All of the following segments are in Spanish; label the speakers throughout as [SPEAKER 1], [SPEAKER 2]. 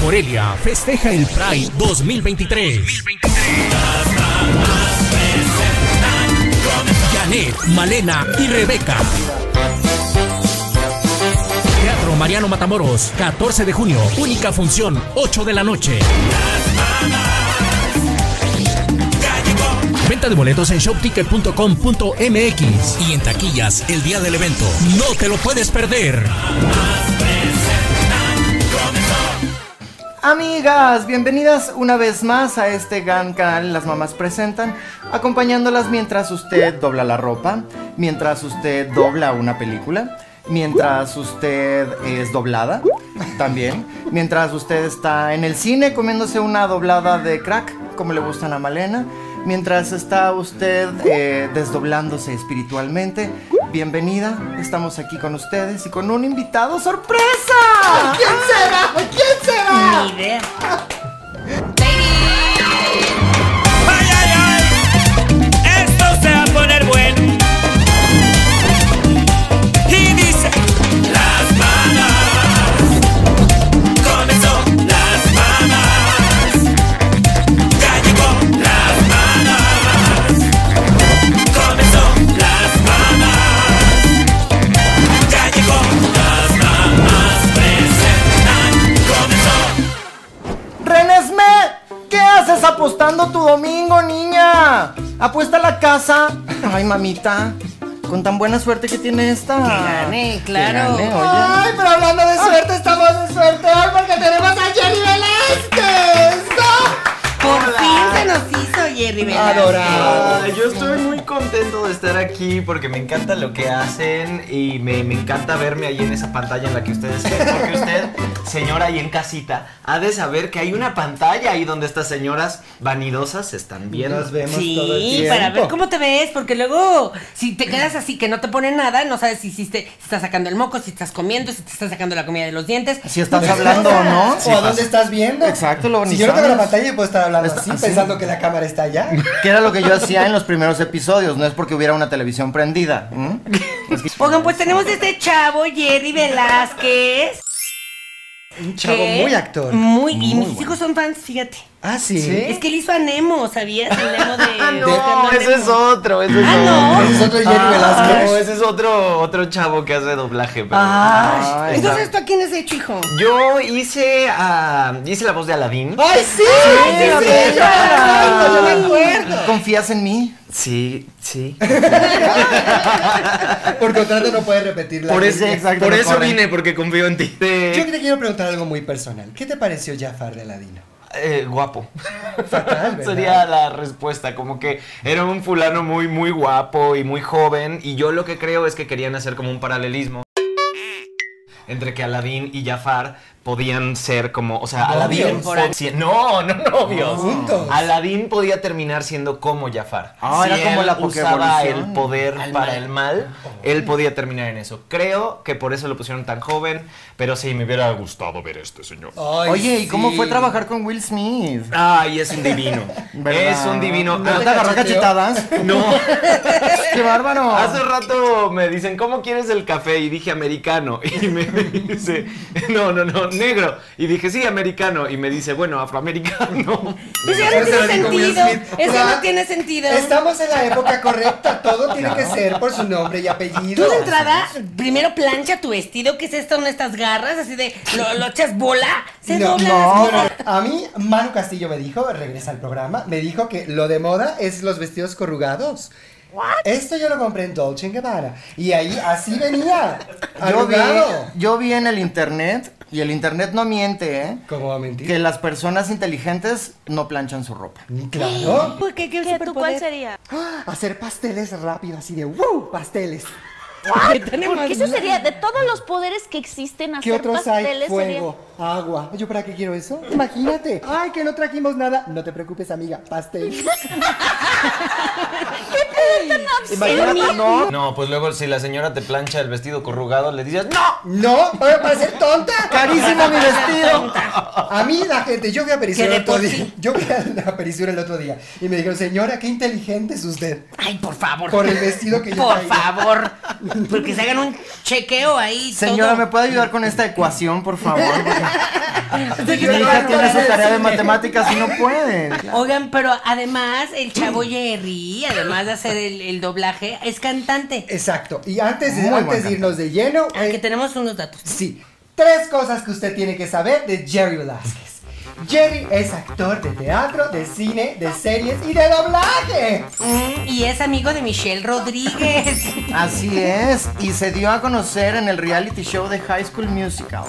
[SPEAKER 1] Morelia festeja el Pride 2023. 2023. Janet, Malena y Rebeca. Teatro Mariano Matamoros, 14 de junio, única función, 8 de la noche. Venta de boletos en shopticket.com.mx y en taquillas el día del evento. No te lo puedes perder.
[SPEAKER 2] Amigas, bienvenidas una vez más a este gran canal Las Mamás Presentan, acompañándolas mientras usted dobla la ropa, mientras usted dobla una película, mientras usted es doblada también, mientras usted está en el cine comiéndose una doblada de crack, como le gustan a Malena, mientras está usted eh, desdoblándose espiritualmente. Bienvenida, estamos aquí con ustedes y con un invitado sorpresa.
[SPEAKER 3] ¿Quién será? ¿Quién será?
[SPEAKER 4] Ni idea.
[SPEAKER 5] ¡Ay, ay, ay! Esto se va a poner bueno. Y dice: Las mamas. Comenzó las mamas. Ya llegó las mamas. Comenzó las mamas. Ya llegó las mamas. Presentan. Comenzó.
[SPEAKER 2] Renesme, ¿qué haces apostando tu domingo, niña? Apuesta la casa. Ay, mamita, con tan buena suerte que tiene esta. Que
[SPEAKER 4] gane, claro.
[SPEAKER 2] gane, oye.
[SPEAKER 3] Ay, pero hablando de suerte, estamos de suerte hoy porque tenemos a Jenny Velázquez. ¡No!
[SPEAKER 4] Por fin se nos hizo Jerry Velázquez.
[SPEAKER 6] Ah, yo estoy muy contento de estar aquí porque me encanta lo que hacen y me, me encanta verme ahí en esa pantalla en la que ustedes ven. Porque usted, señora ahí en casita, ha de saber que hay una pantalla ahí donde estas señoras vanidosas se están viendo.
[SPEAKER 3] Nos vemos todo el
[SPEAKER 4] Sí,
[SPEAKER 3] tiempo.
[SPEAKER 4] para ver cómo te ves, porque luego si te quedas así que no te pone nada, no sabes si hiciste, si estás sacando el moco, si estás comiendo, si te estás sacando la comida de los dientes.
[SPEAKER 2] Si estás hablando o no.
[SPEAKER 3] ¿O a dónde estás viendo?
[SPEAKER 2] Exacto, lo
[SPEAKER 3] Si yo no tengo la
[SPEAKER 2] bonizamos.
[SPEAKER 3] pantalla, yo puedo estar hablando
[SPEAKER 2] Está-
[SPEAKER 3] así,
[SPEAKER 2] así.
[SPEAKER 3] pensando que la cámara está allá.
[SPEAKER 2] Que era lo que yo hacía en los primeros episodios, no es porque hubiera una televisión prendida. ¿m?
[SPEAKER 4] Oigan, pues tenemos este chavo, Jerry Velázquez.
[SPEAKER 3] Un chavo
[SPEAKER 4] que-
[SPEAKER 3] muy actor.
[SPEAKER 4] Muy, y mis hijos son fans, fíjate.
[SPEAKER 3] Ah, sí. Ah,
[SPEAKER 4] Es que él hizo a Nemo, ¿sabías? El Nemo de.
[SPEAKER 6] No,
[SPEAKER 4] de-
[SPEAKER 6] ese es otro, ese es
[SPEAKER 4] Ah,
[SPEAKER 6] otro.
[SPEAKER 4] no.
[SPEAKER 3] Ese es otro Jerry Velázquez.
[SPEAKER 6] No, ese es otro, otro chavo que hace doblaje. Pero...
[SPEAKER 3] Ah.
[SPEAKER 4] Ay,
[SPEAKER 2] Ay,
[SPEAKER 4] Entonces, ¿tú a quién has hecho, hijo?
[SPEAKER 6] Yo hice, ah, hice la voz de Aladdin.
[SPEAKER 3] ¡Ay,
[SPEAKER 4] sí,
[SPEAKER 3] sí! ¡Sí,
[SPEAKER 4] sí,
[SPEAKER 3] sí!
[SPEAKER 4] sí.
[SPEAKER 3] Ay, yo me acuerdo.
[SPEAKER 2] ¿Confías en mí?
[SPEAKER 6] Sí, sí.
[SPEAKER 3] Por contrato no puedes repetir la
[SPEAKER 6] Por,
[SPEAKER 3] línea.
[SPEAKER 6] ese-
[SPEAKER 2] exacto,
[SPEAKER 6] por
[SPEAKER 2] no
[SPEAKER 6] eso
[SPEAKER 2] corre.
[SPEAKER 6] vine, porque confío en ti.
[SPEAKER 3] Yo te quiero preguntar algo muy personal. ¿Qué te pareció Jafar de Aladino?
[SPEAKER 6] Eh, guapo.
[SPEAKER 3] Fatal, ¿verdad?
[SPEAKER 6] Sería la respuesta, como que era un fulano muy, muy guapo y muy joven. Y yo lo que creo es que querían hacer como un paralelismo entre que Aladdin y Jafar podían ser como, o sea, Aladdin
[SPEAKER 3] Novios.
[SPEAKER 6] po- si- no, no novios.
[SPEAKER 3] Juntos.
[SPEAKER 6] Aladdin podía terminar siendo como Jafar.
[SPEAKER 2] Ah,
[SPEAKER 6] si
[SPEAKER 2] era como
[SPEAKER 6] él
[SPEAKER 2] la
[SPEAKER 6] usaba el
[SPEAKER 2] Pokévolución.
[SPEAKER 6] poder para el mal,
[SPEAKER 2] Oh.
[SPEAKER 6] él podía terminar en eso. Creo que por eso lo pusieron tan joven, pero sí me hubiera gustado ver a este señor.
[SPEAKER 3] Ay,
[SPEAKER 2] Oye, ¿y cómo
[SPEAKER 3] sí.
[SPEAKER 2] fue trabajar con Will Smith?
[SPEAKER 6] Ay, es un divino.
[SPEAKER 2] ¿Verdad?
[SPEAKER 6] Es un divino.
[SPEAKER 2] ¿No
[SPEAKER 6] Ah,
[SPEAKER 2] te agarró
[SPEAKER 3] cacheteó?
[SPEAKER 2] cachetadas?
[SPEAKER 6] no.
[SPEAKER 2] ¡Qué bárbaro!
[SPEAKER 6] Hace rato me dicen, ¿cómo quieres el café? Y dije, americano. Y me dice, no, no, no, negro. Y dije, sí, americano. Y me dice, bueno, afroamericano.
[SPEAKER 4] Pues ya no
[SPEAKER 3] Eso
[SPEAKER 4] tiene
[SPEAKER 3] lo dijo Will
[SPEAKER 4] sentido.
[SPEAKER 3] Smith.
[SPEAKER 4] Eso
[SPEAKER 3] Claro.
[SPEAKER 4] no tiene sentido.
[SPEAKER 3] Estamos en la época correcta, todo tiene que ser por su nombre y
[SPEAKER 4] Tú
[SPEAKER 3] apellido.
[SPEAKER 4] de entrada, primero plancha tu vestido, que es esto? ¿Una estas garras? Así de, ¿lo, lo echas bola? ¿Se
[SPEAKER 3] No,
[SPEAKER 4] doblan
[SPEAKER 3] no,
[SPEAKER 4] las
[SPEAKER 3] no, no.
[SPEAKER 4] cosas?
[SPEAKER 3] A mí, Manu Castillo me dijo, regresa al programa, me dijo que lo de moda es los vestidos corrugados. Esto yo lo compré en Dolce Gabbana. Y ahí así venía.
[SPEAKER 2] Yo vi,
[SPEAKER 3] arrugado.
[SPEAKER 2] yo vi en el internet, y el internet no miente, ¿eh?
[SPEAKER 3] ¿Cómo va a mentir?
[SPEAKER 2] Que las personas inteligentes no planchan su ropa.
[SPEAKER 3] Claro.
[SPEAKER 4] Pues, ¿Qué, qué
[SPEAKER 7] ¿Qué, ¿Tú cuál
[SPEAKER 4] superpoder?
[SPEAKER 7] sería?
[SPEAKER 3] Hacer pasteles rápido, así de wow, pasteles.
[SPEAKER 4] ¿Qué tenemos?
[SPEAKER 7] Porque eso sería de todos los poderes que existen hacer
[SPEAKER 3] ¿Qué otros hay?
[SPEAKER 7] pasteles
[SPEAKER 3] Fuego, agua. ¿Yo para qué quiero eso? Imagínate. Ay, que no trajimos nada. No te preocupes, amiga. Pastel.
[SPEAKER 7] sería.
[SPEAKER 2] Imagínate, no.
[SPEAKER 6] No, pues luego si la señora te plancha el vestido corrugado, le dices ¡No!
[SPEAKER 3] No, para parecer tonta.
[SPEAKER 2] Carísimo mi vestido.
[SPEAKER 3] A mí la gente, yo fui a Perisur
[SPEAKER 4] Que
[SPEAKER 3] el
[SPEAKER 4] de
[SPEAKER 3] otro
[SPEAKER 4] por
[SPEAKER 3] día.
[SPEAKER 4] sí.
[SPEAKER 3] Yo fui a la Perisur el otro día y me dijeron, señora, qué inteligente es usted.
[SPEAKER 4] Ay, por favor.
[SPEAKER 3] Por el vestido que yo
[SPEAKER 4] Por
[SPEAKER 3] traigo.
[SPEAKER 4] favor. Porque se hagan un chequeo ahí.
[SPEAKER 2] Señora, ¿me
[SPEAKER 4] todo.
[SPEAKER 2] puede ayudar con esta ecuación, por favor? Porque
[SPEAKER 3] yo
[SPEAKER 2] Mi
[SPEAKER 3] no
[SPEAKER 2] hija
[SPEAKER 3] puedo
[SPEAKER 2] tiene su tarea de
[SPEAKER 3] decirle.
[SPEAKER 2] matemáticas y no puede.
[SPEAKER 4] Oigan, pero además el chavo Jerry, además de hacer el, el doblaje, es cantante.
[SPEAKER 3] Exacto. Y antes, de-
[SPEAKER 2] Muy buen
[SPEAKER 3] antes de irnos de lleno, eh,
[SPEAKER 4] Que tenemos unos datos.
[SPEAKER 3] Sí, tres cosas que usted tiene que saber de Jerry Velázquez. Jerry es actor de teatro, de cine, de series y de doblaje. eh.
[SPEAKER 4] Mm, Y es amigo de Michelle Rodríguez.
[SPEAKER 2] Así es, y se dio a conocer en el reality show de High School Musical.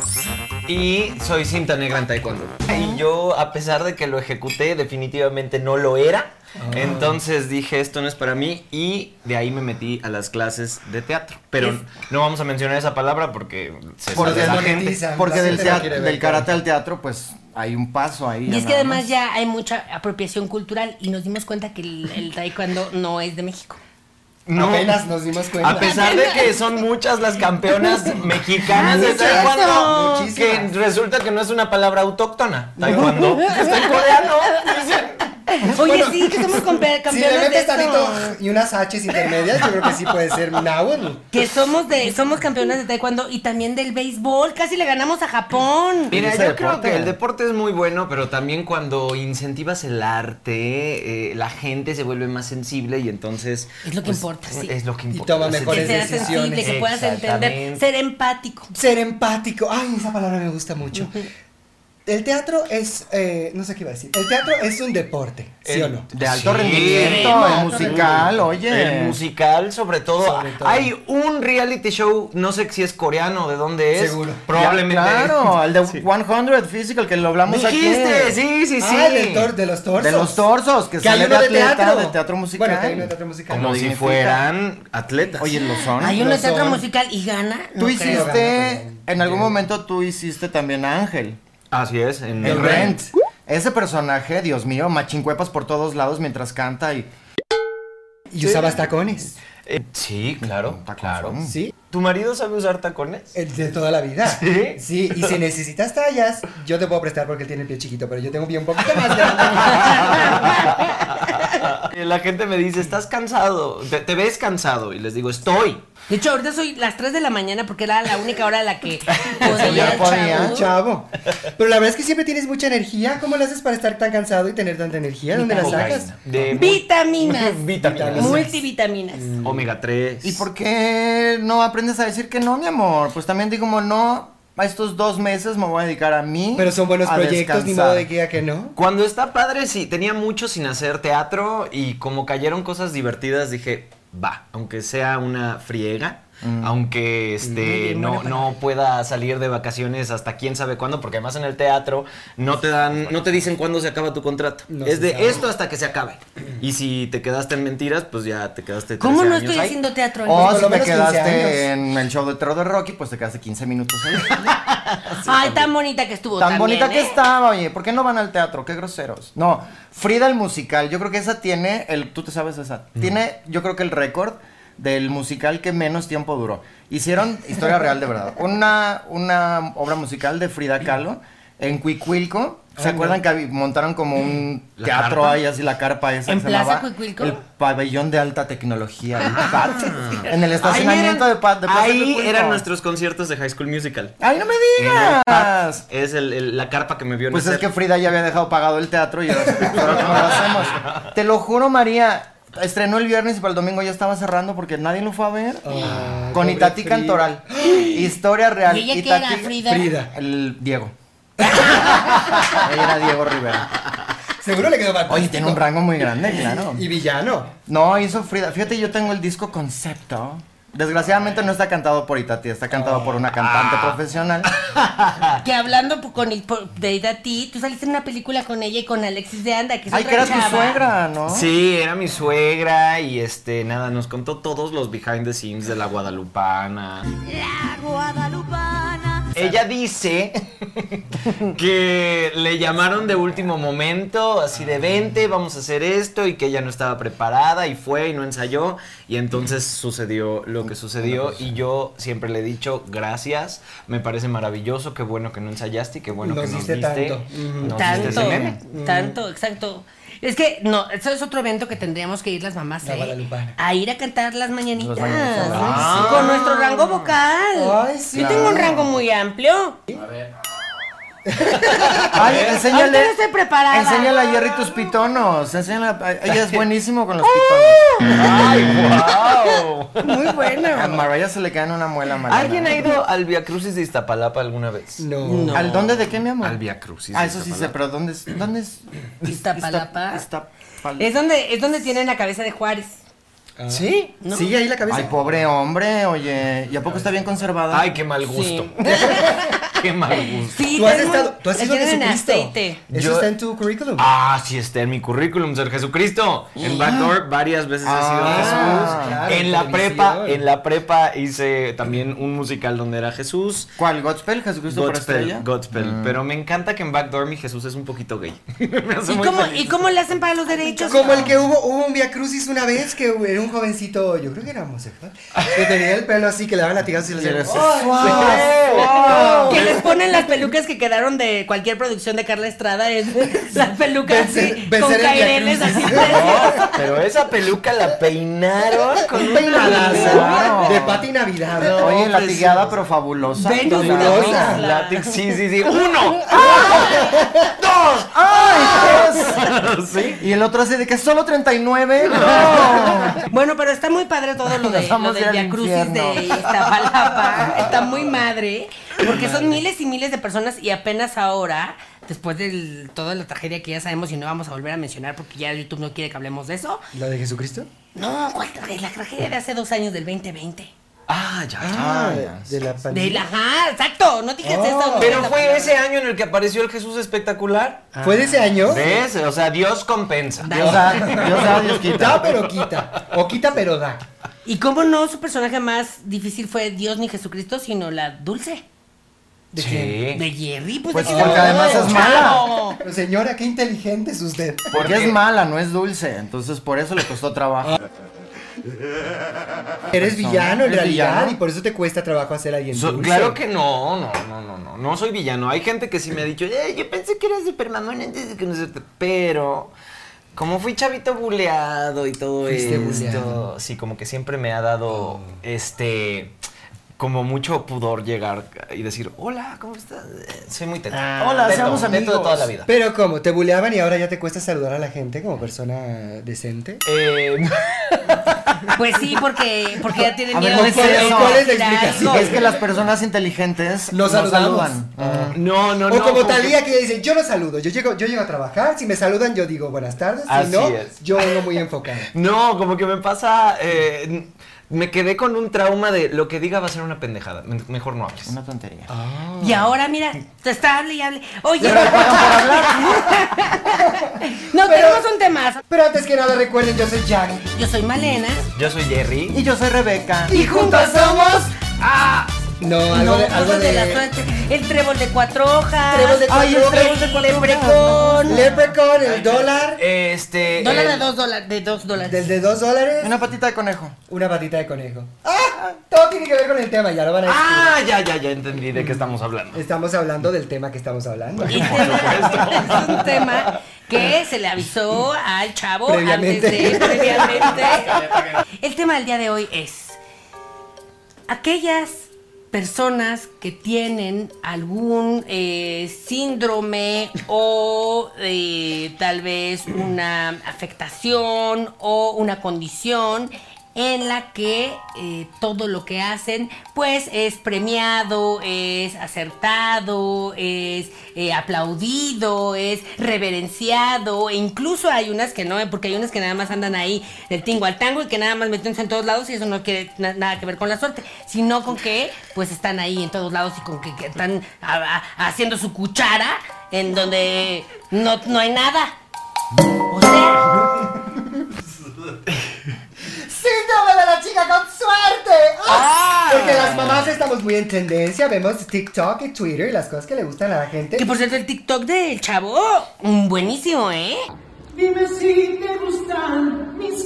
[SPEAKER 6] Y soy cinta negra en taekwondo.
[SPEAKER 3] Ah.
[SPEAKER 6] Y yo, a pesar de que lo ejecuté, definitivamente no lo era.
[SPEAKER 3] Ah.
[SPEAKER 6] Entonces dije, esto no es para mí. Y de ahí me metí a las clases de teatro. Pero no vamos a mencionar esa palabra porque se
[SPEAKER 2] Porque
[SPEAKER 6] sale la
[SPEAKER 2] no
[SPEAKER 6] gente.
[SPEAKER 3] monetizan.
[SPEAKER 2] Porque
[SPEAKER 3] La
[SPEAKER 2] del,
[SPEAKER 3] gente la
[SPEAKER 2] tea-
[SPEAKER 3] quiere ver,
[SPEAKER 2] del karate al teatro, pues hay un paso ahí.
[SPEAKER 4] Y
[SPEAKER 2] ya
[SPEAKER 4] es que
[SPEAKER 2] nada
[SPEAKER 4] además
[SPEAKER 2] más.
[SPEAKER 4] ya hay mucha apropiación cultural y nos dimos cuenta que el, el taekwondo no es de México.
[SPEAKER 6] No.
[SPEAKER 3] Apenas nos dimos cuenta.
[SPEAKER 6] A pesar de que son muchas las campeonas mexicanas de taekwondo, que
[SPEAKER 3] Ah, Muchísimas.
[SPEAKER 6] resulta que no es una palabra autóctona. Taekwondo está en coreano. Dicen,
[SPEAKER 4] Oye, sí, que somos compe-
[SPEAKER 3] si le
[SPEAKER 4] campeones de
[SPEAKER 3] metes
[SPEAKER 4] esto.
[SPEAKER 3] tantito y unas H's intermedias, yo creo que sí puede ser náhuatl.
[SPEAKER 4] Que somos de, somos campeones de taekwondo y también del béisbol. Casi le ganamos a Japón.
[SPEAKER 6] Mira, yo
[SPEAKER 2] ese
[SPEAKER 6] creo
[SPEAKER 2] deporte.
[SPEAKER 6] que el deporte es muy bueno, pero también cuando incentivas el arte, eh, la gente se vuelve más sensible y entonces...
[SPEAKER 4] Es lo que importa, sí.
[SPEAKER 6] Es lo que importa.
[SPEAKER 3] toma
[SPEAKER 6] las
[SPEAKER 3] mejores
[SPEAKER 4] Que seas
[SPEAKER 6] decisiones.
[SPEAKER 4] sensible, que puedas entender,
[SPEAKER 6] Exactamente.
[SPEAKER 4] ser empático.
[SPEAKER 3] Ser empático. Ay, esa palabra me gusta mucho. El teatro es, eh, no sé qué iba a decir. El teatro es un deporte, ¿sí o no?
[SPEAKER 2] De alto
[SPEAKER 6] Sí.
[SPEAKER 2] rendimiento, el musical, oye.
[SPEAKER 6] El musical, sobre todo.
[SPEAKER 3] Sobre todo.
[SPEAKER 6] Hay un reality show, no sé si es coreano, de dónde es.
[SPEAKER 3] Seguro.
[SPEAKER 6] Probablemente.
[SPEAKER 2] Ya, claro, el de 100 Physical que lo hablamos
[SPEAKER 6] Dijiste,
[SPEAKER 2] aquí.
[SPEAKER 6] sí, sí, sí.
[SPEAKER 3] Ah, del tor- de los torsos.
[SPEAKER 2] De los torsos, que,
[SPEAKER 3] Que hay
[SPEAKER 2] sale de
[SPEAKER 3] uno de
[SPEAKER 2] atleta,
[SPEAKER 3] teatro.
[SPEAKER 2] de teatro musical.
[SPEAKER 3] Bueno, que hay uno de teatro musical.
[SPEAKER 6] Como
[SPEAKER 2] Lo
[SPEAKER 6] si
[SPEAKER 2] dignifica.
[SPEAKER 6] fueran atletas.
[SPEAKER 2] Oye, lo son.
[SPEAKER 4] Hay un
[SPEAKER 3] lo
[SPEAKER 4] teatro
[SPEAKER 3] son.
[SPEAKER 4] musical y gana.
[SPEAKER 2] tú
[SPEAKER 4] No creo.
[SPEAKER 2] hiciste, en algún momento tú hiciste también a Ángel.
[SPEAKER 6] Así es, en
[SPEAKER 2] El
[SPEAKER 6] el
[SPEAKER 2] Rent. Ese personaje, Dios mío, machincuepas por todos lados mientras canta y...
[SPEAKER 3] Y usabas tacones.
[SPEAKER 6] Eh, sí, claro, claro.
[SPEAKER 3] Sí.
[SPEAKER 6] ¿Tu marido sabe usar tacones?
[SPEAKER 3] El de toda la vida.
[SPEAKER 6] ¿Sí?
[SPEAKER 3] Sí, y si necesitas tallas, yo te puedo prestar porque él tiene el pie chiquito, pero yo tengo un pie un poquito más grande.
[SPEAKER 6] La gente me dice, ¿estás cansado? ¿Te, te ves cansado? Y les digo, estoy.
[SPEAKER 4] De hecho, ahorita soy las 3 de la mañana porque era la única hora a la que podía,
[SPEAKER 2] Ya podía,
[SPEAKER 4] Pues chavo.
[SPEAKER 3] Chavo. Pero la verdad es que siempre tienes mucha energía. ¿Cómo le haces para estar tan cansado y tener tanta energía? ¿Dónde la
[SPEAKER 6] Cocaína.
[SPEAKER 3] sacas?
[SPEAKER 6] De
[SPEAKER 4] Vitaminas.
[SPEAKER 6] vitaminas.
[SPEAKER 4] Multivitaminas.
[SPEAKER 6] Omega 3.
[SPEAKER 2] ¿Y por qué no aprendes a decir que no, mi amor? Pues también digo, como no, a estos dos meses me voy a dedicar a mí.
[SPEAKER 3] Pero son buenos
[SPEAKER 2] a
[SPEAKER 3] proyectos, ni
[SPEAKER 2] descansar.
[SPEAKER 3] modo de que diga que no.
[SPEAKER 6] Cuando está padre, sí, tenía mucho sin hacer teatro y como cayeron cosas divertidas, dije, va, aunque sea una friega,
[SPEAKER 2] Mm.
[SPEAKER 6] aunque este, no, no pueda salir de vacaciones hasta quién sabe cuándo, porque además en el teatro no te dan, no te dicen cuándo se acaba tu contrato.
[SPEAKER 3] No
[SPEAKER 6] es
[SPEAKER 3] se
[SPEAKER 6] de
[SPEAKER 3] sabe.
[SPEAKER 6] esto hasta que se acabe. Y si te quedaste en mentiras, pues ya te quedaste
[SPEAKER 4] ¿Cómo
[SPEAKER 6] 13
[SPEAKER 4] no
[SPEAKER 6] años
[SPEAKER 4] estoy
[SPEAKER 6] ahí.
[SPEAKER 4] haciendo teatro?
[SPEAKER 2] O
[SPEAKER 3] Por
[SPEAKER 2] si
[SPEAKER 3] lo
[SPEAKER 2] te
[SPEAKER 3] menos 15
[SPEAKER 2] quedaste
[SPEAKER 3] años.
[SPEAKER 2] en el show de terror de Rocky, pues te quedaste 15 minutos ahí.
[SPEAKER 4] Ay, tan bonita que estuvo.
[SPEAKER 2] Tan
[SPEAKER 4] también,
[SPEAKER 2] bonita que
[SPEAKER 4] ¿eh?
[SPEAKER 2] estaba, oye. ¿Por qué no van al teatro? Qué groseros. No, Frida el musical. Yo creo que esa tiene el. Tú te sabes esa.
[SPEAKER 6] Mm.
[SPEAKER 2] Tiene, yo creo que el récord del musical que menos tiempo duró. Hicieron, historia real de verdad, una, una obra musical de Frida Kahlo en Cuicuilco. ¿Se acuerdan que hab- montaron como un
[SPEAKER 6] ¿La
[SPEAKER 2] teatro
[SPEAKER 6] carpa?
[SPEAKER 2] ahí, así la carpa esa?
[SPEAKER 4] ¿En
[SPEAKER 2] que
[SPEAKER 4] Plaza
[SPEAKER 2] llamaba
[SPEAKER 4] Cuicuilco?
[SPEAKER 2] El pabellón de alta tecnología, el PAT, en el
[SPEAKER 6] Ahí
[SPEAKER 2] estacionamiento de,
[SPEAKER 6] eran-
[SPEAKER 2] PAT de Plaza
[SPEAKER 6] Ah. ahí
[SPEAKER 2] Cuicuilco.
[SPEAKER 6] eran nuestros conciertos de High School Musical.
[SPEAKER 2] ¡Ay, no me
[SPEAKER 6] En el
[SPEAKER 2] digas!
[SPEAKER 6] Pat, Es el- el- la carpa que me vio
[SPEAKER 2] Pues es
[SPEAKER 6] nacer.
[SPEAKER 2] que Frida ya había dejado pagado el teatro y ahora ahora cómo lo hacemos. Te lo juro, María. Estrenó el viernes y para el domingo ya estaba cerrando porque nadie lo fue a ver.
[SPEAKER 3] Ay,
[SPEAKER 2] con
[SPEAKER 3] Ah, pobre
[SPEAKER 2] Itatí
[SPEAKER 3] Frida.
[SPEAKER 2] Cantoral. Historia real.
[SPEAKER 4] ¿Y ella qué
[SPEAKER 2] Itatí-
[SPEAKER 4] era, Frida?
[SPEAKER 3] Frida.
[SPEAKER 2] El Diego. ella era Diego Rivera.
[SPEAKER 3] Seguro le quedó fantástico.
[SPEAKER 2] Oye, tiene un rango muy grande, claro.
[SPEAKER 3] Y villano.
[SPEAKER 2] No, hizo Frida. Fíjate, yo tengo el disco concepto. Desgraciadamente no está cantado por Itatí, está cantado por una cantante profesional.
[SPEAKER 4] Que hablando po- con el, po- de Dati, tú saliste en una película con ella y con Alexis de Anda, que es
[SPEAKER 2] Ay,
[SPEAKER 4] otra
[SPEAKER 2] que era tu
[SPEAKER 4] chava.
[SPEAKER 2] suegra, ¿no?
[SPEAKER 6] Sí, era mi suegra y este, nada, nos contó todos los behind the scenes de la Guadalupana.
[SPEAKER 8] La guadalupana
[SPEAKER 6] Ella dice que le llamaron de último momento, así de vente, vamos a hacer esto, y que ella no estaba preparada, y fue y no ensayó, y entonces sucedió lo que sucedió, y yo siempre le he dicho gracias, me parece maravilloso, qué bueno que no ensayaste, y qué bueno
[SPEAKER 3] Nos
[SPEAKER 6] que nos
[SPEAKER 3] diste
[SPEAKER 6] diste,
[SPEAKER 3] tanto.
[SPEAKER 6] nos diste ese
[SPEAKER 4] Tanto,
[SPEAKER 6] meme.
[SPEAKER 4] tanto, exacto. Es que, no, eso es otro evento que tendríamos que ir las mamás,
[SPEAKER 3] La
[SPEAKER 4] ¿eh?
[SPEAKER 3] Guadalupana.
[SPEAKER 4] A ir a cantar las mañanitas.
[SPEAKER 2] Las mañanitas.
[SPEAKER 4] Ay,
[SPEAKER 6] Ah.
[SPEAKER 4] sí, Con nuestro rango vocal.
[SPEAKER 3] Ay, sí.
[SPEAKER 4] Yo tengo un rango muy amplio.
[SPEAKER 2] Ay, enséñale.
[SPEAKER 4] Ahorita no estoy preparada.
[SPEAKER 2] Enséñale a Jerry tus pitonos. Enséñale. a- Ella es buenísimo con los pitonos.
[SPEAKER 6] ¡Ay, wow!
[SPEAKER 4] Muy
[SPEAKER 2] A
[SPEAKER 4] bueno.
[SPEAKER 2] Mariah se le cae en una muela Mariana.
[SPEAKER 6] ¿Alguien ha ido al Via Crucis de Iztapalapa alguna vez?
[SPEAKER 3] No.
[SPEAKER 2] ¿Al dónde de qué, mi amor?
[SPEAKER 6] Al Via Crucis.
[SPEAKER 2] Ah,
[SPEAKER 6] de
[SPEAKER 2] eso sí sé,
[SPEAKER 6] Iztapalapa.
[SPEAKER 2] pero ¿dónde es? ¿Dónde es?
[SPEAKER 4] Iztapalapa.
[SPEAKER 2] Izta- Iztapal-
[SPEAKER 4] Es donde, es donde tienen la cabeza de Juárez.
[SPEAKER 3] ¿Sí?
[SPEAKER 4] No.
[SPEAKER 3] Sí, ahí la cabeza.
[SPEAKER 2] Ay, pobre hombre, oye. ¿Y a poco está bien conservada?
[SPEAKER 6] Ay, qué mal gusto. qué mal gusto.
[SPEAKER 4] Sí,
[SPEAKER 3] Tú has
[SPEAKER 4] tienen-
[SPEAKER 3] estado, tú has
[SPEAKER 4] la
[SPEAKER 3] sido
[SPEAKER 4] tienen en
[SPEAKER 3] Jesucristo.
[SPEAKER 4] aceite.
[SPEAKER 3] Eso
[SPEAKER 6] Yo-
[SPEAKER 3] está en tu currículum.
[SPEAKER 6] Ah, sí está en mi currículum, ser Jesucristo. En Backdoor varias veces he sido
[SPEAKER 2] Ah,
[SPEAKER 6] Jesús.
[SPEAKER 3] claro,
[SPEAKER 6] en la
[SPEAKER 3] televisión.
[SPEAKER 6] prepa, en la prepa hice también un musical donde era Jesús.
[SPEAKER 2] ¿Cuál? ¿Godspell? ¿Jesucristo por estrella?
[SPEAKER 6] Godspell, Godspell. Pero me encanta que en Backdoor mi Jesús es un poquito gay. Me hace
[SPEAKER 4] ¿Y
[SPEAKER 6] muy
[SPEAKER 4] cómo,
[SPEAKER 6] feliz.
[SPEAKER 4] ¿Y cómo le hacen para los derechos?
[SPEAKER 3] Como el que hubo, hubo un Via Crucis una vez que era un jovencito, yo creo que era homosexual, que tenía el pelo así, que le daban latigazos y le
[SPEAKER 2] Eres-
[SPEAKER 3] decían, "Ay,
[SPEAKER 4] Que les ponen las pelucas que quedaron de cualquier producción de Carla Estrada. Es las pelucas
[SPEAKER 3] Vencer-
[SPEAKER 4] así,
[SPEAKER 3] vencer
[SPEAKER 4] con
[SPEAKER 3] el Via
[SPEAKER 4] caireles así.
[SPEAKER 3] Crucis.
[SPEAKER 6] No, pero esa peluca la peinaron con
[SPEAKER 3] Un
[SPEAKER 6] un
[SPEAKER 3] peinadazo
[SPEAKER 2] Claro.
[SPEAKER 3] de Pati Navidad.
[SPEAKER 2] Oye, latigada pero fabulosa.
[SPEAKER 4] Ven,
[SPEAKER 2] Claro.
[SPEAKER 4] fabulosa.
[SPEAKER 6] Látex, sí, sí, sí. ¡Uno!
[SPEAKER 2] Y el otro así de que solo 39.
[SPEAKER 4] Bueno, pero está muy padre todo lo de
[SPEAKER 2] Nos vamos
[SPEAKER 4] lo del
[SPEAKER 2] a ir al
[SPEAKER 4] Via Crucis
[SPEAKER 2] infierno.
[SPEAKER 4] de Iztapalapa. Está muy madre. Porque son miles y miles de personas y apenas ahora, después de toda la tragedia que ya sabemos y no vamos a volver a mencionar porque ya YouTube no quiere que hablemos de eso.
[SPEAKER 3] ¿La de Jesucristo?
[SPEAKER 4] No, ¿cuál tragedia? la tragedia de hace dos años del 2020.
[SPEAKER 6] Ah, ya.
[SPEAKER 3] Ah,
[SPEAKER 2] ya,
[SPEAKER 3] de la
[SPEAKER 4] De
[SPEAKER 3] pandemia.
[SPEAKER 4] la, ajá, exacto, no digas
[SPEAKER 3] Oh.
[SPEAKER 4] eso. no
[SPEAKER 6] Pero
[SPEAKER 4] digas
[SPEAKER 6] fue
[SPEAKER 4] la
[SPEAKER 6] ese año en el que apareció el Jesús espectacular.
[SPEAKER 3] ¿Fue de ese año?
[SPEAKER 6] ¿Ves? O sea, Dios compensa.
[SPEAKER 4] palabra.
[SPEAKER 2] Dios da, Dios da, Dios
[SPEAKER 3] Da
[SPEAKER 2] quita.
[SPEAKER 3] pero quita. O quita pero da.
[SPEAKER 4] Y cómo no, su personaje más difícil fue Dios ni Jesucristo, sino la dulce.
[SPEAKER 3] ¿De quién?
[SPEAKER 6] Sí.
[SPEAKER 4] De Jerry, pues,
[SPEAKER 2] Pues
[SPEAKER 4] es que
[SPEAKER 2] porque
[SPEAKER 4] tampoco-
[SPEAKER 2] además es mala.
[SPEAKER 3] Pero señora, qué inteligente es usted.
[SPEAKER 2] Porque es mala, no es dulce. Entonces por eso le costó trabajo.
[SPEAKER 3] Ah, Eres villano en
[SPEAKER 2] ¿Eres
[SPEAKER 3] realidad
[SPEAKER 2] villano?
[SPEAKER 3] y por eso te cuesta trabajo hacer alguien
[SPEAKER 6] So-
[SPEAKER 3] dulce.
[SPEAKER 6] claro que no, no, no, no, no. No soy villano. Hay gente que sí me ha dicho, "Eh, yo pensé que eras super mamón antes de conocerte. Pero, como fui chavito buleado y todo
[SPEAKER 3] Fuiste
[SPEAKER 6] esto,
[SPEAKER 3] buleado.
[SPEAKER 6] sí, como que siempre me ha dado este. Como mucho pudor llegar y decir, hola, ¿cómo estás? Eh, Soy muy teto.
[SPEAKER 3] Ah,
[SPEAKER 2] hola,
[SPEAKER 6] Teto,
[SPEAKER 2] seamos
[SPEAKER 6] teto
[SPEAKER 2] amigos.
[SPEAKER 6] de toda la vida.
[SPEAKER 3] Pero como te buleaban y ahora ya te cuesta saludar a la gente como persona decente.
[SPEAKER 6] Eh,
[SPEAKER 4] Pues sí, porque, porque ya tienen
[SPEAKER 2] A ver,
[SPEAKER 4] miedo
[SPEAKER 2] no
[SPEAKER 4] de
[SPEAKER 2] es
[SPEAKER 4] que
[SPEAKER 2] eso.
[SPEAKER 4] le
[SPEAKER 2] ¿Cuál
[SPEAKER 3] es la
[SPEAKER 4] diga
[SPEAKER 3] explicación?
[SPEAKER 4] algo.
[SPEAKER 2] Es que las personas inteligentes
[SPEAKER 3] Nos
[SPEAKER 2] nos
[SPEAKER 3] saludamos. Ah.
[SPEAKER 2] saludan.
[SPEAKER 6] no, no, no.
[SPEAKER 3] o como
[SPEAKER 6] que-
[SPEAKER 3] Talía que... dice, yo no saludo, yo llego, yo llego a trabajar, si me saludan yo digo buenas tardes, si
[SPEAKER 6] Así
[SPEAKER 3] no,
[SPEAKER 6] es.
[SPEAKER 3] yo vengo muy enfocado.
[SPEAKER 6] No, como que me pasa. eh, n- me quedé con un trauma de lo que diga va a ser una pendejada. Me- Mejor no hables.
[SPEAKER 2] Una tontería.
[SPEAKER 3] Ah.
[SPEAKER 4] Y ahora, mira, te está hable y hable. Oye, no tenemos un tema.
[SPEAKER 3] Pero antes que nada recuerden, yo soy Jack.
[SPEAKER 4] Yo soy Malena.
[SPEAKER 6] Yo soy Jerry.
[SPEAKER 2] Y yo soy Rebeca.
[SPEAKER 3] Y juntas somos... No, algo
[SPEAKER 4] No,
[SPEAKER 3] de... Algo
[SPEAKER 4] cosas
[SPEAKER 3] de,
[SPEAKER 4] de la suerte. El trébol de cuatro hojas.
[SPEAKER 3] Trébol de
[SPEAKER 2] Ay,
[SPEAKER 3] cuatro
[SPEAKER 2] el trébol de
[SPEAKER 3] hojas,
[SPEAKER 2] cuatro
[SPEAKER 3] Leprechaun, Leprechaun, el dólar,
[SPEAKER 6] Este.
[SPEAKER 4] Dólar de
[SPEAKER 6] el-
[SPEAKER 4] dos dólares. De dos dólares.
[SPEAKER 3] del de dos dólares,
[SPEAKER 2] Una patita de conejo.
[SPEAKER 3] una patita de conejo. ¡Ah! Todo tiene que ver con el tema, ya lo van a decir.
[SPEAKER 6] Ah, ya, ya, ya entendí de qué estamos hablando.
[SPEAKER 3] Estamos hablando del tema que estamos hablando.
[SPEAKER 4] Y tema- es un tema que se le avisó al chavo
[SPEAKER 3] Previamente.
[SPEAKER 4] antes de previamente. El tema del día de hoy es aquellas personas que tienen algún eh, síndrome o eh, tal vez una afectación o una condición en la que eh, todo lo que hacen pues es premiado, es acertado, es eh, aplaudido, es reverenciado e incluso hay unas que no, ¿eh? porque hay unas que nada más andan ahí del tingo al tango y que nada más metense en todos lados y eso no quiere na- nada que ver con la suerte, sino con que pues están ahí en todos lados y con que, que están a- a- haciendo su cuchara en donde no, no hay nada. O sea,
[SPEAKER 3] ¡Síndrome de la chica con suerte!
[SPEAKER 6] ¡Ah!
[SPEAKER 3] Porque las mamás estamos muy en tendencia, vemos TikTok y Twitter, las cosas que le gustan a la gente.
[SPEAKER 4] Que por cierto, el TikTok del chavo, mm, buenísimo, ¿eh?
[SPEAKER 8] Dime si te gustan mis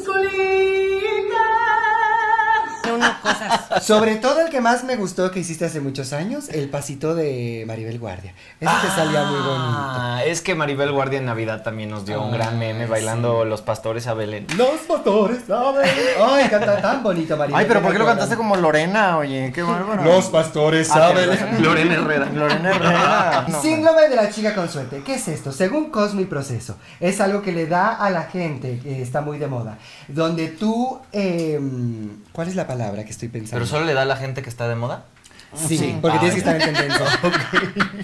[SPEAKER 8] colitas.
[SPEAKER 4] Son unas cosas.
[SPEAKER 3] Sobre todo el que más me gustó que hiciste hace muchos años, el pasito de Maribel Guardia. Ese te salía muy bonito.
[SPEAKER 6] Ah, es que Maribel Guardia en Navidad también nos dio un gran meme bailando los pastores a Belén.
[SPEAKER 3] Los motores, ¿sabes? Ay, canta tan bonito Maribel.
[SPEAKER 2] Ay, pero ¿por qué lo
[SPEAKER 3] Guardia.
[SPEAKER 2] cantaste como Lorena, oye? Qué bárbaro.
[SPEAKER 3] pastores
[SPEAKER 2] Ah, perdón.
[SPEAKER 6] Lorena Herrera.
[SPEAKER 2] Lorena Herrera. No,
[SPEAKER 3] Síndrome de la chica con suerte. ¿Qué es esto? Según Cosmo y Proceso, es algo que le da a la gente, que está muy de moda, donde tú... em, ¿Cuál es la palabra que estoy pensando?
[SPEAKER 6] ¿Pero solo le da a la gente que está de moda?
[SPEAKER 3] Sí, porque tienes que estar en tendencia.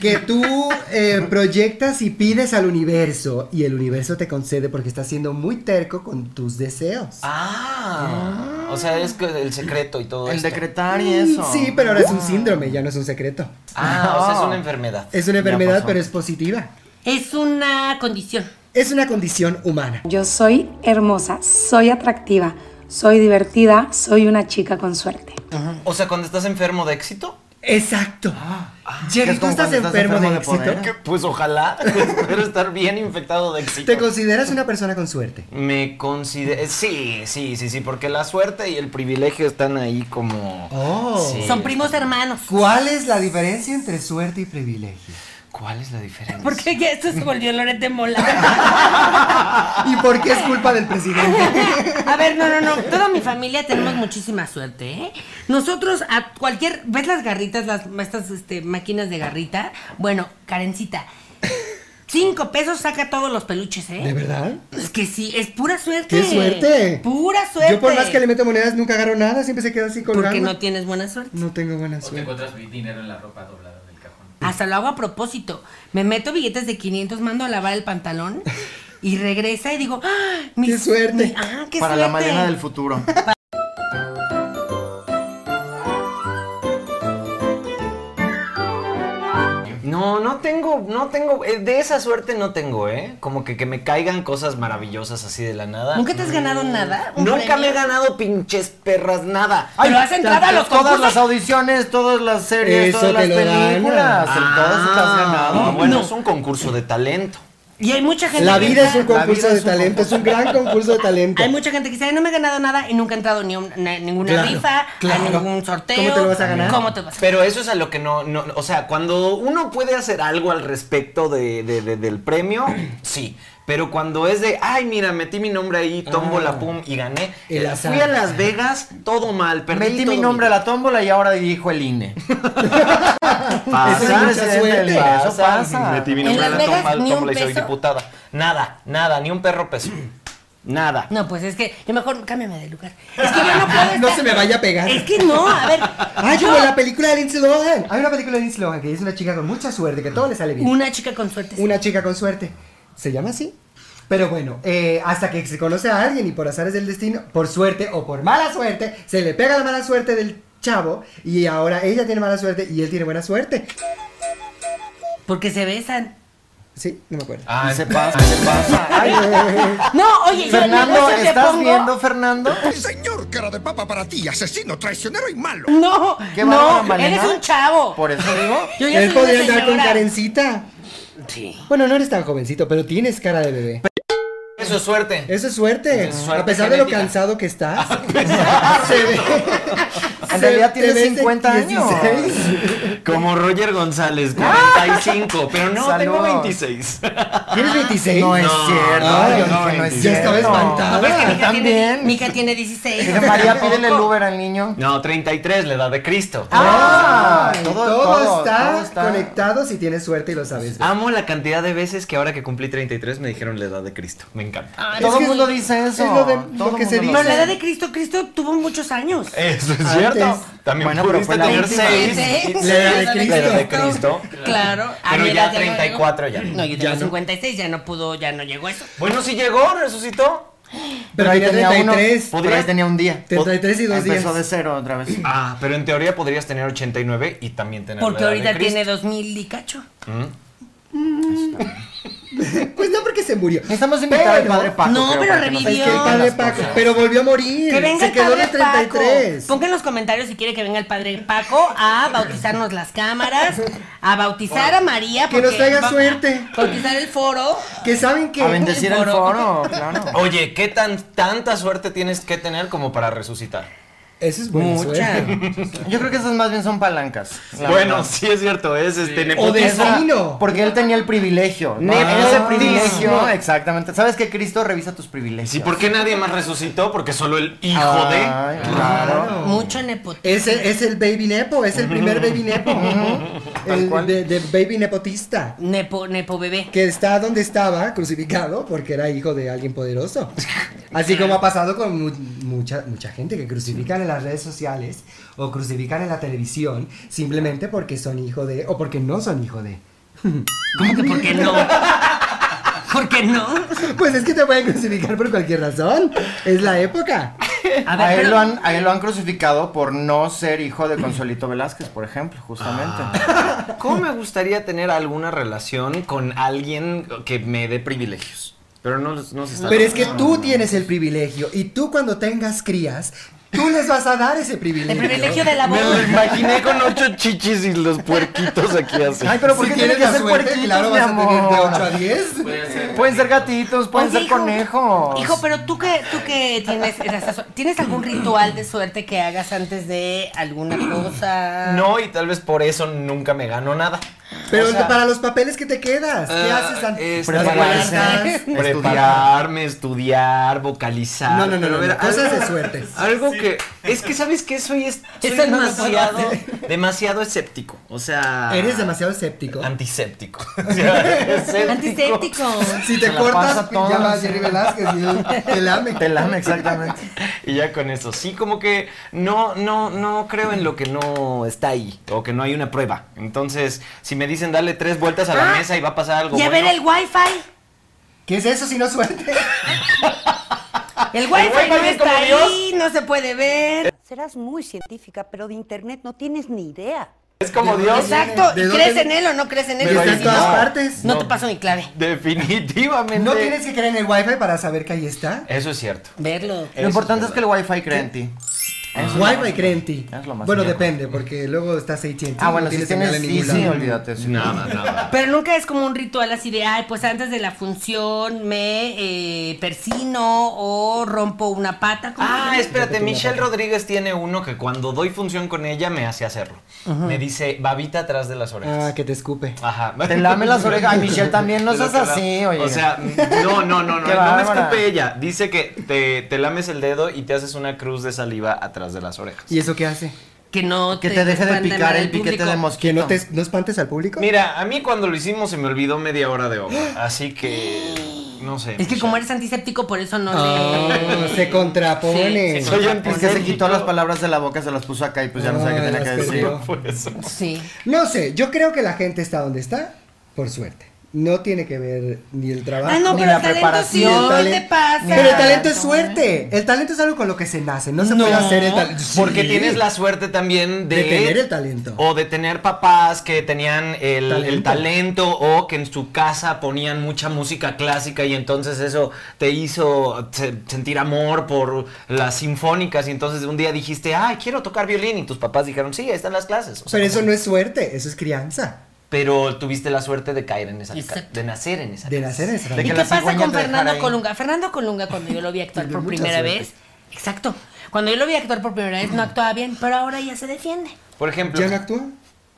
[SPEAKER 3] Que tú eh, proyectas y pides al universo y el universo te concede porque estás siendo muy terco con tus deseos.
[SPEAKER 6] Ah. O sea, es que el secreto y todo
[SPEAKER 2] El
[SPEAKER 6] esto.
[SPEAKER 2] decretar y eso.
[SPEAKER 3] Mm,
[SPEAKER 2] Ah.
[SPEAKER 3] Sí, pero ahora es un síndrome, ya no es un secreto.
[SPEAKER 6] Ah, o sea, es una enfermedad.
[SPEAKER 3] Es una enfermedad, pero es positiva.
[SPEAKER 4] Es una condición.
[SPEAKER 3] Es una condición humana.
[SPEAKER 9] Yo soy hermosa, soy atractiva, soy divertida, soy una chica con suerte.
[SPEAKER 6] O sea, cuando estás enfermo de éxito.
[SPEAKER 3] Exacto. Jerry,
[SPEAKER 2] que Ah, es
[SPEAKER 3] tú
[SPEAKER 2] como
[SPEAKER 3] estás
[SPEAKER 2] cuando estás
[SPEAKER 3] enfermo, de,
[SPEAKER 2] enfermo de
[SPEAKER 3] éxito.
[SPEAKER 2] poder.
[SPEAKER 6] Pues ojalá. Espero estar bien infectado de éxito.
[SPEAKER 3] ¿Te consideras una persona con suerte?
[SPEAKER 6] Me considero. Sí, sí, sí, sí. Porque la suerte y el privilegio están ahí como.
[SPEAKER 3] Oh.
[SPEAKER 6] Sí.
[SPEAKER 4] Son primos hermanos.
[SPEAKER 3] ¿Cuál es la diferencia entre suerte y privilegio?
[SPEAKER 6] ¿Cuál es la diferencia?
[SPEAKER 4] ¿Por qué ya esto se volvió Loret de Mola?
[SPEAKER 2] Ah.
[SPEAKER 3] ¿Y por qué es culpa del presidente?
[SPEAKER 4] A ver, no, no, no. Toda mi familia tenemos muchísima suerte, ¿eh? Nosotros a cualquier. ¿Ves las garritas, las, estas este, máquinas de garrita? Bueno, Karencita. Cinco pesos saca todos los peluches, ¿eh?
[SPEAKER 3] ¿De verdad?
[SPEAKER 4] Es que sí, es pura suerte.
[SPEAKER 3] ¡Qué suerte!
[SPEAKER 4] Pura suerte.
[SPEAKER 3] Yo por más que le meto monedas nunca agarro nada, siempre se queda así colgando.
[SPEAKER 4] Porque no tienes buena suerte.
[SPEAKER 3] No tengo buena suerte.
[SPEAKER 4] Hasta lo hago a propósito. Me meto billetes de 500, mando a lavar el pantalón y regresa y digo, ¡Ah, mi-
[SPEAKER 3] ¡Qué suerte!
[SPEAKER 4] mi- ah, qué
[SPEAKER 2] Para
[SPEAKER 4] suerte.
[SPEAKER 2] la Malena del futuro.
[SPEAKER 6] No, no tengo, no tengo, eh, de esa suerte no tengo, ¿eh? Como que, que me caigan cosas maravillosas así de la nada.
[SPEAKER 4] ¿Nunca te has ganado nada? ¿Un
[SPEAKER 6] Nunca me he
[SPEAKER 4] premio?
[SPEAKER 6] ganado pinches perras nada.
[SPEAKER 4] Pero has entrado a los
[SPEAKER 2] Todas las
[SPEAKER 4] concursos.
[SPEAKER 2] audiciones, todas las series,
[SPEAKER 3] Eso
[SPEAKER 2] todas las
[SPEAKER 3] te lo dan.
[SPEAKER 2] películas. Todas te has ganado.
[SPEAKER 6] Ah, bueno, es un concurso de talento.
[SPEAKER 4] Y hay mucha gente
[SPEAKER 3] La
[SPEAKER 4] que
[SPEAKER 3] vida es
[SPEAKER 4] entra-
[SPEAKER 3] un concurso de talento, es un gran concurso de talento.
[SPEAKER 4] Hay mucha gente que dice, "Ay, no me he ganado nada y nunca he entrado ni a un- na- ninguna
[SPEAKER 3] Claro,
[SPEAKER 4] rifa,
[SPEAKER 3] claro.
[SPEAKER 4] a ningún sorteo.
[SPEAKER 3] ¿Cómo te lo vas a ganar?
[SPEAKER 4] ¿Cómo te vas a
[SPEAKER 6] Pero eso es a lo que no, no- o sea, cuando uno puede hacer algo al respecto de, de- de- del premio, sí. Pero cuando es de, ay, mira, metí mi nombre ahí, tombo
[SPEAKER 2] Ah.
[SPEAKER 6] la pum y gané.
[SPEAKER 3] El
[SPEAKER 6] Eh,
[SPEAKER 3] azar.
[SPEAKER 6] Fui a Las Vegas, todo mal, perdí
[SPEAKER 2] Metí mi
[SPEAKER 6] todo
[SPEAKER 2] nombre a la tómbola y ahora dirijo el INE.
[SPEAKER 6] Pasa,
[SPEAKER 3] Eso es mucha
[SPEAKER 6] presidente,
[SPEAKER 3] suerte.
[SPEAKER 6] pasa.
[SPEAKER 2] Eso pasa.
[SPEAKER 6] Metí mi
[SPEAKER 4] En
[SPEAKER 6] nombre
[SPEAKER 4] Las
[SPEAKER 6] a la
[SPEAKER 4] Vegas,
[SPEAKER 6] toma,
[SPEAKER 4] ni un
[SPEAKER 6] toma, y soy
[SPEAKER 4] peso.
[SPEAKER 6] diputada. Nada, nada, ni un perro peso. Nada.
[SPEAKER 4] No, pues es que yo mejor cámbiame de lugar. Es que yo no puedo estar-
[SPEAKER 3] No se me vaya a pegar.
[SPEAKER 4] Es que no, a ver.
[SPEAKER 3] Ay,
[SPEAKER 4] yo-
[SPEAKER 3] como la película de Lindsay Lohan. Hay una película de Lindsay Lohan que es una chica con mucha suerte, que todo le sale bien.
[SPEAKER 4] Una chica con suerte.
[SPEAKER 3] Una chica con suerte. ¿Se llama así? Pero bueno, eh, hasta que se conoce a alguien y por azares del destino, por suerte o por mala suerte, se le pega la mala suerte del chavo y ahora ella tiene mala suerte y él tiene buena suerte.
[SPEAKER 4] Porque se besan.
[SPEAKER 3] Sí, no me acuerdo.
[SPEAKER 2] Ah, se pasa, se pasa. Ay,
[SPEAKER 4] No, oye, yo en el
[SPEAKER 2] Fernando,
[SPEAKER 4] negocio te
[SPEAKER 2] ¿estás
[SPEAKER 4] pongo-
[SPEAKER 2] viendo, Fernando?
[SPEAKER 10] Señor cara de papa para ti, asesino, traicionero y malo.
[SPEAKER 4] No,
[SPEAKER 2] ¿Qué bárbara,
[SPEAKER 4] no,
[SPEAKER 2] Malena?
[SPEAKER 4] eres un chavo.
[SPEAKER 2] Por eso digo.
[SPEAKER 4] Yo ya
[SPEAKER 3] Él
[SPEAKER 4] soy una
[SPEAKER 3] podría andar con
[SPEAKER 4] señora.
[SPEAKER 3] Karencita.
[SPEAKER 4] Sí.
[SPEAKER 3] Bueno, no eres tan jovencito, pero tienes cara de bebé.
[SPEAKER 6] Eso es suerte.
[SPEAKER 3] Eso es suerte.
[SPEAKER 6] Es suerte
[SPEAKER 3] a pesar de lo
[SPEAKER 6] genética.
[SPEAKER 3] cansado que estás. se ve.
[SPEAKER 2] En realidad
[SPEAKER 3] se-
[SPEAKER 2] tienes
[SPEAKER 3] te ves de
[SPEAKER 2] 50 años.
[SPEAKER 3] 16.
[SPEAKER 6] Como Roger González, 45, pero no, tengo
[SPEAKER 2] Saludos.
[SPEAKER 6] 26.
[SPEAKER 3] ¿Tienes 26?
[SPEAKER 2] Ah, No eh, es
[SPEAKER 6] No,
[SPEAKER 2] cierto.
[SPEAKER 3] no,
[SPEAKER 2] yo
[SPEAKER 3] no,
[SPEAKER 2] dije, no es
[SPEAKER 3] ya estaba
[SPEAKER 2] cierto.
[SPEAKER 3] espantada.
[SPEAKER 2] Ves que
[SPEAKER 4] Mija
[SPEAKER 2] Mija
[SPEAKER 4] tiene,
[SPEAKER 2] También.
[SPEAKER 4] Mija tiene 16.
[SPEAKER 2] Dije, María, pídele el Uber al niño.
[SPEAKER 6] No, 33, la edad de Cristo.
[SPEAKER 2] Ah,
[SPEAKER 3] Ay,
[SPEAKER 2] todo,
[SPEAKER 3] todo,
[SPEAKER 2] todo,
[SPEAKER 3] está
[SPEAKER 2] todo está.
[SPEAKER 3] conectado si tienes suerte y lo sabes.
[SPEAKER 6] Amo la cantidad de veces que ahora que cumplí 33 me dijeron la edad de Cristo. Me encanta.
[SPEAKER 4] Ay,
[SPEAKER 2] Todo
[SPEAKER 4] sí.
[SPEAKER 2] el mundo dice eso.
[SPEAKER 3] es lo de-
[SPEAKER 2] Todo
[SPEAKER 3] lo que
[SPEAKER 2] el
[SPEAKER 3] se
[SPEAKER 2] mundo
[SPEAKER 4] Pero la
[SPEAKER 3] dice.
[SPEAKER 4] edad de Cristo, Cristo tuvo muchos años.
[SPEAKER 6] Eso es
[SPEAKER 3] Antes.
[SPEAKER 6] También
[SPEAKER 2] Bueno, pero
[SPEAKER 6] pudiste
[SPEAKER 2] fue la
[SPEAKER 6] tener
[SPEAKER 2] última.
[SPEAKER 6] 6.
[SPEAKER 3] La edad de Cristo.
[SPEAKER 6] La edad de Cristo.
[SPEAKER 4] Claro. A
[SPEAKER 6] Pero
[SPEAKER 4] mi
[SPEAKER 6] ya
[SPEAKER 4] edad no llegó.
[SPEAKER 6] 34 ya.
[SPEAKER 4] No, yo
[SPEAKER 3] Ya
[SPEAKER 4] tengo
[SPEAKER 3] no.
[SPEAKER 4] 56, ya no pudo, ya no llegó eso.
[SPEAKER 6] Bueno, si llegó, resucitó.
[SPEAKER 3] Pero ahí tenía
[SPEAKER 2] uno,
[SPEAKER 3] 33.
[SPEAKER 2] pero ahí tenía un día.
[SPEAKER 3] 33 y dos días.
[SPEAKER 2] Empezó de cero otra vez.
[SPEAKER 6] Ah, pero en teoría podrías tener 89 y también tener
[SPEAKER 4] Porque
[SPEAKER 6] la edad de
[SPEAKER 4] ahorita
[SPEAKER 6] Cristo.
[SPEAKER 4] tiene 2000 y cacho.
[SPEAKER 3] Pues no porque se se murió.
[SPEAKER 2] Necesitamos invitar al padre Paco,
[SPEAKER 4] No, creo, pero para que nos revivió. explique
[SPEAKER 3] El padre
[SPEAKER 2] las
[SPEAKER 3] Paco,
[SPEAKER 2] cosas.
[SPEAKER 3] pero volvió a morir.
[SPEAKER 4] Que venga
[SPEAKER 3] se
[SPEAKER 4] el
[SPEAKER 3] quedó
[SPEAKER 4] padre
[SPEAKER 3] en el 33.
[SPEAKER 4] Paco. Ponga en los comentarios si quiere que venga el padre Paco a bautizarnos las cámaras, a bautizar a María.
[SPEAKER 3] Que nos
[SPEAKER 4] porque
[SPEAKER 3] traiga
[SPEAKER 4] va a
[SPEAKER 3] suerte.
[SPEAKER 4] Bautizar el foro.
[SPEAKER 3] Que saben que.
[SPEAKER 2] A bendecir el foro, claro.
[SPEAKER 6] Oye, ¿qué tan tanta suerte tienes que tener como para resucitar?
[SPEAKER 3] Eso es buena
[SPEAKER 2] Mucha.
[SPEAKER 3] suerte.
[SPEAKER 2] Yo creo que esas más bien son palancas. la
[SPEAKER 6] bueno,
[SPEAKER 2] verdad.
[SPEAKER 6] sí es cierto, es este
[SPEAKER 3] O
[SPEAKER 6] nepotismo.
[SPEAKER 3] destino.
[SPEAKER 2] Porque él tenía el privilegio. ¿no?
[SPEAKER 6] Nepotismo.
[SPEAKER 3] ah.
[SPEAKER 2] Ese privilegio, exactamente. ¿Sabes que Cristo revisa tus privilegios?
[SPEAKER 6] Sí, ¿por qué nadie más resucitó? Porque solo el hijo
[SPEAKER 2] Ay, claro.
[SPEAKER 4] Mucho nepotismo.
[SPEAKER 3] Es el, es el baby nepo, es el primer baby nepo.
[SPEAKER 2] Tal
[SPEAKER 3] el
[SPEAKER 2] cual.
[SPEAKER 3] de, de baby nepotista.
[SPEAKER 4] Nepo, nepo bebé.
[SPEAKER 3] Que está donde estaba, crucificado, porque era hijo de alguien poderoso. Así como ha pasado con mu- mucha, mucha gente que crucifican en las redes sociales o crucifican en la televisión simplemente porque son hijo de o porque no son hijo de.
[SPEAKER 4] ¿Cómo que por qué no? ¿Por qué no?
[SPEAKER 3] Pues es que te pueden crucificar por cualquier razón. Es la época.
[SPEAKER 4] A
[SPEAKER 2] A
[SPEAKER 4] ver,
[SPEAKER 2] él,
[SPEAKER 4] pero-
[SPEAKER 2] lo han, a él lo han crucificado por no ser hijo de Consuelito Velázquez, por ejemplo, justamente.
[SPEAKER 3] Ah.
[SPEAKER 6] de. ¿Cómo me gustaría tener alguna relación con alguien que me dé privilegios? Pero no, no se está.
[SPEAKER 3] Pero es que tú tienes el privilegio y tú cuando tengas crías, tú les vas a dar ese privilegio.
[SPEAKER 4] el privilegio del
[SPEAKER 6] Me lo
[SPEAKER 4] aborto.
[SPEAKER 6] imaginé con ocho chichis y los puerquitos aquí así.
[SPEAKER 2] Ay, pero ¿por
[SPEAKER 3] Si
[SPEAKER 2] qué tiene
[SPEAKER 3] tienes
[SPEAKER 2] que
[SPEAKER 3] la
[SPEAKER 2] ser
[SPEAKER 3] suerte,
[SPEAKER 2] puerquitos,
[SPEAKER 3] claro,
[SPEAKER 2] mi
[SPEAKER 3] vas a tener de 8 a
[SPEAKER 2] amor?
[SPEAKER 3] 10.
[SPEAKER 2] Pueden ser gatitos, pueden
[SPEAKER 4] Oye,
[SPEAKER 2] ser conejos.
[SPEAKER 4] Hijo, pero tú que tú que tienes esa su- tienes algún ritual de suerte que hagas antes de alguna cosa.
[SPEAKER 6] No, y tal vez por eso nunca me ganó nada.
[SPEAKER 3] Pero para los papeles que te quedas, ¿qué
[SPEAKER 6] Ah,
[SPEAKER 3] haces antes?
[SPEAKER 6] es
[SPEAKER 2] este,
[SPEAKER 3] ¿Las
[SPEAKER 2] prepararse.
[SPEAKER 3] guardas?
[SPEAKER 6] Prepararme, estudiar, vocalizar.
[SPEAKER 3] No, no, no,
[SPEAKER 6] Pero
[SPEAKER 3] no,
[SPEAKER 6] a ver,
[SPEAKER 3] no, cosas
[SPEAKER 6] algo-
[SPEAKER 3] de suerte.
[SPEAKER 6] Algo que. Es que sabes que soy, es, soy
[SPEAKER 4] Eso no lo puedo
[SPEAKER 6] demasiado.
[SPEAKER 4] hacer.
[SPEAKER 6] demasiado escéptico. O sea.
[SPEAKER 3] Eres demasiado escéptico.
[SPEAKER 6] Antiséptico. O sea, escéptico.
[SPEAKER 4] Antiséptico.
[SPEAKER 3] Si te
[SPEAKER 2] la
[SPEAKER 3] cortas,
[SPEAKER 2] pasa todo,
[SPEAKER 3] ya va
[SPEAKER 2] sí.
[SPEAKER 3] Jerry Velázquez y él te lame.
[SPEAKER 2] Te lame, exactamente.
[SPEAKER 6] Y ya con eso. Sí, como que no, no, no creo en lo que no está ahí. O que no hay una prueba. Entonces, si me dicen darle tres vueltas a la
[SPEAKER 4] Ah,
[SPEAKER 6] mesa y va a pasar algo.
[SPEAKER 4] Y a ver
[SPEAKER 6] bueno,
[SPEAKER 4] el wifi.
[SPEAKER 3] ¿Qué es eso si no suerte?
[SPEAKER 4] El wifi
[SPEAKER 6] wifi
[SPEAKER 4] no
[SPEAKER 6] es
[SPEAKER 4] está
[SPEAKER 6] como Dios.
[SPEAKER 4] ahí, no se puede ver.
[SPEAKER 5] Eh,
[SPEAKER 11] Serás muy científica, pero de internet no tienes ni idea.
[SPEAKER 6] Es como
[SPEAKER 3] ¿De
[SPEAKER 6] Dios.
[SPEAKER 3] dónde viene?
[SPEAKER 4] Exacto.
[SPEAKER 3] ¿De
[SPEAKER 4] ¿Y
[SPEAKER 3] dónde
[SPEAKER 4] crees
[SPEAKER 3] vi-
[SPEAKER 4] en él o no crees en él?
[SPEAKER 3] Pero
[SPEAKER 4] Porque
[SPEAKER 3] está en
[SPEAKER 4] si
[SPEAKER 3] todas
[SPEAKER 4] no,
[SPEAKER 3] partes.
[SPEAKER 4] No te paso mi clave.
[SPEAKER 6] Definitivamente.
[SPEAKER 3] No tienes que creer en el wifi para saber que ahí está.
[SPEAKER 6] Eso es cierto.
[SPEAKER 4] Verlo.
[SPEAKER 2] Lo importante es que el wifi cree en ti.
[SPEAKER 3] Wifi cree en ti.
[SPEAKER 2] Es lo más
[SPEAKER 3] Bueno,
[SPEAKER 2] ñoco.
[SPEAKER 3] depende, porque luego estás ahí tiempo.
[SPEAKER 2] Ah, bueno, si tienes sí, sí, olvídate. sí.
[SPEAKER 6] Nada, nada.
[SPEAKER 4] Pero nunca es como un ritual así de, ay, pues antes de la función me eh, persino o rompo una pata. ¿Cómo
[SPEAKER 6] Ah,
[SPEAKER 4] se llama?
[SPEAKER 6] espérate, Michelle Rodríguez tiene uno que cuando doy función con ella me hace hacerlo. Me dice babita atrás de las orejas.
[SPEAKER 3] Ah, que te escupe.
[SPEAKER 6] Ajá.
[SPEAKER 2] Te lame las orejas. Ay, Michelle, también no
[SPEAKER 6] Pero
[SPEAKER 2] seas
[SPEAKER 6] te la-
[SPEAKER 2] así, oye.
[SPEAKER 6] O sea, no, no, no, no.
[SPEAKER 2] Qué
[SPEAKER 6] no me
[SPEAKER 2] bárbara.
[SPEAKER 6] escupe ella. Dice que te, te lames el dedo y te haces una cruz de saliva atrás de las orejas.
[SPEAKER 3] ¿Y eso qué hace?
[SPEAKER 4] Que no
[SPEAKER 2] que te deje de
[SPEAKER 4] expande
[SPEAKER 2] picar
[SPEAKER 4] mal
[SPEAKER 2] el piquete
[SPEAKER 4] público.
[SPEAKER 2] de
[SPEAKER 3] ¿Que
[SPEAKER 2] mosquito.
[SPEAKER 3] no, te, no espantes al público?
[SPEAKER 6] Mira, a mí cuando lo hicimos se me olvidó media hora de obra. Así que. No sé.
[SPEAKER 4] Es que
[SPEAKER 6] Michelle.
[SPEAKER 4] como eres antiséptico, por eso no
[SPEAKER 3] Ah,
[SPEAKER 4] le...
[SPEAKER 3] se contrapone.
[SPEAKER 4] Sí, se
[SPEAKER 2] Es que
[SPEAKER 6] Soy
[SPEAKER 2] se
[SPEAKER 6] antiséptico.
[SPEAKER 2] quitó las palabras de la boca, se las puso acá y pues ya no sabía qué
[SPEAKER 3] Ay,
[SPEAKER 2] tenía que
[SPEAKER 3] Ah, las
[SPEAKER 2] decir.
[SPEAKER 3] perdió.
[SPEAKER 6] Por eso.
[SPEAKER 4] Sí.
[SPEAKER 3] No sé, yo creo que la gente está donde está, por suerte. No tiene que ver ni el trabajo.
[SPEAKER 4] Ah, no,
[SPEAKER 3] ni
[SPEAKER 4] pero
[SPEAKER 3] la
[SPEAKER 4] el talento
[SPEAKER 3] preparación,
[SPEAKER 4] sí,
[SPEAKER 3] el
[SPEAKER 4] ¿qué
[SPEAKER 3] talen-
[SPEAKER 4] te pasa?
[SPEAKER 3] Pero el talento es
[SPEAKER 4] Tanto,
[SPEAKER 3] suerte. El talento es algo con lo que se nace. No se
[SPEAKER 4] No,
[SPEAKER 3] puede hacer el talento.
[SPEAKER 6] Porque tienes la suerte también de,
[SPEAKER 3] De tener el talento.
[SPEAKER 6] O de tener papás que tenían el el talento.
[SPEAKER 3] Talento.
[SPEAKER 6] o que en su casa ponían mucha música clásica y entonces eso te hizo se- sentir amor por las sinfónicas y entonces un día dijiste, ay, quiero tocar violín y tus papás dijeron, sí, ahí están las clases. O sea,
[SPEAKER 3] Pero eso
[SPEAKER 6] como-
[SPEAKER 3] no es suerte, eso es crianza.
[SPEAKER 6] Pero tuviste la suerte de caer en esa ca-
[SPEAKER 4] Exacto.
[SPEAKER 6] de nacer en esa
[SPEAKER 3] De
[SPEAKER 6] casa.
[SPEAKER 3] nacer es
[SPEAKER 2] De
[SPEAKER 4] ¿Y
[SPEAKER 2] que
[SPEAKER 4] qué
[SPEAKER 2] la
[SPEAKER 4] pasa
[SPEAKER 2] cigüeña
[SPEAKER 4] con
[SPEAKER 2] te dejara
[SPEAKER 4] Fernando
[SPEAKER 2] ahí.
[SPEAKER 4] Colunga? Fernando Colunga, cuando yo lo vi actuar
[SPEAKER 3] Tiene
[SPEAKER 4] por
[SPEAKER 3] mucha
[SPEAKER 4] primera
[SPEAKER 3] suerte.
[SPEAKER 4] vez... Exacto. Cuando yo lo vi actuar por primera vez, no actuaba bien, pero ahora ya se defiende.
[SPEAKER 6] Por ejemplo,
[SPEAKER 3] Ya no actúa.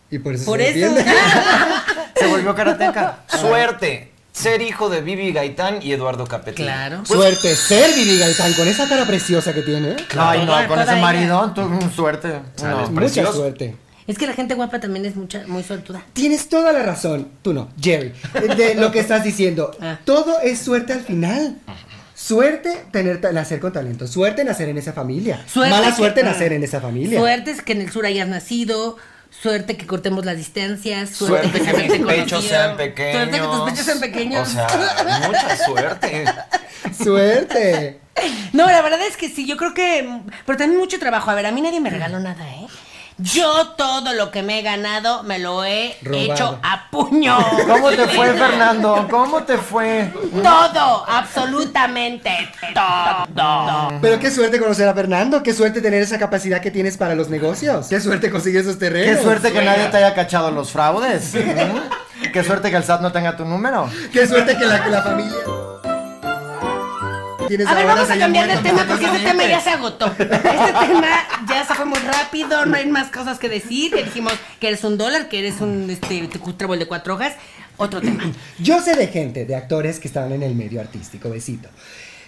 [SPEAKER 3] Y por eso
[SPEAKER 4] Por
[SPEAKER 3] se
[SPEAKER 4] eso...
[SPEAKER 3] defiende.
[SPEAKER 2] Se volvió karateca.
[SPEAKER 6] suerte. Ser hijo de Vivi Gaitán y Eduardo Pues, Capetillo.
[SPEAKER 4] Claro.
[SPEAKER 3] Suerte ser Vivi Gaitán con esa cara preciosa que tiene.
[SPEAKER 2] Ay, no, con
[SPEAKER 4] Toda- toda
[SPEAKER 2] ese
[SPEAKER 4] ella.
[SPEAKER 2] marido, tú, mm, suerte.
[SPEAKER 6] Sales.
[SPEAKER 2] No.
[SPEAKER 3] Mucha
[SPEAKER 6] Precioso.
[SPEAKER 3] suerte.
[SPEAKER 4] Es que la gente guapa también es mucha, muy suertuda.
[SPEAKER 3] Tienes toda la razón, tú no, Jerry, de lo que estás diciendo.
[SPEAKER 4] Ah.
[SPEAKER 3] Todo es suerte al final. Suerte tener ta- nacer con talento, suerte nacer en esa familia,
[SPEAKER 4] Suerte
[SPEAKER 3] mala
[SPEAKER 4] que- Ah.
[SPEAKER 3] suerte nacer en esa familia.
[SPEAKER 4] Suerte es que en el sur hayas nacido. Suerte que cortemos las distancias. Suerte,
[SPEAKER 6] Suerte que
[SPEAKER 4] se te
[SPEAKER 6] mis
[SPEAKER 4] conocido,
[SPEAKER 6] pechos sean pequeños.
[SPEAKER 4] Suerte que tus pechos sean pequeños.
[SPEAKER 6] O sea, mucha suerte.
[SPEAKER 3] Suerte.
[SPEAKER 4] no, la verdad es que sí, yo creo que. Pero también mucho trabajo. A ver, a mí nadie me regaló nada, ¿eh? Yo todo lo que me he ganado me lo he
[SPEAKER 2] Robado.
[SPEAKER 4] hecho a puño.
[SPEAKER 2] ¿Cómo te fue, Fernando? ¿Cómo te fue?
[SPEAKER 4] Todo, absolutamente todo.
[SPEAKER 3] Pero qué suerte conocer a Fernando, qué suerte tener esa capacidad que tienes para los negocios, qué suerte conseguir esos terrenos.
[SPEAKER 2] Qué suerte que nadie te haya cachado los fraudes. ¿Mm? Qué suerte que el SAT no tenga tu número.
[SPEAKER 3] Qué suerte que la, la familia. Tienes
[SPEAKER 4] A ver,
[SPEAKER 3] ahora
[SPEAKER 4] vamos a
[SPEAKER 3] se
[SPEAKER 4] cambiar de
[SPEAKER 3] llama-
[SPEAKER 4] tema porque este tema ya se agotó. Este tema ya se fue muy rápido, no hay más cosas que decir. Ya dijimos que eres un dólar, que eres un este, un trébol de cuatro hojas. Otro tema.
[SPEAKER 3] Yo sé de gente, de actores que estaban en el medio artístico, besito.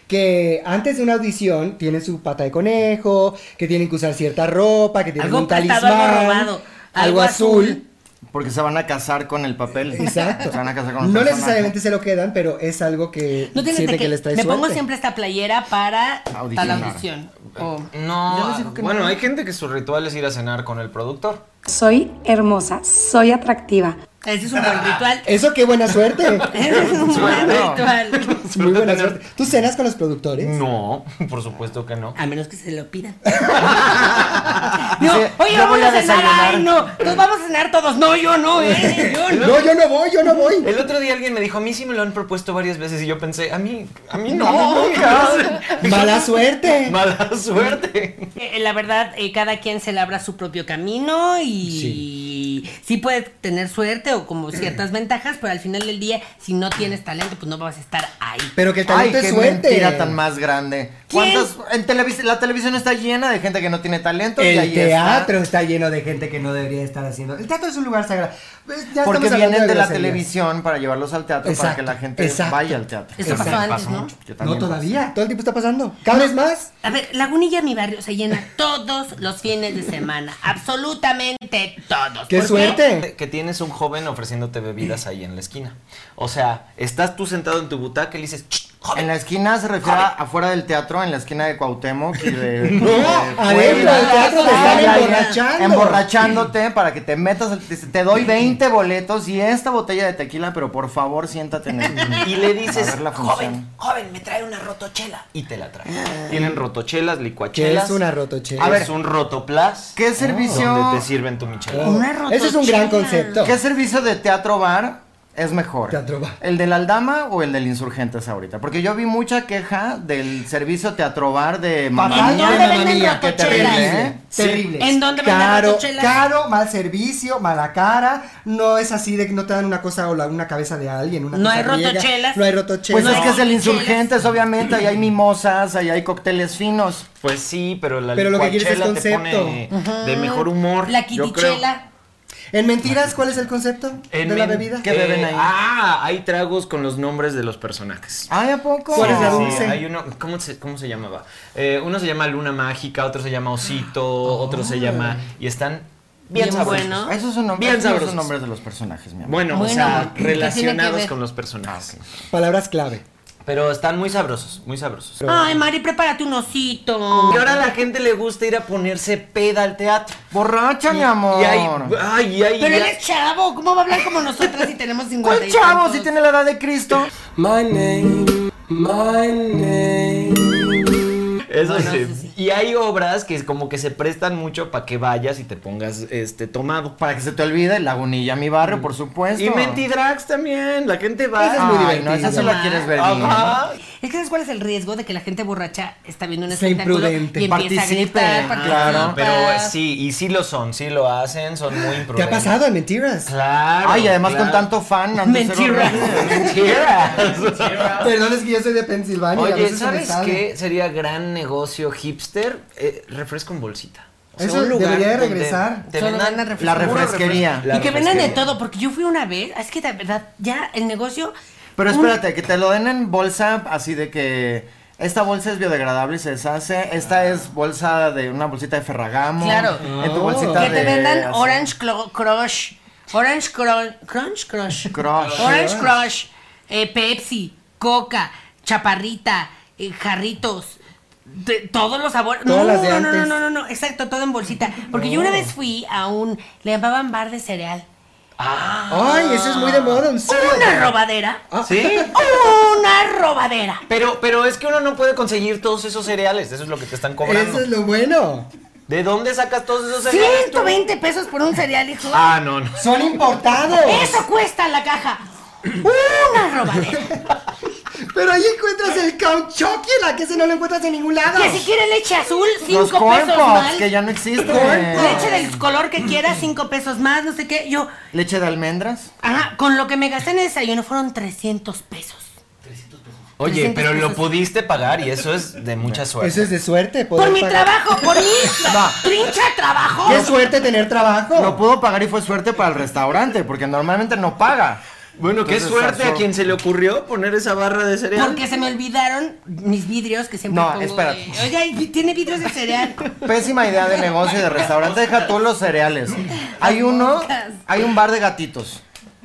[SPEAKER 3] Que antes de una audición tienen su pata de conejo, que tienen que usar cierta ropa, que tienen
[SPEAKER 4] Algo
[SPEAKER 3] un
[SPEAKER 4] prestado,
[SPEAKER 3] talismán,
[SPEAKER 4] algo robado, algo
[SPEAKER 3] algo azul.
[SPEAKER 2] Porque se van a casar con el papel.
[SPEAKER 3] Exacto.
[SPEAKER 2] Se van a casar con el
[SPEAKER 3] No
[SPEAKER 2] personaje.
[SPEAKER 3] necesariamente se lo quedan, pero es algo que
[SPEAKER 4] No tienes
[SPEAKER 3] siente
[SPEAKER 4] de
[SPEAKER 3] que,
[SPEAKER 4] qué.
[SPEAKER 3] les trae
[SPEAKER 4] Me
[SPEAKER 3] suerte.
[SPEAKER 4] pongo siempre esta playera para tal
[SPEAKER 6] Audicionar.
[SPEAKER 4] audición. Oh, O-
[SPEAKER 6] No,
[SPEAKER 4] digo que
[SPEAKER 6] bueno,
[SPEAKER 4] no.
[SPEAKER 6] hay gente que su ritual es ir a cenar con el productor.
[SPEAKER 9] Soy hermosa, soy atractiva.
[SPEAKER 4] Ese es un buen ritual.
[SPEAKER 3] Eso qué buena suerte.
[SPEAKER 4] Ese es un buen ritual.
[SPEAKER 3] Muy buena suerte. ¿Tú cenas con los productores?
[SPEAKER 6] No, por supuesto que no.
[SPEAKER 4] A menos que se lo pida.
[SPEAKER 6] Dice,
[SPEAKER 4] Oye,
[SPEAKER 6] "Yo
[SPEAKER 4] vamos
[SPEAKER 6] voy
[SPEAKER 4] a
[SPEAKER 6] a
[SPEAKER 4] cenar.
[SPEAKER 6] desayunar".
[SPEAKER 4] Ay, no. Todos vamos a cenar todos. No, yo no, eh. Yo no.
[SPEAKER 3] yo no voy, yo no voy.
[SPEAKER 6] El otro día alguien me dijo, a mí sí me lo han propuesto varias veces y yo pensé, a mí, a mí no,
[SPEAKER 4] No,
[SPEAKER 6] nunca.
[SPEAKER 3] Mala suerte.
[SPEAKER 6] Mala suerte.
[SPEAKER 4] Eh, la verdad, eh, cada quien se labra su propio camino y sí. puede tener suerte o como ciertas ventajas, pero al final del día, si no tienes talento, pues no vas a estar ahí.
[SPEAKER 3] Pero que el
[SPEAKER 2] Ay,
[SPEAKER 3] talento
[SPEAKER 2] qué
[SPEAKER 3] es suerte.
[SPEAKER 2] mentira tan más grande.
[SPEAKER 4] ¿Quién?
[SPEAKER 2] ¿Cuántas en televis- la televisión está llena de gente que no tiene talento y
[SPEAKER 3] El
[SPEAKER 2] ahí
[SPEAKER 3] teatro está. lleno de gente que no debería estar haciendo. El teatro es un lugar sagrado. Pues, ya
[SPEAKER 2] está. Porque
[SPEAKER 3] estamos hablando
[SPEAKER 2] vienen de la
[SPEAKER 3] groserías.
[SPEAKER 2] televisión para llevarlos al teatro para
[SPEAKER 3] Exacto,
[SPEAKER 2] que la gente
[SPEAKER 3] exacto.
[SPEAKER 2] vaya al teatro.
[SPEAKER 4] Eso pasó
[SPEAKER 2] También
[SPEAKER 4] antes, ¿no?
[SPEAKER 2] mucho, que
[SPEAKER 3] No
[SPEAKER 2] también
[SPEAKER 3] todavía, todo el tiempo está pasando. Cada vez más.
[SPEAKER 4] A ver, Lagunilla, mi barrio, se llena todos los fines de semana. Absolutamente todos.
[SPEAKER 3] ¡Qué
[SPEAKER 4] ¿Por
[SPEAKER 3] suerte!
[SPEAKER 6] Que tienes un joven ofreciéndote bebidas ahí en la esquina. O sea, estás tú sentado en tu butaca y le dices, "Ch,
[SPEAKER 2] pasa.
[SPEAKER 6] joven,
[SPEAKER 2] En la esquina se refiere a afuera del teatro, en la esquina de Cuauhtémoc y de.
[SPEAKER 3] No,
[SPEAKER 2] de
[SPEAKER 3] adentro del
[SPEAKER 2] Puebla.
[SPEAKER 3] teatro te
[SPEAKER 2] Ay,
[SPEAKER 3] están
[SPEAKER 2] ay, ay.
[SPEAKER 3] emborrachando.
[SPEAKER 2] Emborrachándote para que te metas. al- dice, Te doy 20 boletos y esta botella de tequila, pero por favor siéntate en el.
[SPEAKER 6] Y le
[SPEAKER 2] A
[SPEAKER 6] dices,
[SPEAKER 2] ver la
[SPEAKER 6] joven,
[SPEAKER 2] función.
[SPEAKER 6] joven, me trae una rotochela. Y te la trae. Tienen rotochelas,
[SPEAKER 3] Que
[SPEAKER 6] licuachelas.
[SPEAKER 3] es una rotochela.
[SPEAKER 6] A
[SPEAKER 2] A
[SPEAKER 6] ver,
[SPEAKER 2] ver,
[SPEAKER 6] es un rotoplas.
[SPEAKER 2] ¿Qué servicio?
[SPEAKER 6] Donde te sirven tu michelada.
[SPEAKER 4] Una
[SPEAKER 3] Eso es un gran
[SPEAKER 4] rotochela.
[SPEAKER 3] concepto.
[SPEAKER 2] ¿Qué servicio de teatro bar es mejor?
[SPEAKER 3] Teatro bar.
[SPEAKER 2] ¿El del Aldama o el del Insurgentes ahorita? Porque yo vi mucha queja del servicio teatro bar de Mamá
[SPEAKER 3] Fatal.
[SPEAKER 2] Mía.
[SPEAKER 3] ¿En dónde
[SPEAKER 2] Mamá
[SPEAKER 4] venden
[SPEAKER 2] Mía, qué
[SPEAKER 4] rotochelas?
[SPEAKER 2] terrible, ¿eh?
[SPEAKER 3] Sí. Terrible.
[SPEAKER 4] ¿En dónde venden
[SPEAKER 3] caro,
[SPEAKER 4] rotochelas?
[SPEAKER 3] caro, mal servicio, mala cara. No es así de que no te dan una cosa o la, una cabeza de alguien. Una
[SPEAKER 4] No
[SPEAKER 3] cosa
[SPEAKER 4] hay
[SPEAKER 3] griega.
[SPEAKER 4] rotochelas.
[SPEAKER 3] No hay rotochelas.
[SPEAKER 2] Pues es que es el
[SPEAKER 4] Rotochelas.
[SPEAKER 2] Insurgentes, obviamente, ahí hay mimosas, ahí hay cócteles finos.
[SPEAKER 6] Pues sí, pero la
[SPEAKER 3] Pero lo que quieres es
[SPEAKER 6] licuachela te pone
[SPEAKER 3] concepto.
[SPEAKER 6] de mejor humor.
[SPEAKER 4] La
[SPEAKER 6] yo creo.
[SPEAKER 4] quitichela.
[SPEAKER 3] En mentiras, ¿cuál es el concepto
[SPEAKER 6] En
[SPEAKER 3] de la
[SPEAKER 6] men-
[SPEAKER 3] bebida?
[SPEAKER 2] ¿Qué beben ahí?
[SPEAKER 6] Ah, hay tragos con los nombres de los personajes.
[SPEAKER 2] Ay, ¿a poco?
[SPEAKER 3] ¿Cuál es la
[SPEAKER 6] Sí, sí,
[SPEAKER 3] dulce?
[SPEAKER 6] hay uno, ¿cómo se, cómo se llamaba? Eh, uno se llama Luna Mágica, otro se llama Osito,
[SPEAKER 3] Ah.
[SPEAKER 6] otro se llama... Y están bien,
[SPEAKER 4] Bien
[SPEAKER 6] sabrosos.
[SPEAKER 4] bueno.
[SPEAKER 2] Esos son nombres,
[SPEAKER 6] Bien
[SPEAKER 2] esos son
[SPEAKER 6] sabrosos.
[SPEAKER 2] nombres de los personajes, mi amor.
[SPEAKER 6] Bueno, o
[SPEAKER 4] Bueno,
[SPEAKER 6] sea,
[SPEAKER 4] ¿qué tiene que
[SPEAKER 6] relacionados
[SPEAKER 4] ver?
[SPEAKER 6] con los personajes.
[SPEAKER 3] Palabras clave.
[SPEAKER 6] Pero están muy sabrosos, muy sabrosos.
[SPEAKER 4] Ay, Mari, prepárate un osito.
[SPEAKER 6] Y ahora a la gente le gusta ir a ponerse peda al teatro.
[SPEAKER 2] Borracha, mi amor.
[SPEAKER 6] Y hay, ay, y hay-
[SPEAKER 4] Pero
[SPEAKER 6] y
[SPEAKER 4] él
[SPEAKER 6] hay-
[SPEAKER 4] es chavo, ¿cómo va a hablar como nosotras si tenemos 50
[SPEAKER 2] ¿Cuál
[SPEAKER 4] y
[SPEAKER 2] chavo
[SPEAKER 4] tantos?
[SPEAKER 2] si tiene la edad de Cristo?
[SPEAKER 6] Eso
[SPEAKER 4] Bueno,
[SPEAKER 6] sí.
[SPEAKER 4] eso sí.
[SPEAKER 6] Y hay obras que es como que se prestan mucho para que vayas y te pongas este tomado.
[SPEAKER 2] Para que se te olvide, Lagunilla, mi barrio, por supuesto.
[SPEAKER 6] Y Mentidrags también, la gente va.
[SPEAKER 3] Esa es muy
[SPEAKER 2] Ay, no,
[SPEAKER 3] divertido.
[SPEAKER 2] esa sí la quieres ver bien.
[SPEAKER 6] Ajá.
[SPEAKER 4] Es que ¿sabes cuál es el riesgo de que la gente borracha está viendo un
[SPEAKER 3] Sea
[SPEAKER 4] espectáculo
[SPEAKER 3] imprudente.
[SPEAKER 4] y empieza
[SPEAKER 2] Participe,
[SPEAKER 4] a gritar, participa?
[SPEAKER 2] claro.
[SPEAKER 6] Pero eh, sí, y sí lo son, sí lo hacen, son muy
[SPEAKER 3] ¿Te ha
[SPEAKER 6] imprudentes.
[SPEAKER 3] pasado en mentiras?
[SPEAKER 6] Claro.
[SPEAKER 2] Ay, además
[SPEAKER 6] claro.
[SPEAKER 2] con tanto fan. han de ser
[SPEAKER 4] Mentira.
[SPEAKER 2] horribles.
[SPEAKER 6] Mentiras.
[SPEAKER 3] Perdón, es que yo soy de Pensilvania. y a
[SPEAKER 6] Oye,
[SPEAKER 3] veces se me
[SPEAKER 6] ¿sabes
[SPEAKER 3] sale.
[SPEAKER 6] qué sería gran negocio hipster? Eh, refresco en bolsita.
[SPEAKER 3] Eso debería de
[SPEAKER 6] donde
[SPEAKER 3] regresar.
[SPEAKER 6] te
[SPEAKER 4] Solo
[SPEAKER 6] vendan
[SPEAKER 4] vendan refresco.
[SPEAKER 2] La
[SPEAKER 6] puro
[SPEAKER 2] refresquería.
[SPEAKER 6] refres-
[SPEAKER 4] Y
[SPEAKER 6] la
[SPEAKER 4] que vendan de
[SPEAKER 6] refresquería.
[SPEAKER 4] todo, porque yo fui una vez, es que de verdad, ya el negocio...
[SPEAKER 2] Pero
[SPEAKER 4] un-
[SPEAKER 2] espérate, que te lo den en bolsa así de que esta bolsa es biodegradable y se deshace, esta es bolsa de una bolsita de Ferragamo.
[SPEAKER 4] Claro.
[SPEAKER 2] En tu bolsita
[SPEAKER 4] Que
[SPEAKER 2] de
[SPEAKER 4] te vendan
[SPEAKER 2] así,
[SPEAKER 4] Orange Clo- Crush, Orange Cro- Crunch Crush,
[SPEAKER 2] Crush.
[SPEAKER 4] Orange Crush, eh, Pepsi, Coca, Chaparrita, eh, Jarritos, de- todos los sabores. No,
[SPEAKER 3] Todas las de
[SPEAKER 4] no, no, no,
[SPEAKER 3] antes.
[SPEAKER 4] no, no, no, exacto, todo en bolsita. Porque yo una vez fui a un, le llamaban bar de cereal.
[SPEAKER 3] Ay, eso es muy de moda. un cereal.
[SPEAKER 4] Una robadera.
[SPEAKER 6] ¿Sí?
[SPEAKER 4] Una robadera.
[SPEAKER 6] Pero, pero es que uno no puede conseguir todos esos cereales, eso es lo que te están cobrando.
[SPEAKER 3] Eso es lo bueno.
[SPEAKER 6] ¿De dónde sacas todos esos cereales tú?
[SPEAKER 4] 120 pesos por un cereal, hijo.
[SPEAKER 6] Ah, no, no.
[SPEAKER 3] Son importados.
[SPEAKER 4] Eso cuesta la caja. Una robadera.
[SPEAKER 3] Pero ahí encuentras el cauchoqui, la que se no lo encuentras en ningún lado.
[SPEAKER 4] Que si quiere leche azul,
[SPEAKER 2] Los
[SPEAKER 4] 5
[SPEAKER 2] corn
[SPEAKER 4] pesos
[SPEAKER 2] pops,
[SPEAKER 4] más.
[SPEAKER 2] que ya no existen.
[SPEAKER 4] Leche del color que quiera, 5 pesos más, no sé qué. Yo,
[SPEAKER 2] Leche de almendras.
[SPEAKER 4] ajá, con lo que me gasté en el desayuno fueron 300 pesos.
[SPEAKER 6] Oye,
[SPEAKER 4] 300
[SPEAKER 6] pero lo
[SPEAKER 4] pesos.
[SPEAKER 6] pudiste pagar y eso es de mucha suerte.
[SPEAKER 3] Eso es de suerte.
[SPEAKER 4] Por
[SPEAKER 3] poder
[SPEAKER 4] mi
[SPEAKER 3] pagar.
[SPEAKER 4] trabajo, por mi pincha trabajo.
[SPEAKER 3] ¡Qué suerte tener trabajo!
[SPEAKER 2] Lo pudo pagar y fue suerte para el restaurante, porque normalmente no paga.
[SPEAKER 6] Bueno, qué
[SPEAKER 2] Entonces,
[SPEAKER 6] suerte
[SPEAKER 2] pasó.
[SPEAKER 6] a quien se le ocurrió poner esa barra de cereal.
[SPEAKER 4] Porque se me olvidaron mis vidrios que siempre
[SPEAKER 2] No,
[SPEAKER 4] pongo.
[SPEAKER 2] espérate.
[SPEAKER 4] de, Oiga, ¿y tiene vidrios de cereal.
[SPEAKER 2] Pésima idea de negocio y de restaurante. Deja tú los cereales. Hay uno, hay un bar de gatitos.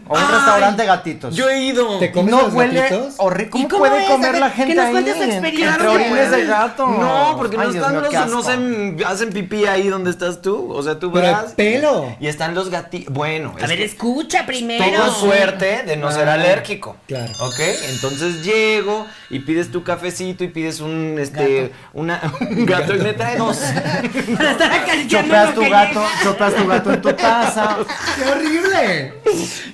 [SPEAKER 2] O un
[SPEAKER 6] Ay,
[SPEAKER 2] restaurante de gatitos.
[SPEAKER 6] Yo he ido.
[SPEAKER 3] ¿Te comes
[SPEAKER 2] no
[SPEAKER 3] los
[SPEAKER 2] huele
[SPEAKER 3] gatitos?
[SPEAKER 2] horrible. ¿Cómo,
[SPEAKER 4] ¿Y cómo
[SPEAKER 2] puede
[SPEAKER 4] es? A
[SPEAKER 2] comer
[SPEAKER 4] ver,
[SPEAKER 2] la
[SPEAKER 4] que
[SPEAKER 2] gente
[SPEAKER 4] nos
[SPEAKER 2] ahí?
[SPEAKER 4] cuentes tu experiencia.
[SPEAKER 2] Entre
[SPEAKER 4] Claro que
[SPEAKER 2] orines de
[SPEAKER 4] puedes.
[SPEAKER 2] gato.
[SPEAKER 6] No, porque no
[SPEAKER 2] Ay, Dios
[SPEAKER 6] están
[SPEAKER 2] mío, qué
[SPEAKER 6] los, no
[SPEAKER 2] asco.
[SPEAKER 6] se hacen pipí ahí donde estás tú. O sea, tú
[SPEAKER 3] Pero el
[SPEAKER 6] vas.
[SPEAKER 3] pelo.
[SPEAKER 6] Y están los gatitos. Bueno,
[SPEAKER 4] A ver, escucha primero.
[SPEAKER 6] Tengo suerte de no ser
[SPEAKER 2] Ah,
[SPEAKER 6] alérgico.
[SPEAKER 3] Claro.
[SPEAKER 6] ¿Ok? Entonces llego y pides tu cafecito y pides un este una un gato y me trae dos.
[SPEAKER 4] Para estar acariciando
[SPEAKER 2] Chopeas
[SPEAKER 4] lo
[SPEAKER 2] tu
[SPEAKER 4] que
[SPEAKER 2] gato,
[SPEAKER 4] llega.
[SPEAKER 2] chopeas tu gato en tu taza.
[SPEAKER 3] ¡Qué horrible!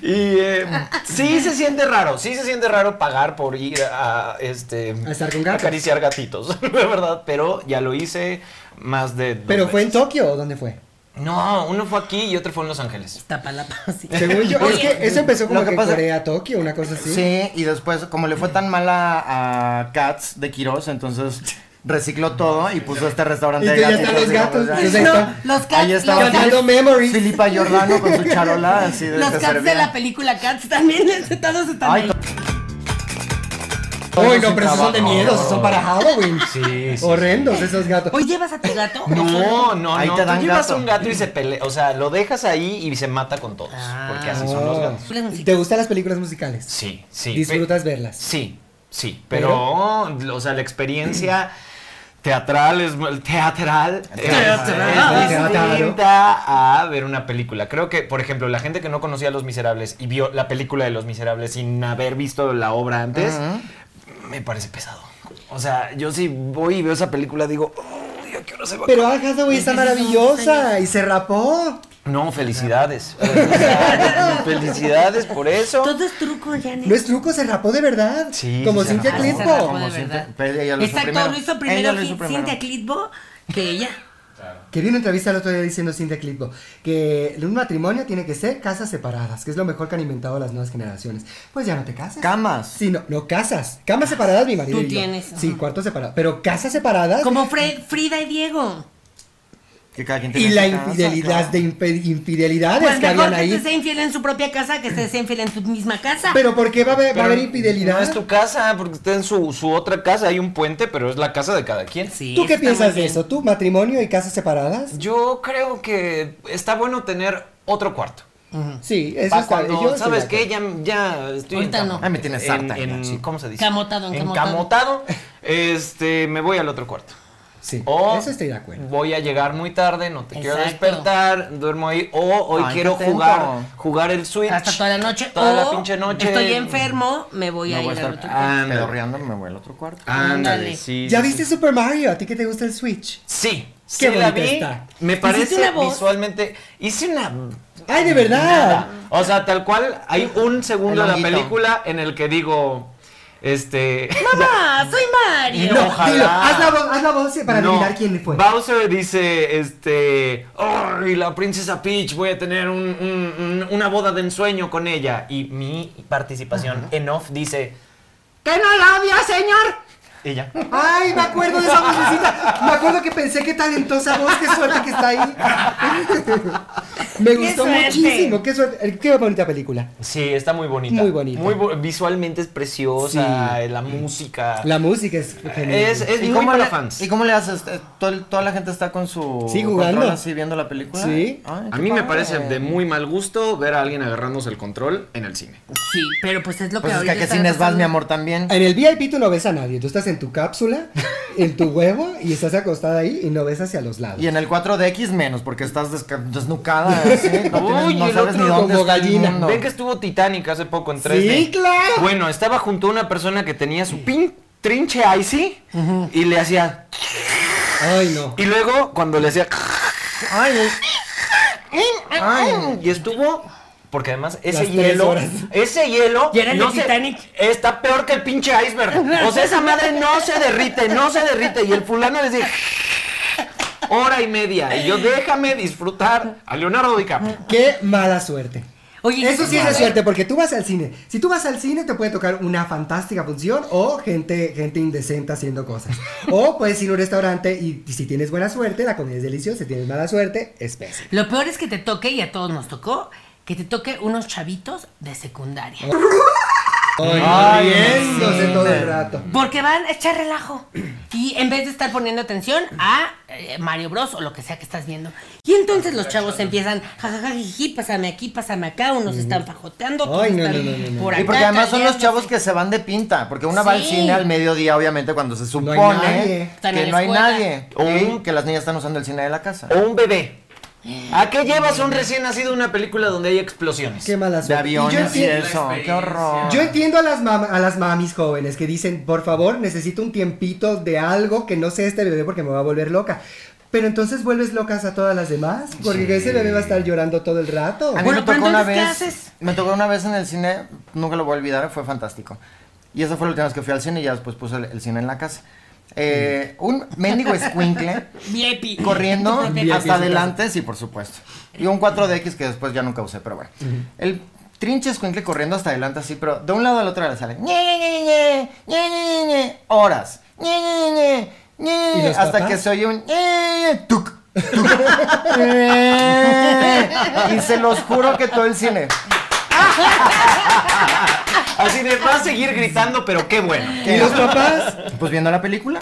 [SPEAKER 6] Y eh, sí se siente raro, sí se siente raro pagar por ir a este
[SPEAKER 3] A estar con gatos.
[SPEAKER 6] acariciar gatitos, la verdad, pero ya lo hice más de dos
[SPEAKER 3] ¿Pero fue en
[SPEAKER 6] veces.
[SPEAKER 3] Tokio o dónde fue?
[SPEAKER 6] No, uno fue aquí y otro fue en Los Ángeles.
[SPEAKER 4] Tapalapa, sí.
[SPEAKER 3] Según yo, es que eso empezó como
[SPEAKER 2] lo que
[SPEAKER 3] que,
[SPEAKER 2] pasa-
[SPEAKER 3] Corea, Tokio, una cosa así.
[SPEAKER 2] Sí, y después, como le fue tan mal a, a Cats de Quirós, entonces recicló todo y puso este restaurante
[SPEAKER 3] Y
[SPEAKER 2] de
[SPEAKER 3] que ya
[SPEAKER 2] gatitos.
[SPEAKER 3] están los gatos.
[SPEAKER 2] digamos,
[SPEAKER 3] Entonces,
[SPEAKER 2] ya.
[SPEAKER 3] ahí
[SPEAKER 4] No,
[SPEAKER 3] está.
[SPEAKER 4] los cats,
[SPEAKER 2] Ahí estaba
[SPEAKER 4] los cats-
[SPEAKER 3] Cantando Memories.
[SPEAKER 2] Filipa Giordano con su charola así de
[SPEAKER 4] los
[SPEAKER 2] que
[SPEAKER 4] cats de
[SPEAKER 2] servían.
[SPEAKER 4] la película Cats también, todos están
[SPEAKER 2] Ay,
[SPEAKER 4] ahí.
[SPEAKER 3] Uy, no,
[SPEAKER 2] sin
[SPEAKER 3] pero esos son de
[SPEAKER 2] trabajo.
[SPEAKER 3] miedo, esos son para Halloween.
[SPEAKER 6] Sí, sí,
[SPEAKER 3] Horrendos esos gatos.
[SPEAKER 4] ¿Hoy llevas a tu gato?
[SPEAKER 6] No, no,
[SPEAKER 2] Ahí
[SPEAKER 6] no.
[SPEAKER 2] te dan
[SPEAKER 6] Tú llevas
[SPEAKER 2] gato.
[SPEAKER 6] un gato y se pelea. O sea, lo dejas ahí y se mata con todos. Porque así son los gatos.
[SPEAKER 4] gatos.
[SPEAKER 3] ¿Te gustan las películas musicales?
[SPEAKER 6] Sí, sí.
[SPEAKER 3] ¿Disfrutas
[SPEAKER 6] Pe-
[SPEAKER 3] verlas?
[SPEAKER 6] Sí, sí. Pero, o sea, la experiencia teatral es mu- teatral, es-
[SPEAKER 3] Teatral.
[SPEAKER 6] es distinta a ver una película. Creo que, por ejemplo, la gente que no conocía a Los Miserables y vio la película de Los Miserables sin haber visto la obra antes, me parece pesado. O sea, yo si voy y veo esa película digo, "Oh, Dios, ¿qué hora se va a
[SPEAKER 3] Pero Anne Hathaway está maravillosa y se rapó.
[SPEAKER 6] No, felicidades. Felicidades, felicidades por eso.
[SPEAKER 4] Todo es truco, Janet.
[SPEAKER 3] No es truco, se rapó de verdad.
[SPEAKER 6] Sí,
[SPEAKER 3] Como
[SPEAKER 6] sí, se
[SPEAKER 3] Cynthia
[SPEAKER 6] rapó.
[SPEAKER 4] Se
[SPEAKER 3] Clitbo.
[SPEAKER 4] rapó de
[SPEAKER 2] Como
[SPEAKER 4] verdad.
[SPEAKER 2] siempre, pero ella lo hizo
[SPEAKER 4] Exacto,
[SPEAKER 2] primero.
[SPEAKER 4] lo hizo
[SPEAKER 2] Ella
[SPEAKER 4] primero
[SPEAKER 2] lo hizo
[SPEAKER 4] Cin-
[SPEAKER 2] primero.
[SPEAKER 4] Cintia Clitbo que ella.
[SPEAKER 3] Que vi una entrevista el otro día diciendo Cintia Clitbo que un matrimonio tiene que ser casas separadas, que es lo mejor que han inventado las nuevas generaciones. Pues ya no te casas.
[SPEAKER 2] Camas.
[SPEAKER 3] Sí, no, no, casas. Camas separadas, mi marido.
[SPEAKER 4] Tú
[SPEAKER 3] y yo.
[SPEAKER 4] tienes,
[SPEAKER 3] Sí,
[SPEAKER 4] ajá.
[SPEAKER 3] cuartos separados. Pero casas separadas.
[SPEAKER 4] Como Fre- Frida y Diego.
[SPEAKER 2] Que cada quien
[SPEAKER 3] Y
[SPEAKER 2] tenía
[SPEAKER 3] la
[SPEAKER 2] su casa,
[SPEAKER 3] infidelidad
[SPEAKER 2] claro.
[SPEAKER 3] de infe- infidelidades
[SPEAKER 4] Pues
[SPEAKER 3] que
[SPEAKER 4] mejor
[SPEAKER 3] habían
[SPEAKER 4] que te sea
[SPEAKER 3] ahí.
[SPEAKER 4] infiel en su propia casa que te sea infiel en tu misma casa.
[SPEAKER 3] Pero ¿por qué va a haber, va a haber
[SPEAKER 6] No
[SPEAKER 3] infidelidad?
[SPEAKER 6] es tu casa, porque está en su, su otra casa. Hay un puente, pero es la casa de cada quien.
[SPEAKER 4] Sí,
[SPEAKER 3] ¿Tú qué
[SPEAKER 4] está muy
[SPEAKER 3] piensas de
[SPEAKER 4] bien.
[SPEAKER 3] eso? ¿Tú matrimonio y casas separadas?
[SPEAKER 6] Yo creo que está bueno tener otro cuarto.
[SPEAKER 3] Sí, eso
[SPEAKER 6] Pa'
[SPEAKER 3] está
[SPEAKER 6] cuando,
[SPEAKER 3] yo estoy
[SPEAKER 6] ¿sabes
[SPEAKER 3] de
[SPEAKER 6] qué?
[SPEAKER 3] acuerdo. Ah,
[SPEAKER 6] Ya, ya estoy
[SPEAKER 4] Ahorita
[SPEAKER 6] encamo-
[SPEAKER 4] no.
[SPEAKER 2] Ay, me tienes
[SPEAKER 6] en-
[SPEAKER 2] harta,
[SPEAKER 6] en-
[SPEAKER 2] ya, sí.
[SPEAKER 6] ¿Cómo se dice?
[SPEAKER 4] Camotado,
[SPEAKER 6] Encamotado. Este, me voy al otro cuarto.
[SPEAKER 3] Sí,
[SPEAKER 6] O
[SPEAKER 3] eso estoy de acuerdo.
[SPEAKER 6] voy a llegar muy tarde, no te quiero
[SPEAKER 4] Exacto.
[SPEAKER 6] despertar, duermo ahí. O hoy
[SPEAKER 2] Ay,
[SPEAKER 6] quiero
[SPEAKER 2] qué atento.
[SPEAKER 6] jugar, jugar el Switch.
[SPEAKER 4] Hasta toda la noche.
[SPEAKER 6] Toda la
[SPEAKER 4] o
[SPEAKER 6] pinche noche.
[SPEAKER 4] Estoy enfermo, me voy a
[SPEAKER 2] No voy a
[SPEAKER 4] ir al
[SPEAKER 2] estar Ah,
[SPEAKER 4] otro.
[SPEAKER 6] Ándale. Ah,
[SPEAKER 2] pedorreando, me voy al otro cuarto.
[SPEAKER 6] Ándale,
[SPEAKER 4] Ándale.
[SPEAKER 6] sí.
[SPEAKER 3] ¿Ya
[SPEAKER 6] sí,
[SPEAKER 3] viste
[SPEAKER 6] sí.
[SPEAKER 3] Super Mario? ¿A ti que te gusta el Switch?
[SPEAKER 6] Sí,
[SPEAKER 3] Qué
[SPEAKER 6] sí la
[SPEAKER 3] bonita
[SPEAKER 6] vi.
[SPEAKER 3] está.
[SPEAKER 6] Me
[SPEAKER 4] una
[SPEAKER 6] parece
[SPEAKER 4] voz?
[SPEAKER 6] visualmente. Hice una.
[SPEAKER 3] ¡Ay,
[SPEAKER 6] Mm,
[SPEAKER 3] de verdad!
[SPEAKER 6] O sea, tal cual, hay un segundo
[SPEAKER 2] El
[SPEAKER 6] de la
[SPEAKER 2] honguito.
[SPEAKER 6] película en el que digo. Este.
[SPEAKER 4] ¡Mamá! Ah, ¡Soy Mario!
[SPEAKER 6] No.
[SPEAKER 3] Dilo,
[SPEAKER 6] Ojalá.
[SPEAKER 3] haz la voz, haz la voz para
[SPEAKER 6] no,
[SPEAKER 3] adivinar quién fue.
[SPEAKER 6] Bowser dice, este, y la princesa Peach, voy a tener un- un- un- una boda de ensueño con ella. Y mi participación en off dice,
[SPEAKER 3] ¡Que no la odia, señor!
[SPEAKER 6] ella.
[SPEAKER 3] Ay, me acuerdo de esa vocecita. Me acuerdo que pensé qué talentosa voz, qué suerte que está ahí. Me gustó
[SPEAKER 4] suerte.
[SPEAKER 3] muchísimo, qué suerte. Qué bonita película.
[SPEAKER 6] Sí, está muy bonita.
[SPEAKER 3] Muy bonita.
[SPEAKER 6] Muy bo- visualmente es preciosa,
[SPEAKER 3] Sí.
[SPEAKER 6] la música.
[SPEAKER 3] La música es genial.
[SPEAKER 6] Es- es-
[SPEAKER 2] ¿Y
[SPEAKER 6] muy
[SPEAKER 2] cómo,
[SPEAKER 6] para
[SPEAKER 2] le,
[SPEAKER 6] fans.
[SPEAKER 2] ¿Y cómo le haces? Eh, ¿tol- ¿Toda la gente está con su
[SPEAKER 3] Sí, jugando.
[SPEAKER 2] control así viendo la película?
[SPEAKER 3] Sí.
[SPEAKER 2] Ay,
[SPEAKER 6] A
[SPEAKER 2] qué
[SPEAKER 6] mí me
[SPEAKER 2] padre.
[SPEAKER 6] parece de muy mal gusto ver a alguien agarrándose el control en el cine.
[SPEAKER 4] Sí, pero pues es lo
[SPEAKER 2] Pues
[SPEAKER 4] que
[SPEAKER 2] es que
[SPEAKER 4] ahorita
[SPEAKER 2] a qué
[SPEAKER 4] están
[SPEAKER 2] cines vas,
[SPEAKER 4] pasando.
[SPEAKER 2] mi amor, también.
[SPEAKER 3] En el VIP tú no ves a nadie, tú estás en tu cápsula, en tu huevo y estás acostada ahí y no ves hacia los lados.
[SPEAKER 2] Y en el 4DX menos, porque estás desca- desnucada, así, no, tienes-
[SPEAKER 6] Uy,
[SPEAKER 2] no
[SPEAKER 6] el
[SPEAKER 2] sabes ni
[SPEAKER 6] otro
[SPEAKER 2] dónde
[SPEAKER 3] como
[SPEAKER 2] está el
[SPEAKER 3] gallina.
[SPEAKER 2] mundo.
[SPEAKER 6] Ven que estuvo Titanic hace poco en 3D.
[SPEAKER 3] Sí, claro.
[SPEAKER 6] Bueno, estaba junto a una persona que tenía su pin trinche icy y le hacía
[SPEAKER 3] Ay, no.
[SPEAKER 6] y luego cuando le hacía
[SPEAKER 2] Ay,
[SPEAKER 6] Y estuvo. Porque además ese
[SPEAKER 3] Las tres
[SPEAKER 6] hielo.
[SPEAKER 3] horas.
[SPEAKER 6] Ese hielo.
[SPEAKER 4] Y era el de
[SPEAKER 6] se-
[SPEAKER 4] Titanic.
[SPEAKER 6] está peor que el pinche iceberg. O sea, esa madre no se derrite, no se derrite. Y el fulano les dice. Hora y media. Y yo déjame disfrutar a Leonardo DiCaprio.
[SPEAKER 3] Qué mala suerte.
[SPEAKER 4] Oye,
[SPEAKER 3] Eso sí es
[SPEAKER 4] madre.
[SPEAKER 3] de suerte, porque tú vas al cine. Si tú vas al cine, te puede tocar una fantástica función o gente, gente indecente haciendo cosas. O puedes ir a un restaurante y, si tienes buena suerte, la comida es deliciosa. Si tienes mala suerte, es pésima.
[SPEAKER 4] Lo peor es que te toque, y a todos nos tocó, que te toque unos chavitos de secundaria.
[SPEAKER 3] Ay, riéndose todo el rato.
[SPEAKER 4] Porque van a echar relajo. Y en vez de estar poniendo atención a eh, Mario Bros o lo que sea que estás viendo. Y entonces los chavos empiezan, jajaja, jiji, pásame aquí, pásame acá, unos están fajoteando, otros
[SPEAKER 3] Ay, no,
[SPEAKER 4] están
[SPEAKER 3] no, no, no, no.
[SPEAKER 4] por
[SPEAKER 2] Y
[SPEAKER 4] acá.
[SPEAKER 2] porque además son los
[SPEAKER 4] caldeándose.
[SPEAKER 2] chavos que se van de pinta, porque una va al
[SPEAKER 4] Sí.
[SPEAKER 2] cine al mediodía, obviamente, cuando se
[SPEAKER 3] hay
[SPEAKER 2] supone
[SPEAKER 3] nadie.
[SPEAKER 4] Están en
[SPEAKER 2] que
[SPEAKER 4] la
[SPEAKER 2] no hay
[SPEAKER 4] escuela.
[SPEAKER 2] nadie.
[SPEAKER 6] Mm.
[SPEAKER 2] Y que las niñas están usando el cine de la casa.
[SPEAKER 6] O un bebé. ¿A qué llevas un recién nacido a una película donde hay explosiones?
[SPEAKER 3] Qué mala
[SPEAKER 2] De
[SPEAKER 3] suerte. Y yo
[SPEAKER 2] aviones y,
[SPEAKER 3] entiendo-
[SPEAKER 2] eso. Qué horror.
[SPEAKER 3] Yo entiendo a las, mam- a las mamis jóvenes que dicen, por favor, necesito un tiempito de algo que no sea este bebé porque me va a volver loca. Pero entonces vuelves locas a todas las demás, porque ese bebé va a estar llorando todo el rato.
[SPEAKER 2] A mí
[SPEAKER 4] Bueno,
[SPEAKER 2] me
[SPEAKER 4] pero
[SPEAKER 2] tocó una
[SPEAKER 4] entonces, ¿qué
[SPEAKER 2] vez.
[SPEAKER 4] haces?
[SPEAKER 2] Me tocó una vez en el cine, nunca lo voy a olvidar, fue fantástico. Y esa fue la última vez que fui al cine y ya después puse el, el cine en la casa. Eh, un mendigo escuincle
[SPEAKER 4] VIP.
[SPEAKER 2] corriendo
[SPEAKER 3] VIP en su
[SPEAKER 2] hasta
[SPEAKER 3] casa.
[SPEAKER 2] adelante, sí, por supuesto. Y un 4DX que después ya nunca usé, pero bueno. El trinche escuincle corriendo hasta adelante, así, pero de un lado al otro de la sala. Ñe, Ñe, Ñe, Ñe, Ñe, Ñe, Ñe, Ñe, horas. Ñe, Ñe, Ñe, Ñe,
[SPEAKER 3] ¿Y
[SPEAKER 2] Ñe,
[SPEAKER 3] los
[SPEAKER 2] hasta
[SPEAKER 3] papás?
[SPEAKER 2] que se oye un Ñe, Ñe, Ñe, tuc, tuc. Eh, y se los juro que todo el cine.
[SPEAKER 6] Así de va a seguir gritando, pero qué bueno.
[SPEAKER 3] ¿Y los papás?
[SPEAKER 2] Pues viendo la película.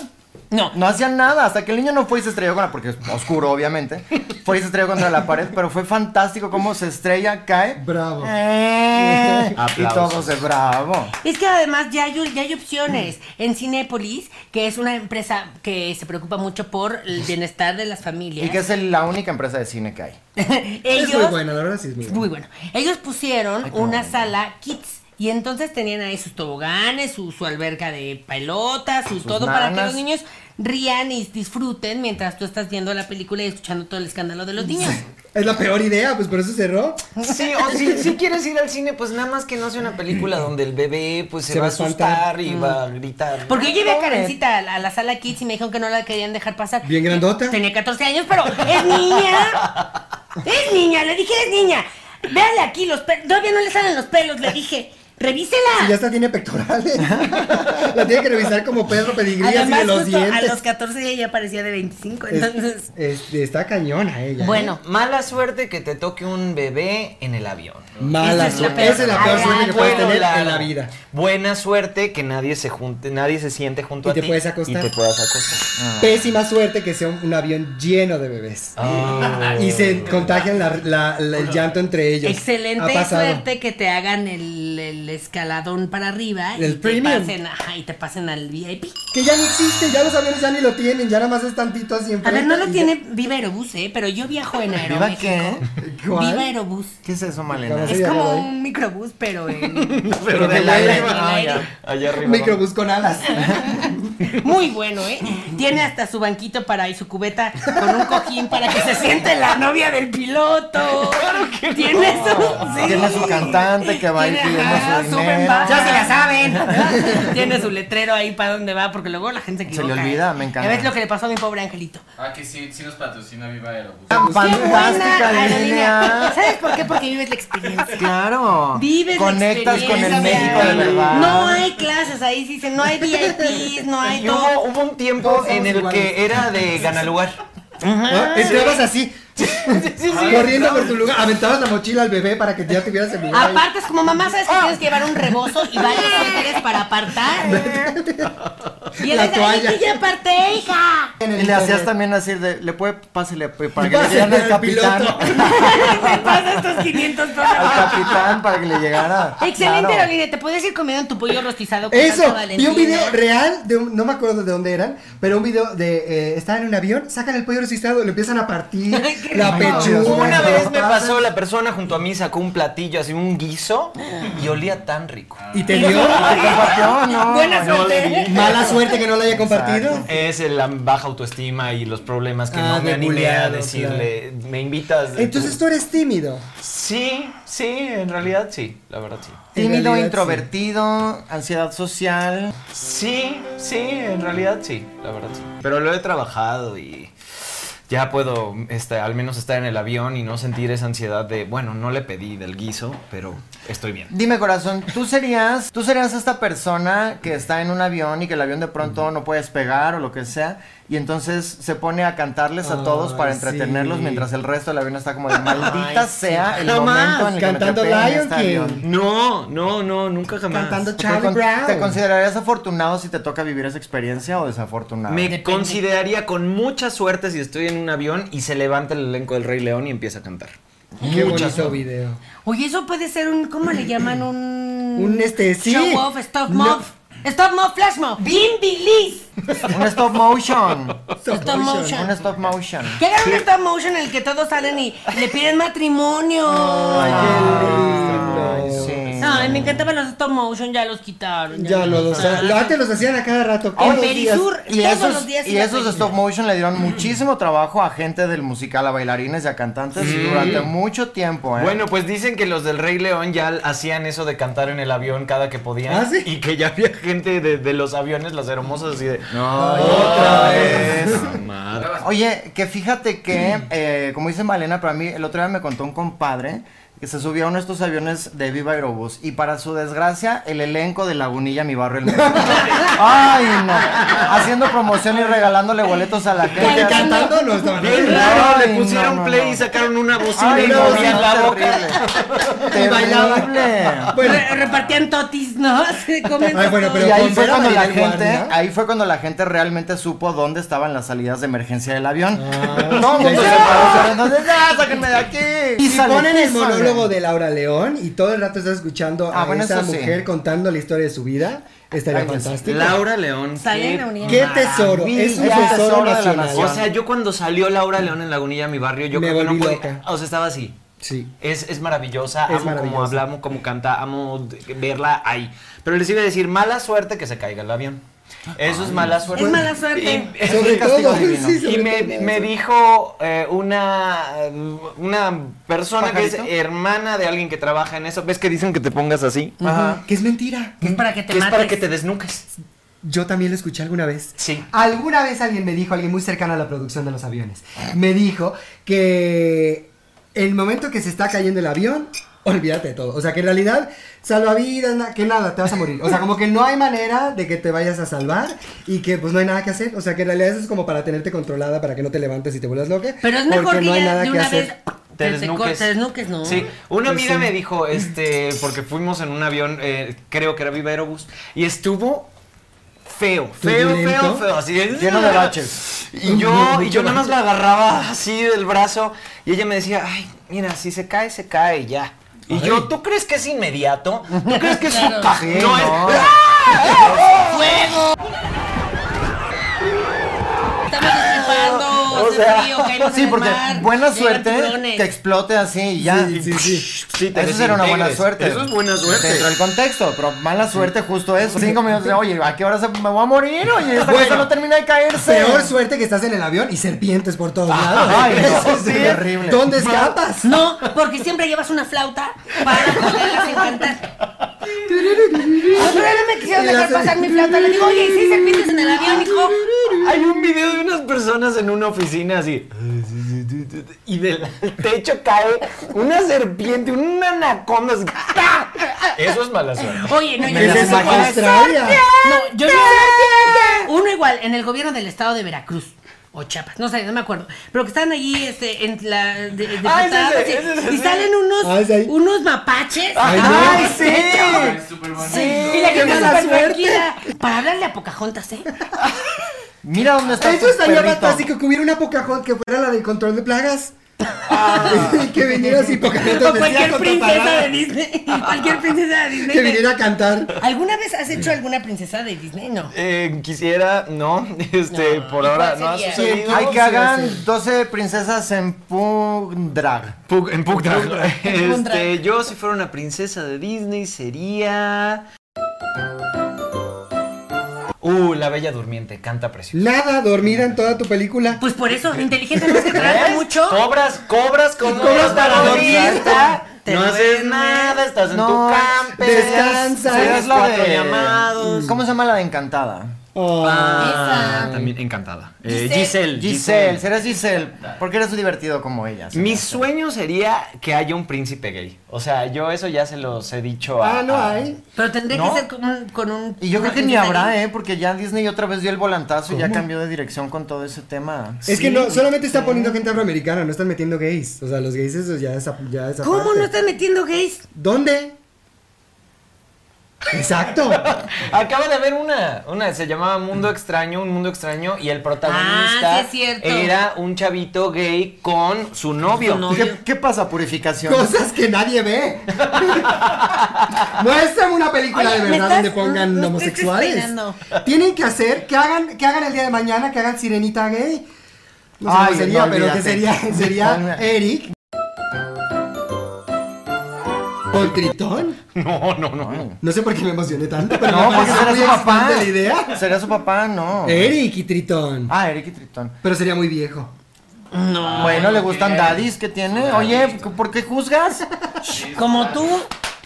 [SPEAKER 4] No.
[SPEAKER 2] No hacían nada, hasta que el niño no fue y se estrelló contra, porque es oscuro obviamente, fue y se estrelló contra la pared, pero fue fantástico cómo se estrella, cae.
[SPEAKER 3] Bravo.
[SPEAKER 2] Eh, y
[SPEAKER 6] Aplausos.
[SPEAKER 2] todos de bravo.
[SPEAKER 4] Es que además ya hay, ya hay opciones. En Cinépolis, que es una empresa que se preocupa mucho por el bienestar de las familias.
[SPEAKER 2] Y que es el- la única empresa de cine que hay.
[SPEAKER 4] ellos,
[SPEAKER 3] Es muy buena, la verdad sí es muy
[SPEAKER 4] Es
[SPEAKER 3] buena.
[SPEAKER 4] Muy bueno. Ellos pusieron una sala kids y entonces tenían ahí sus toboganes, su, su alberca de pelotas, su
[SPEAKER 2] Sus
[SPEAKER 4] todo para que
[SPEAKER 2] nanas.
[SPEAKER 4] los niños rían y disfruten mientras tú estás viendo la película y escuchando todo el escándalo de los niños.
[SPEAKER 3] Es la peor idea, pues por eso cerró.
[SPEAKER 6] Sí, o si, si quieres ir al cine, pues nada más que no sea una película donde el bebé pues se,
[SPEAKER 3] Se
[SPEAKER 6] va a
[SPEAKER 3] va a espantar. Mm.
[SPEAKER 6] asustar y va a gritar.
[SPEAKER 4] Porque yo llevé a Karencita a la, a la sala kids y me dijeron que no la querían dejar pasar.
[SPEAKER 3] Bien grandota.
[SPEAKER 4] Tenía 14 años, pero es niña. Es niña, le dije, es niña. Véale aquí los pelos. Todavía no le salen los pelos, le dije.
[SPEAKER 3] Y ya
[SPEAKER 4] Revísela.
[SPEAKER 3] está, tiene pectorales. la tiene que revisar como Pedro Pedigrí, así
[SPEAKER 4] Además,
[SPEAKER 3] de los
[SPEAKER 4] justo a
[SPEAKER 3] dientes.
[SPEAKER 4] los 14 ella ya parecía de 25,
[SPEAKER 3] Es-
[SPEAKER 4] entonces...
[SPEAKER 3] es- está cañona ella. ¿eh?
[SPEAKER 4] Bueno,
[SPEAKER 6] Mala suerte que te toque un bebé en el avión.
[SPEAKER 3] Mala
[SPEAKER 4] Esa es la
[SPEAKER 3] suerte. Esa es la peor
[SPEAKER 4] Ay,
[SPEAKER 3] suerte que puedes
[SPEAKER 6] Vuelo
[SPEAKER 3] tener en
[SPEAKER 6] largo.
[SPEAKER 3] la vida.
[SPEAKER 6] Buena suerte que nadie se junte, nadie se siente junto
[SPEAKER 3] Y
[SPEAKER 6] a
[SPEAKER 3] te
[SPEAKER 6] ti.
[SPEAKER 3] puedes acostar.
[SPEAKER 6] Y te puedas acostar.
[SPEAKER 3] Pésima suerte que sea un, un avión lleno de bebés.
[SPEAKER 2] Ah.
[SPEAKER 3] Y se contagian la- la- la- el llanto entre ellos. Ha
[SPEAKER 4] Excelente
[SPEAKER 3] pasado.
[SPEAKER 4] suerte que te hagan el, el escaladón para arriba y,
[SPEAKER 3] El
[SPEAKER 4] te
[SPEAKER 3] premium.
[SPEAKER 4] pasen, ajá, y te pasen al VIP.
[SPEAKER 3] Que ya ni existe, ya los aviones ya ni lo tienen, ya nada más es tantito así
[SPEAKER 4] A
[SPEAKER 3] enfrente
[SPEAKER 4] ver, no lo
[SPEAKER 3] y ya-
[SPEAKER 4] tiene Viva Aerobús, ¿eh? pero yo viajo en
[SPEAKER 2] ¿Viva
[SPEAKER 4] Aeroméxico.
[SPEAKER 2] qué?
[SPEAKER 3] ¿Cuál?
[SPEAKER 4] Viva Aerobús.
[SPEAKER 2] ¿Qué es eso, Malena?
[SPEAKER 3] Vamos.
[SPEAKER 4] Es
[SPEAKER 3] ya
[SPEAKER 4] como
[SPEAKER 3] lo vi.
[SPEAKER 4] un microbús, pero en-
[SPEAKER 6] Pero
[SPEAKER 2] de
[SPEAKER 6] del
[SPEAKER 2] la
[SPEAKER 6] aire.
[SPEAKER 2] aire.
[SPEAKER 6] Ah,
[SPEAKER 4] Del
[SPEAKER 6] ya.
[SPEAKER 4] aire.
[SPEAKER 6] Allá arriba.
[SPEAKER 3] Microbús con alas.
[SPEAKER 4] muy bueno, ¿eh? Tiene hasta su banquito para y su cubeta con un cojín para que se siente la novia del piloto. Claro que Tiene su, sí.
[SPEAKER 2] Tiene su cantante que va a ir
[SPEAKER 4] Tiene,
[SPEAKER 2] pidiendo
[SPEAKER 4] ajá,
[SPEAKER 2] su
[SPEAKER 4] sube,
[SPEAKER 2] dinero.
[SPEAKER 4] baja. Ya se la saben. Tiene su letrero ahí para dónde va, porque luego la gente se
[SPEAKER 2] le
[SPEAKER 4] equivoca.
[SPEAKER 2] olvida,
[SPEAKER 4] ¿eh?
[SPEAKER 2] me encanta.
[SPEAKER 4] Ya ves lo que le pasó a mi pobre angelito.
[SPEAKER 12] Ah, que sí, sí nos patrocina Viva Aerobús.
[SPEAKER 2] Tan
[SPEAKER 4] Buena
[SPEAKER 2] Fantástica
[SPEAKER 4] aerolínea.
[SPEAKER 2] línea.
[SPEAKER 4] ¿Sabes por qué? Porque vives la experiencia.
[SPEAKER 2] Claro.
[SPEAKER 4] Vives la
[SPEAKER 2] Conectas con el
[SPEAKER 4] experiencia,
[SPEAKER 2] México de
[SPEAKER 4] Adriana.
[SPEAKER 2] verdad.
[SPEAKER 4] No hay clases ahí, sí, se- no hay VIPs, no hay
[SPEAKER 6] Y
[SPEAKER 4] todo.
[SPEAKER 6] hubo, hubo un tiempo
[SPEAKER 3] Todos somos
[SPEAKER 6] en el
[SPEAKER 3] iguales.
[SPEAKER 6] que era de ganalugar.
[SPEAKER 3] ¿Ah? Entrabas así,
[SPEAKER 6] Sí, sí.
[SPEAKER 3] corriendo por tu lugar, aventabas la mochila al bebé para que ya tuvieras el lugar. ahí.
[SPEAKER 4] Aparte, es como mamá, sabes que tienes que llevar un rebozo y varios títeres para apartar. Y
[SPEAKER 3] La
[SPEAKER 4] él dice, "Ay,
[SPEAKER 3] toalla.
[SPEAKER 4] que ya aparté, hija.
[SPEAKER 3] En el
[SPEAKER 2] Y le hacías
[SPEAKER 3] internet.
[SPEAKER 2] también así de, le puede, pásele, pues, para
[SPEAKER 3] Y
[SPEAKER 2] que le
[SPEAKER 3] pásale
[SPEAKER 2] dieran al
[SPEAKER 3] al
[SPEAKER 2] capitán.
[SPEAKER 3] piloto.
[SPEAKER 4] Me pasa estos 500
[SPEAKER 2] Al
[SPEAKER 4] dólares.
[SPEAKER 2] capitán para que le llegara.
[SPEAKER 4] Excelente,
[SPEAKER 2] Claro.
[SPEAKER 4] Aerolínea. Te puedes ir comiendo tu pollo rostizado con
[SPEAKER 3] Eso,
[SPEAKER 4] salsa
[SPEAKER 3] vi
[SPEAKER 4] Valentina.
[SPEAKER 3] un video real, de un- no me acuerdo de dónde eran, pero un video de, eh, estaban en un avión, sacan el pollo registrado, lo empiezan a partir, la pechuga.
[SPEAKER 6] Una
[SPEAKER 3] todo.
[SPEAKER 6] vez me pasó la persona junto a mí sacó un platillo así un guiso y olía tan rico.
[SPEAKER 3] Y te dio
[SPEAKER 2] Ay, no, no,
[SPEAKER 4] Buena
[SPEAKER 2] no,
[SPEAKER 4] suerte.
[SPEAKER 3] mala suerte que no lo haya compartido.
[SPEAKER 6] Exacto. Es la baja autoestima y los problemas que
[SPEAKER 3] Ah,
[SPEAKER 6] no me
[SPEAKER 3] de
[SPEAKER 6] animé a
[SPEAKER 3] buleado,
[SPEAKER 6] decirle. Me invitas. de
[SPEAKER 3] Entonces
[SPEAKER 6] tu-
[SPEAKER 3] tú eres tímido.
[SPEAKER 6] Sí, sí, en realidad sí, la verdad sí.
[SPEAKER 2] Tímido,
[SPEAKER 6] realidad,
[SPEAKER 2] introvertido, ansiedad social.
[SPEAKER 6] Sí, sí, en realidad sí, la verdad sí. Pero lo he trabajado y ya puedo este, al menos estar en el avión y no sentir esa ansiedad de, bueno, no le pedí del guiso, pero estoy bien.
[SPEAKER 2] Dime corazón, ¿tú serías, tú serías esta persona que está en un avión y que el avión de pronto no puede despegar o lo que sea y entonces se pone a cantarles a todos para
[SPEAKER 3] Ay, sí.
[SPEAKER 2] entretenerlos mientras el resto del avión está como de maldita
[SPEAKER 3] Ay, sí.
[SPEAKER 2] sea el
[SPEAKER 3] Jamás,
[SPEAKER 2] momento en el
[SPEAKER 3] cantando
[SPEAKER 2] que me trepé en
[SPEAKER 3] Lion
[SPEAKER 2] este
[SPEAKER 3] King.
[SPEAKER 2] avión"?
[SPEAKER 6] No, no, no, nunca jamás.
[SPEAKER 2] ¿Te con- ¿Te considerarías afortunado si te toca vivir esa experiencia o desafortunado?
[SPEAKER 6] Me consideraría con mucha suerte si estoy en un avión y se levanta el elenco del Rey León y empieza a cantar. Mucha
[SPEAKER 3] Qué bonito
[SPEAKER 6] suerte.
[SPEAKER 3] video.
[SPEAKER 4] Oye, eso puede ser un, ¿cómo le llaman? Un...
[SPEAKER 3] Un este, sí.
[SPEAKER 4] Show off, stop
[SPEAKER 3] No.
[SPEAKER 4] mob. Stop mob, flash mob. Bim, bilis.
[SPEAKER 2] Un stop motion.
[SPEAKER 4] Stop motion.
[SPEAKER 2] Un stop motion.
[SPEAKER 4] Que hagan un stop motion en el que todos salen y le piden matrimonio.
[SPEAKER 2] Ay, sí.
[SPEAKER 4] Ay, me encantaban los stop motion, ya los quitaron.
[SPEAKER 3] Ya lo, los,
[SPEAKER 4] quitaron.
[SPEAKER 3] lo- antes los hacían a cada rato.
[SPEAKER 4] Ah. En
[SPEAKER 3] todos los
[SPEAKER 4] Perisur,
[SPEAKER 3] días.
[SPEAKER 2] Y
[SPEAKER 4] Todos
[SPEAKER 2] esos,
[SPEAKER 4] los días
[SPEAKER 2] y
[SPEAKER 4] iba
[SPEAKER 2] esos
[SPEAKER 4] a-
[SPEAKER 2] stop motion le dieron muchísimo trabajo a gente del musical, a bailarines y a cantantes
[SPEAKER 6] Sí.
[SPEAKER 2] durante mucho tiempo. ¿eh?
[SPEAKER 6] Bueno, pues dicen que los del Rey León ya hacían eso de cantar en el avión cada que podían.
[SPEAKER 2] ¿Ah, sí?
[SPEAKER 6] Y que ya había gente de, de los aviones, las hermosas, así de. No,
[SPEAKER 2] otra
[SPEAKER 6] pues,
[SPEAKER 2] vez. Pues, Oye, que fíjate que, eh, como dice Malena, para mí el otro día me contó un compadre que se subió a uno de estos aviones de Viva Aerobús y para su desgracia el elenco de Lagunilla, mi barrio, el musical. Ay, no. Haciendo promoción y regalándole boletos a la gente.
[SPEAKER 3] Porque cantando no estaban
[SPEAKER 6] Bien
[SPEAKER 3] haciendo.
[SPEAKER 6] raro,
[SPEAKER 2] Ay,
[SPEAKER 6] le pusieron
[SPEAKER 2] no, no,
[SPEAKER 6] play
[SPEAKER 2] no.
[SPEAKER 6] y sacaron una bocina
[SPEAKER 2] Ay,
[SPEAKER 6] y
[SPEAKER 2] no,
[SPEAKER 6] movían
[SPEAKER 2] no,
[SPEAKER 6] la boca.
[SPEAKER 2] terrible.
[SPEAKER 3] Y bailaba.
[SPEAKER 2] Terrible.
[SPEAKER 3] Bueno.
[SPEAKER 4] Re- repartían totis, ¿no? Se comen
[SPEAKER 3] Ay, bueno, pero
[SPEAKER 2] y ahí
[SPEAKER 3] con
[SPEAKER 2] fue
[SPEAKER 3] Vera
[SPEAKER 2] cuando la
[SPEAKER 3] María del
[SPEAKER 2] gente,
[SPEAKER 3] Guardia.
[SPEAKER 2] ahí fue cuando la gente realmente supo dónde estaban las salidas de emergencia del avión.
[SPEAKER 3] Ah.
[SPEAKER 2] Todo el mundo se
[SPEAKER 3] Ya.
[SPEAKER 2] paró, pero entonces, ¡ah, sáquenme de aquí!
[SPEAKER 3] Y
[SPEAKER 2] Písale,
[SPEAKER 3] ponen el
[SPEAKER 2] písale.
[SPEAKER 3] monólogo de Laura León y todo el rato estás escuchando
[SPEAKER 2] Ah,
[SPEAKER 3] a
[SPEAKER 2] bueno,
[SPEAKER 3] esa
[SPEAKER 2] eso sí.
[SPEAKER 3] mujer contando la historia de su vida. Estaría
[SPEAKER 6] Ay, Dios.
[SPEAKER 3] fantástico.
[SPEAKER 6] Laura León.
[SPEAKER 4] Sale en
[SPEAKER 6] qué
[SPEAKER 4] la unidad.
[SPEAKER 3] ¡Qué tesoro! Es un
[SPEAKER 2] Maravilla. Tesoro
[SPEAKER 3] tesoro
[SPEAKER 2] de la
[SPEAKER 3] nacional.
[SPEAKER 2] nación.
[SPEAKER 6] O sea, yo cuando salió Laura León en Lagunilla, mi barrio, yo
[SPEAKER 3] Me
[SPEAKER 6] creo que no
[SPEAKER 3] volví
[SPEAKER 6] podía.
[SPEAKER 3] loca.
[SPEAKER 6] O sea, estaba así.
[SPEAKER 3] Sí.
[SPEAKER 6] Es, es maravillosa,
[SPEAKER 3] Es
[SPEAKER 6] amo
[SPEAKER 3] maravillosa.
[SPEAKER 6] cómo habla, amo cómo canta, amo de- verla ahí. Pero les iba a decir, mala suerte que se caiga el avión. Eso es mala suerte.
[SPEAKER 4] Es mala suerte.
[SPEAKER 6] Y-
[SPEAKER 3] Sobre
[SPEAKER 6] es castigo
[SPEAKER 3] todo,
[SPEAKER 6] divino.
[SPEAKER 3] sí, sobre
[SPEAKER 6] y me,
[SPEAKER 3] todo.
[SPEAKER 6] me dijo eh, una, una persona que
[SPEAKER 2] ¿Pajarito?
[SPEAKER 6] es hermana de alguien que trabaja en eso. ¿Ves que dicen que te pongas así?
[SPEAKER 2] Ajá.
[SPEAKER 3] Que es mentira.
[SPEAKER 4] Es para que te
[SPEAKER 6] Que es para
[SPEAKER 4] mates.
[SPEAKER 6] que te desnuques.
[SPEAKER 3] Yo también lo escuché alguna vez.
[SPEAKER 6] Sí.
[SPEAKER 3] Alguna vez alguien me dijo, alguien muy cercano a la producción de los aviones, me dijo que el momento que se está cayendo el avión, olvídate de todo. O sea, que en realidad, salvavidas, na- que nada, te vas a morir. O sea, como que no hay manera de que te vayas a salvar y que pues no hay nada que hacer. O sea, que en realidad eso es como para tenerte controlada, para que no te levantes y te vuelvas loca.
[SPEAKER 4] Pero es mejor
[SPEAKER 3] porque
[SPEAKER 4] que
[SPEAKER 3] no hay
[SPEAKER 4] ya
[SPEAKER 3] nada
[SPEAKER 4] de
[SPEAKER 3] que
[SPEAKER 4] una
[SPEAKER 3] hacer.
[SPEAKER 4] vez
[SPEAKER 6] Te
[SPEAKER 4] te, te co-
[SPEAKER 6] desnuques.
[SPEAKER 4] te desnuques, ¿no?
[SPEAKER 6] Sí, una
[SPEAKER 3] Pues
[SPEAKER 6] amiga
[SPEAKER 3] sí.
[SPEAKER 6] me dijo, este, porque fuimos en un avión, eh, creo que era Viva Aerobús, y estuvo feo, feo, feo,
[SPEAKER 3] ¿Turbulento?
[SPEAKER 6] feo, así "Ah".
[SPEAKER 2] Lleno de baches.
[SPEAKER 6] Y yo, y yo nada más la agarraba así del brazo, y ella me decía, ay, mira, si se cae, se cae, ya. Y yo, ¿tú crees que es inmediato? ¿Tú crees que es un ca-
[SPEAKER 2] Sí,
[SPEAKER 6] No, es-
[SPEAKER 2] no.
[SPEAKER 4] Estamos destripando,
[SPEAKER 6] O
[SPEAKER 4] hace
[SPEAKER 6] sea,
[SPEAKER 4] frío, caímos en
[SPEAKER 2] Sí,
[SPEAKER 4] el
[SPEAKER 2] porque
[SPEAKER 4] mar,
[SPEAKER 2] buena
[SPEAKER 4] llegan
[SPEAKER 2] suerte
[SPEAKER 4] eh, tiburones.
[SPEAKER 2] que explote así y ya.
[SPEAKER 3] Sí, sí, sí.
[SPEAKER 6] Sí, te
[SPEAKER 2] eso era una buena
[SPEAKER 6] desintegres.
[SPEAKER 2] suerte.
[SPEAKER 6] Eso es buena suerte.
[SPEAKER 2] Dentro del contexto, pero mala suerte justo eso. Cinco minutos de, oye, ¿a qué hora se- me voy a morir? Oye, esta cosa no termina de caerse.
[SPEAKER 3] Peor suerte que estás en el avión y serpientes por todos lados.
[SPEAKER 2] Ay, no,
[SPEAKER 3] Eso sí.
[SPEAKER 2] terrible.
[SPEAKER 3] ¿Dónde escapas?
[SPEAKER 4] No, porque siempre llevas una flauta para poderlas encantar. Otro día no me quisieron
[SPEAKER 3] Y las-
[SPEAKER 4] dejar pasar mi flauta. Le digo, oye, ¿y si serpientes en el avión, hijo?
[SPEAKER 6] Hay un video de unas personas en una oficina así. Y del techo cae una serpiente, una anaconda. así, ¡pa! Eso es mala suerte.
[SPEAKER 4] Oye, no, yo
[SPEAKER 3] Esa
[SPEAKER 4] no
[SPEAKER 3] es Australia.
[SPEAKER 4] No, yo vi uno igual en el gobierno del estado de Veracruz. O Chiapas, no sé, no me acuerdo. Pero que están allí, este, en la. de- de-
[SPEAKER 6] Ah, ese,
[SPEAKER 4] diputados,
[SPEAKER 6] ese,
[SPEAKER 4] y-
[SPEAKER 6] ese, ese,
[SPEAKER 4] y
[SPEAKER 6] ese.
[SPEAKER 4] salen unos,
[SPEAKER 3] Ah, ese ahí.
[SPEAKER 4] unos mapaches.
[SPEAKER 3] Ay, no.
[SPEAKER 2] ¡Ay, sí!
[SPEAKER 12] Es súper bonito.
[SPEAKER 4] Y la
[SPEAKER 3] qué
[SPEAKER 4] gente
[SPEAKER 3] mala
[SPEAKER 4] súper
[SPEAKER 3] suerte.
[SPEAKER 4] tranquila. Para hablarle a Pocahontas, ¿eh?
[SPEAKER 2] Mira dónde está
[SPEAKER 3] Eso
[SPEAKER 2] tu
[SPEAKER 3] estaría
[SPEAKER 2] perrito.
[SPEAKER 3] fantástico que hubiera una Pocahontas que fuera la del control de plagas. Y que viniera así Pocahontas
[SPEAKER 4] O
[SPEAKER 3] vestida
[SPEAKER 4] cualquier
[SPEAKER 3] con
[SPEAKER 4] princesa de
[SPEAKER 3] taparrabos,
[SPEAKER 4] Disney. Cualquier princesa de Disney.
[SPEAKER 3] que viniera a cantar.
[SPEAKER 4] ¿Alguna vez has hecho alguna princesa de Disney? No.
[SPEAKER 6] Eh, quisiera, no, este,
[SPEAKER 4] No,
[SPEAKER 6] por
[SPEAKER 4] ¿y
[SPEAKER 6] ahora
[SPEAKER 4] cuál
[SPEAKER 6] no ha
[SPEAKER 4] sería?
[SPEAKER 6] sucedido.
[SPEAKER 2] Hay que
[SPEAKER 3] Sí,
[SPEAKER 2] hagan
[SPEAKER 3] sí.
[SPEAKER 2] 12 princesas en Pug Drag.
[SPEAKER 6] Pug- en Pugdrag.
[SPEAKER 4] En Pugdrag.
[SPEAKER 6] Este, yo si fuera una princesa de Disney sería Uh, la bella durmiente, canta precioso.
[SPEAKER 3] Nada, dormida en toda tu película.
[SPEAKER 4] Pues por eso, inteligente no es que trabaja
[SPEAKER 6] ¿Ves?
[SPEAKER 4] mucho.
[SPEAKER 6] Cobras, cobras como
[SPEAKER 4] cobras
[SPEAKER 6] una
[SPEAKER 4] para
[SPEAKER 6] dormida.
[SPEAKER 4] dormir, ¿tá? Te
[SPEAKER 6] No haces
[SPEAKER 4] duermes.
[SPEAKER 6] nada, estás en
[SPEAKER 2] No,
[SPEAKER 6] tu camper.
[SPEAKER 2] descansa.
[SPEAKER 6] Eres
[SPEAKER 2] Es la
[SPEAKER 6] cuatro
[SPEAKER 2] de-
[SPEAKER 6] llamados.
[SPEAKER 2] ¿Cómo se llama la de Encantada?
[SPEAKER 6] Ah,
[SPEAKER 4] Esa.
[SPEAKER 6] también encantada. Eh,
[SPEAKER 2] Giselle.
[SPEAKER 6] Giselle.
[SPEAKER 2] Giselle, serás Giselle, porque eres divertido como ella. se me
[SPEAKER 6] Mi
[SPEAKER 2] hace.
[SPEAKER 6] sueño sería que haya un príncipe gay. O sea, yo eso ya se los he dicho a.
[SPEAKER 3] Ah, no
[SPEAKER 6] a-
[SPEAKER 3] hay.
[SPEAKER 4] Pero tendría
[SPEAKER 6] ¿No?
[SPEAKER 4] que ser con un, con un-
[SPEAKER 2] Y yo creo que ni
[SPEAKER 4] con
[SPEAKER 2] habrá,
[SPEAKER 4] alguien.
[SPEAKER 2] ¿eh? Porque ya Disney otra vez dio el volantazo y ya
[SPEAKER 3] ¿Cómo?
[SPEAKER 2] cambió de dirección con todo ese tema.
[SPEAKER 3] Es que no, solamente están poniendo gente afroamericana, no están metiendo gays. O sea, los gays esos ya esa, ya esa
[SPEAKER 4] ¿Cómo
[SPEAKER 3] parte.
[SPEAKER 4] no estás metiendo gays?
[SPEAKER 3] ¿Dónde? Exacto.
[SPEAKER 6] Acaba de haber una, una, se llamaba Mundo Extraño, un mundo extraño, y el protagonista
[SPEAKER 4] Ah, sí es cierto.
[SPEAKER 6] era un chavito gay con su novio.
[SPEAKER 4] Su novio.
[SPEAKER 2] ¿Qué, qué pasa, purificación?
[SPEAKER 3] Cosas que nadie ve. Muéstrame una película
[SPEAKER 4] Oye,
[SPEAKER 3] de
[SPEAKER 4] me
[SPEAKER 3] verdad
[SPEAKER 4] estás-
[SPEAKER 3] donde pongan
[SPEAKER 4] me estás
[SPEAKER 3] homosexuales.
[SPEAKER 4] despeinando.
[SPEAKER 3] Tienen que hacer, que hagan, que hagan el día de mañana, que hagan sirenita gay. No sé
[SPEAKER 2] Ay,
[SPEAKER 3] cómo sería,
[SPEAKER 2] no,
[SPEAKER 3] pero que
[SPEAKER 2] olvídate.
[SPEAKER 3] sería, sería Eric. Con Tritón.
[SPEAKER 6] No, no, no.
[SPEAKER 3] No sé por qué me emocioné tanto, pero
[SPEAKER 2] No,
[SPEAKER 3] me
[SPEAKER 2] porque
[SPEAKER 3] pareció
[SPEAKER 2] será
[SPEAKER 3] muy
[SPEAKER 2] su papá.
[SPEAKER 3] excitante la idea. ¿Eh?
[SPEAKER 2] Sería su papá, no.
[SPEAKER 3] Eric y Tritón.
[SPEAKER 2] Ah, Eric y Tritón.
[SPEAKER 3] Pero sería muy viejo.
[SPEAKER 4] No.
[SPEAKER 2] Bueno, le
[SPEAKER 6] ok.
[SPEAKER 2] gustan daddies que tiene. Oye, ¿por qué juzgas?
[SPEAKER 4] Como tú,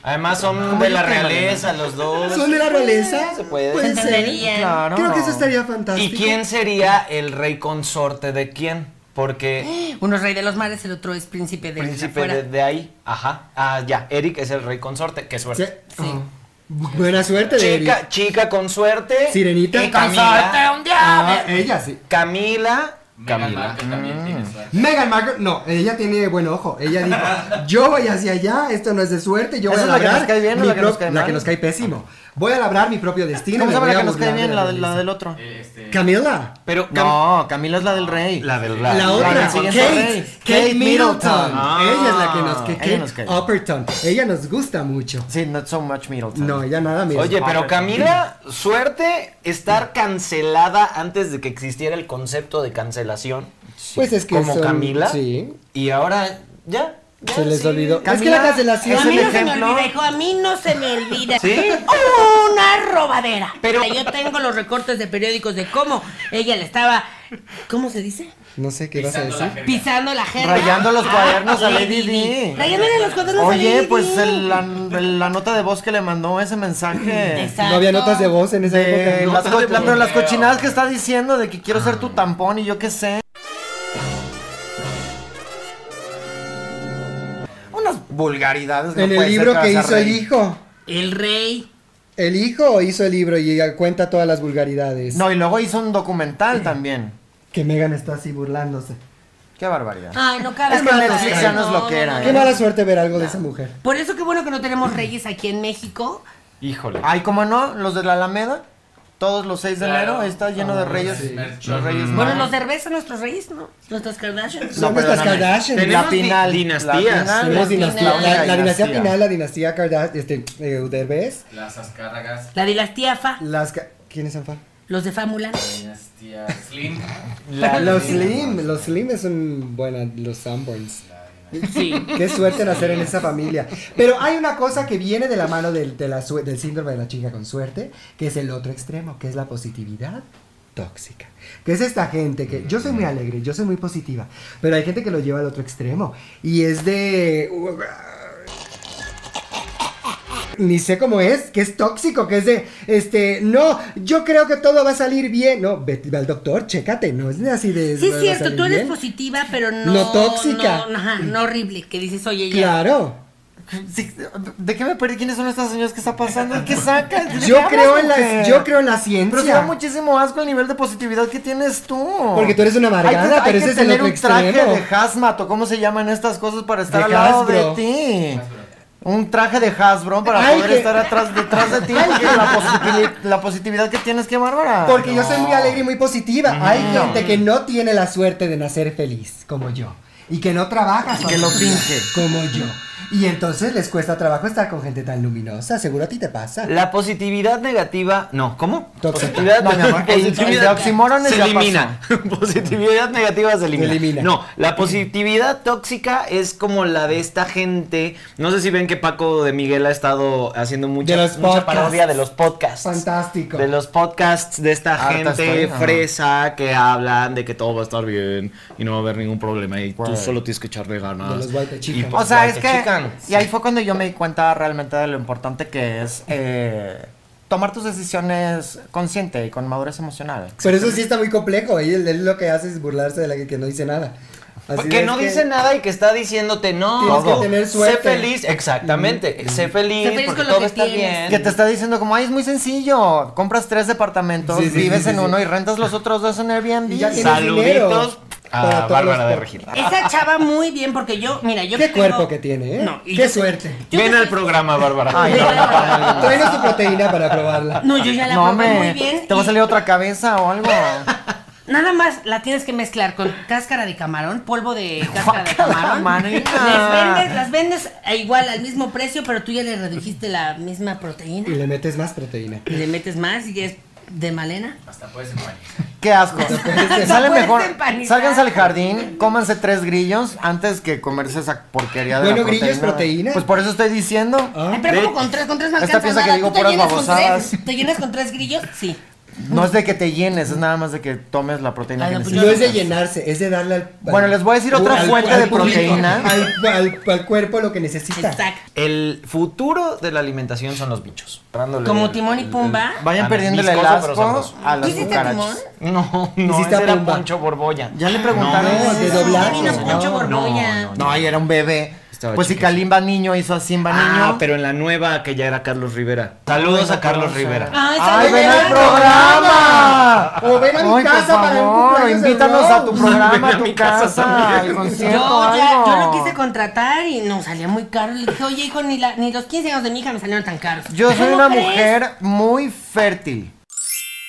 [SPEAKER 6] Además son de la
[SPEAKER 2] yo te imagino?
[SPEAKER 6] realeza los dos.
[SPEAKER 3] ¿Son de la realeza?
[SPEAKER 6] Se puede.
[SPEAKER 3] Puede ser.
[SPEAKER 4] entendería.
[SPEAKER 2] Claro.
[SPEAKER 3] Creo que
[SPEAKER 2] no.
[SPEAKER 3] eso estaría fantástico.
[SPEAKER 6] ¿Y quién sería el rey consorte de quién? Porque
[SPEAKER 4] Uno es rey de los mares, el otro es príncipe de
[SPEAKER 6] príncipe
[SPEAKER 4] afuera.
[SPEAKER 6] de, de ahí, ajá, ah, ya, Eric es el rey consorte, qué
[SPEAKER 3] Sí.
[SPEAKER 6] suerte.
[SPEAKER 3] Oh. Buena suerte, Eric.
[SPEAKER 6] Chica, chica con suerte.
[SPEAKER 3] Sirenita.
[SPEAKER 6] Y Camila,
[SPEAKER 4] un diablo!
[SPEAKER 3] Ah, ella sí.
[SPEAKER 6] Camila,
[SPEAKER 12] Meghan
[SPEAKER 6] Camila.
[SPEAKER 12] Markle
[SPEAKER 2] Mm.
[SPEAKER 12] también tiene suerte.
[SPEAKER 3] Meghan Markle, no, ella tiene buen ojo. Ella dijo, yo voy hacia allá, esto no es de suerte, yo voy
[SPEAKER 2] ¿Esa
[SPEAKER 3] a
[SPEAKER 2] es la que
[SPEAKER 3] labrar
[SPEAKER 2] nos cae bien o
[SPEAKER 3] mi
[SPEAKER 2] la que nos
[SPEAKER 3] pro-
[SPEAKER 2] cae
[SPEAKER 3] la
[SPEAKER 2] mal?
[SPEAKER 3] que nos cae pésimo. Voy a labrar mi propio
[SPEAKER 2] ¿Cómo
[SPEAKER 3] destino. me
[SPEAKER 2] se llama
[SPEAKER 3] voy
[SPEAKER 2] la
[SPEAKER 3] a
[SPEAKER 2] que nos cae
[SPEAKER 3] burlar de
[SPEAKER 2] bien? La, de- la
[SPEAKER 3] realeza.
[SPEAKER 2] del otro.
[SPEAKER 12] Eh, este,
[SPEAKER 3] Camila.
[SPEAKER 6] Pero Cam-
[SPEAKER 2] No, Camila es la del rey.
[SPEAKER 6] La del
[SPEAKER 3] La,
[SPEAKER 6] rey.
[SPEAKER 3] otra,
[SPEAKER 2] del
[SPEAKER 3] Kate,
[SPEAKER 2] siguiente
[SPEAKER 3] Kate,
[SPEAKER 2] rey. Kate
[SPEAKER 3] Middleton.
[SPEAKER 2] Middleton. Ah.
[SPEAKER 3] ella es la que nos, que
[SPEAKER 2] ella
[SPEAKER 3] Kate
[SPEAKER 2] nos cae bien.
[SPEAKER 3] Upperton. Ella nos gusta mucho.
[SPEAKER 2] Sí, not so much Middleton.
[SPEAKER 3] No, ella nada me
[SPEAKER 6] Oye, pero
[SPEAKER 2] Robert.
[SPEAKER 6] Camila, suerte estar cancelada antes de que existiera el concepto de cancelación.
[SPEAKER 3] Pues es que
[SPEAKER 6] Como
[SPEAKER 3] son-
[SPEAKER 6] Camila.
[SPEAKER 3] sí.
[SPEAKER 6] Y ahora ya. ya,
[SPEAKER 3] Se les
[SPEAKER 6] sí.
[SPEAKER 3] olvidó. es que
[SPEAKER 2] Camila
[SPEAKER 3] la cancelación
[SPEAKER 2] es
[SPEAKER 4] a mí
[SPEAKER 2] el
[SPEAKER 4] no se me
[SPEAKER 2] ejemplo.
[SPEAKER 4] olvida, hijo, a mí no se me olvida.
[SPEAKER 6] ¿Sí?
[SPEAKER 4] Una robadera.
[SPEAKER 6] Pero-
[SPEAKER 4] Pero yo tengo los recortes de periódicos de cómo ella le estaba, ¿cómo se dice?
[SPEAKER 3] No sé qué vas a
[SPEAKER 12] pisando la
[SPEAKER 3] decir.
[SPEAKER 12] jerga.
[SPEAKER 4] Pisando la jerga. Ah,
[SPEAKER 2] Rayando los cuadernos a Lady Di.
[SPEAKER 4] Rayándole los cuadernos a Lady
[SPEAKER 2] Oye,
[SPEAKER 4] Di.
[SPEAKER 2] pues el- la, el- la nota de voz que le mandó ese mensaje.
[SPEAKER 4] Exacto.
[SPEAKER 3] No había notas de voz en esa
[SPEAKER 2] De las
[SPEAKER 3] época.
[SPEAKER 6] Nota de
[SPEAKER 2] co- la- pero las
[SPEAKER 6] bombeo.
[SPEAKER 2] cochinadas que está diciendo de que quiero ser tu tampón y yo qué sé. Unas vulgaridades que no
[SPEAKER 3] En el
[SPEAKER 2] puede ser
[SPEAKER 3] libro
[SPEAKER 2] vas
[SPEAKER 3] que
[SPEAKER 2] a
[SPEAKER 3] hizo el
[SPEAKER 2] reír.
[SPEAKER 3] hijo.
[SPEAKER 4] El rey.
[SPEAKER 3] El hijo hizo el libro y ella cuenta todas las vulgaridades.
[SPEAKER 2] No, y luego hizo un documental también.
[SPEAKER 3] Que Megan está así burlándose.
[SPEAKER 2] Qué barbaridad.
[SPEAKER 4] Ay, no cada
[SPEAKER 2] Es que Netflix ya no es lo que era,
[SPEAKER 3] Qué
[SPEAKER 2] ¿eh?
[SPEAKER 3] mala suerte ver algo de esa mujer.
[SPEAKER 4] Por eso qué bueno que no tenemos reyes aquí en México.
[SPEAKER 6] Híjole.
[SPEAKER 2] Ay, como no, los de la Alameda, todos los 6 de
[SPEAKER 12] Claro.
[SPEAKER 2] enero, ahí está lleno
[SPEAKER 6] Ah,
[SPEAKER 2] de reyes.
[SPEAKER 12] sí.
[SPEAKER 2] Los reyes
[SPEAKER 4] Bueno,
[SPEAKER 2] magos.
[SPEAKER 4] los derbez son nuestros reyes, ¿no? Nuestras Kardashians.
[SPEAKER 3] Son estas
[SPEAKER 2] perdóname.
[SPEAKER 3] Kardashian.
[SPEAKER 2] La
[SPEAKER 6] Tenemos di-
[SPEAKER 2] final.
[SPEAKER 6] dinastías.
[SPEAKER 2] Ah, La final,
[SPEAKER 3] Tenemos dinastía-
[SPEAKER 4] la
[SPEAKER 3] la, la dinastía
[SPEAKER 2] final.
[SPEAKER 3] final, la dinastía Kardashian, este, eh, Derbez,
[SPEAKER 12] Las Azcárragas,
[SPEAKER 4] La dinastía Fa,
[SPEAKER 3] las... Ka- ¿Quiénes son fan?
[SPEAKER 4] los de Fámula.
[SPEAKER 12] la dinastía Slim,
[SPEAKER 3] los Slim, los Slim es un... Bueno, los Sanborns.
[SPEAKER 4] Sí.
[SPEAKER 3] Qué suerte nacer en esa familia. Pero hay una cosa que viene de la mano del, de la sue- del síndrome de la chica con suerte, que es el otro extremo, que es la positividad tóxica. Que es esta gente que yo soy muy alegre, yo soy muy positiva, pero hay gente que lo lleva al otro extremo y es de uh, ni sé cómo es, que es tóxico, que es de, este, no, yo creo que todo va a salir bien. No, ve, ve al doctor, chécate, no es así de...
[SPEAKER 4] Sí,
[SPEAKER 3] va
[SPEAKER 4] es
[SPEAKER 3] a
[SPEAKER 4] cierto,
[SPEAKER 3] salir
[SPEAKER 4] tú eres
[SPEAKER 3] bien.
[SPEAKER 4] positiva, pero no.
[SPEAKER 3] No tóxica.
[SPEAKER 4] No, ajá, no horrible, que dices, oye, ya.
[SPEAKER 3] Claro.
[SPEAKER 2] Sí, ¿De qué me perdí? ¿Quiénes son estas señoras que está pasando? ¿Qué sacas? ¿De qué
[SPEAKER 3] Yo creo,
[SPEAKER 2] hablas,
[SPEAKER 3] en la,
[SPEAKER 2] mujer?
[SPEAKER 3] yo creo en la
[SPEAKER 2] Pero se da
[SPEAKER 3] ciencia.
[SPEAKER 2] muchísimo asco el nivel de positividad que tienes tú.
[SPEAKER 3] Porque tú eres una amargada,
[SPEAKER 2] Hay que,
[SPEAKER 3] pero
[SPEAKER 2] hay que
[SPEAKER 3] ese es el
[SPEAKER 2] tener
[SPEAKER 3] otro
[SPEAKER 2] un traje
[SPEAKER 3] extremo.
[SPEAKER 2] de hazmat o cómo se llaman estas cosas para estar
[SPEAKER 3] De
[SPEAKER 2] al lado
[SPEAKER 3] Hasbro.
[SPEAKER 2] de ti. Un traje de Hasbro para
[SPEAKER 3] Ay,
[SPEAKER 2] poder
[SPEAKER 3] que-
[SPEAKER 2] estar atrás detrás de ti. porque la, posibili- la positividad que tienes, qué bárbara.
[SPEAKER 3] Porque yo soy muy alegre y muy positiva. Hay gente que no tiene la suerte de nacer feliz, como yo. Y que no trabaja.
[SPEAKER 2] Y que lo finge.
[SPEAKER 3] Como yo. Y entonces les cuesta trabajo estar con gente tan luminosa. Seguro a ti te pasa.
[SPEAKER 6] La positividad negativa, no, ¿cómo? Positividad,
[SPEAKER 3] No, mi amor, el- el de oxímoron
[SPEAKER 6] se
[SPEAKER 3] ya pasó.
[SPEAKER 6] elimina. positividad negativa se elimina.
[SPEAKER 3] Se elimina.
[SPEAKER 6] No, la positividad tóxica es como la de esta gente. No sé si ven que Paco de Miguel ha estado haciendo mucha,
[SPEAKER 3] De los
[SPEAKER 6] mucha
[SPEAKER 3] podcasts.
[SPEAKER 6] parodia de los podcasts.
[SPEAKER 3] Fantástico.
[SPEAKER 6] De los podcasts de esta
[SPEAKER 3] Harta
[SPEAKER 6] gente
[SPEAKER 3] estoy, ajá.
[SPEAKER 6] fresa que hablan de que todo va a estar bien y no va a haber ningún problema y tú
[SPEAKER 2] Right.
[SPEAKER 6] solo tienes que echarle ganas.
[SPEAKER 3] De los white
[SPEAKER 6] Y,
[SPEAKER 3] chican.
[SPEAKER 6] pues,
[SPEAKER 2] O sea,
[SPEAKER 6] white
[SPEAKER 2] es que.
[SPEAKER 6] chican.
[SPEAKER 2] Y ahí fue cuando yo me di cuenta realmente de lo importante que es eh, tomar tus decisiones consciente y con madurez emocional.
[SPEAKER 3] Pero eso sí está muy complejo. Y él, él lo que hace es burlarse de la que, que no dice nada. Así
[SPEAKER 6] que
[SPEAKER 3] es
[SPEAKER 6] no dice nada y que está diciéndote no.
[SPEAKER 3] Tienes que
[SPEAKER 6] todo.
[SPEAKER 3] tener suerte.
[SPEAKER 6] Sé feliz, exactamente. Sé feliz,
[SPEAKER 4] Sé feliz
[SPEAKER 6] porque
[SPEAKER 4] con lo
[SPEAKER 6] todo
[SPEAKER 4] que
[SPEAKER 6] está
[SPEAKER 4] tienes.
[SPEAKER 6] bien.
[SPEAKER 2] Que te está diciendo como, ay, es muy sencillo. Compras tres departamentos,
[SPEAKER 3] Sí, sí,
[SPEAKER 2] vives
[SPEAKER 3] sí, sí,
[SPEAKER 2] en
[SPEAKER 3] sí.
[SPEAKER 2] uno y rentas los otros dos en Airbnb.
[SPEAKER 3] Y ya tienes
[SPEAKER 6] Saluditos
[SPEAKER 3] dinero para
[SPEAKER 6] a
[SPEAKER 3] todos
[SPEAKER 6] Bárbara
[SPEAKER 3] los
[SPEAKER 6] de
[SPEAKER 3] por-
[SPEAKER 6] Regina.
[SPEAKER 4] Esa chava muy bien, porque yo, mira, yo
[SPEAKER 3] Qué
[SPEAKER 4] tengo-
[SPEAKER 3] cuerpo que tiene, ¿eh?
[SPEAKER 4] No, y
[SPEAKER 3] Qué
[SPEAKER 4] yo-
[SPEAKER 3] suerte.
[SPEAKER 4] yo
[SPEAKER 6] Ven
[SPEAKER 4] no
[SPEAKER 6] al
[SPEAKER 4] sé-
[SPEAKER 6] programa, Bárbara.
[SPEAKER 3] Ah,
[SPEAKER 2] Ay, no,
[SPEAKER 3] Tráenos tu proteína para probarla.
[SPEAKER 4] No, yo ya la
[SPEAKER 2] no,
[SPEAKER 4] probé
[SPEAKER 2] hombre,
[SPEAKER 4] muy bien.
[SPEAKER 2] te va a
[SPEAKER 4] y
[SPEAKER 2] salir otra cabeza o algo.
[SPEAKER 4] Nada más la tienes que mezclar con cáscara de camarón, polvo de cáscara de camarón.
[SPEAKER 2] manina.
[SPEAKER 4] Las vendes, las vendes a igual al mismo precio, pero tú ya le redujiste la misma
[SPEAKER 3] Y
[SPEAKER 4] proteína.
[SPEAKER 3] le metes más proteína.
[SPEAKER 4] Y le metes más y es de malena.
[SPEAKER 12] Hasta puedes empanizar.
[SPEAKER 2] Qué asco.
[SPEAKER 4] puedes
[SPEAKER 2] Sale mejor.
[SPEAKER 4] empanizar.
[SPEAKER 2] Sálganse al jardín, cómanse tres grillos antes que comerse esa porquería de
[SPEAKER 3] Bueno,
[SPEAKER 2] la
[SPEAKER 3] grillo es proteína.
[SPEAKER 2] Pues por eso estoy diciendo.
[SPEAKER 3] Ah.
[SPEAKER 4] Ay, pero
[SPEAKER 6] Ve.
[SPEAKER 4] como con tres, con tres no
[SPEAKER 2] Esta
[SPEAKER 4] alcanza
[SPEAKER 2] piensa que
[SPEAKER 4] nada.
[SPEAKER 2] digo
[SPEAKER 4] ¿Tú te
[SPEAKER 2] puras
[SPEAKER 4] llenas con
[SPEAKER 2] babosadas.
[SPEAKER 4] tres? ¿Te llenas con tres grillos? Sí.
[SPEAKER 2] No es de que te llenes, es nada más de que tomes la proteína
[SPEAKER 4] Ay,
[SPEAKER 2] que
[SPEAKER 4] no, pues
[SPEAKER 2] necesitas.
[SPEAKER 3] No es de llenarse, es de darle al.
[SPEAKER 2] Bueno, les voy a decir otra fuente de
[SPEAKER 3] público,
[SPEAKER 2] proteína.
[SPEAKER 3] Al, al- al cuerpo lo que necesita.
[SPEAKER 4] Exacto.
[SPEAKER 6] El futuro de la alimentación son los bichos. Dándole
[SPEAKER 4] Como
[SPEAKER 6] el-
[SPEAKER 4] Timón y
[SPEAKER 6] el- el-
[SPEAKER 4] Pumba.
[SPEAKER 2] Vayan
[SPEAKER 6] Tan
[SPEAKER 2] perdiéndole el
[SPEAKER 6] viscoso, pero
[SPEAKER 2] asco
[SPEAKER 6] sabroso.
[SPEAKER 2] a las
[SPEAKER 4] ¿Tú hiciste
[SPEAKER 2] cucarachas.
[SPEAKER 6] No, no, ese
[SPEAKER 3] Hiciste a
[SPEAKER 6] era
[SPEAKER 3] Pumba.
[SPEAKER 6] Poncho Borbolla.
[SPEAKER 2] Ya le preguntaron.
[SPEAKER 4] Ah,
[SPEAKER 3] No, de doblar.
[SPEAKER 4] Vino Poncho
[SPEAKER 3] No,
[SPEAKER 4] Borbolla.
[SPEAKER 6] no,
[SPEAKER 2] No, y era un bebé.
[SPEAKER 6] Estaba
[SPEAKER 2] pues si
[SPEAKER 6] chiquito.
[SPEAKER 2] Kalimba niño hizo a Simba
[SPEAKER 6] Ah,
[SPEAKER 2] niño.
[SPEAKER 6] pero en la nueva que ya era Carlos Rivera. Saludos a Carlos Rivera.
[SPEAKER 4] Ay,
[SPEAKER 2] ¡Ay, ven al
[SPEAKER 4] saludos.
[SPEAKER 2] programa!
[SPEAKER 3] O ven a mi
[SPEAKER 2] Ay,
[SPEAKER 3] casa
[SPEAKER 2] por
[SPEAKER 3] para el
[SPEAKER 2] favor,
[SPEAKER 3] cumpleaños de
[SPEAKER 2] invítanos a tu
[SPEAKER 3] Rose.
[SPEAKER 2] programa,
[SPEAKER 6] Ven a
[SPEAKER 2] a tu
[SPEAKER 6] mi casa
[SPEAKER 2] casa,
[SPEAKER 6] también.
[SPEAKER 2] al concierto,
[SPEAKER 4] Yo, ya,
[SPEAKER 2] algo.
[SPEAKER 4] yo lo quise contratar y no salía muy caro. Le dije, oye, hijo, ni, la, ni los 15 años de mi hija me salieron tan caros.
[SPEAKER 2] Yo soy
[SPEAKER 4] ¿Cómo
[SPEAKER 2] una
[SPEAKER 4] crees?
[SPEAKER 2] mujer muy fértil.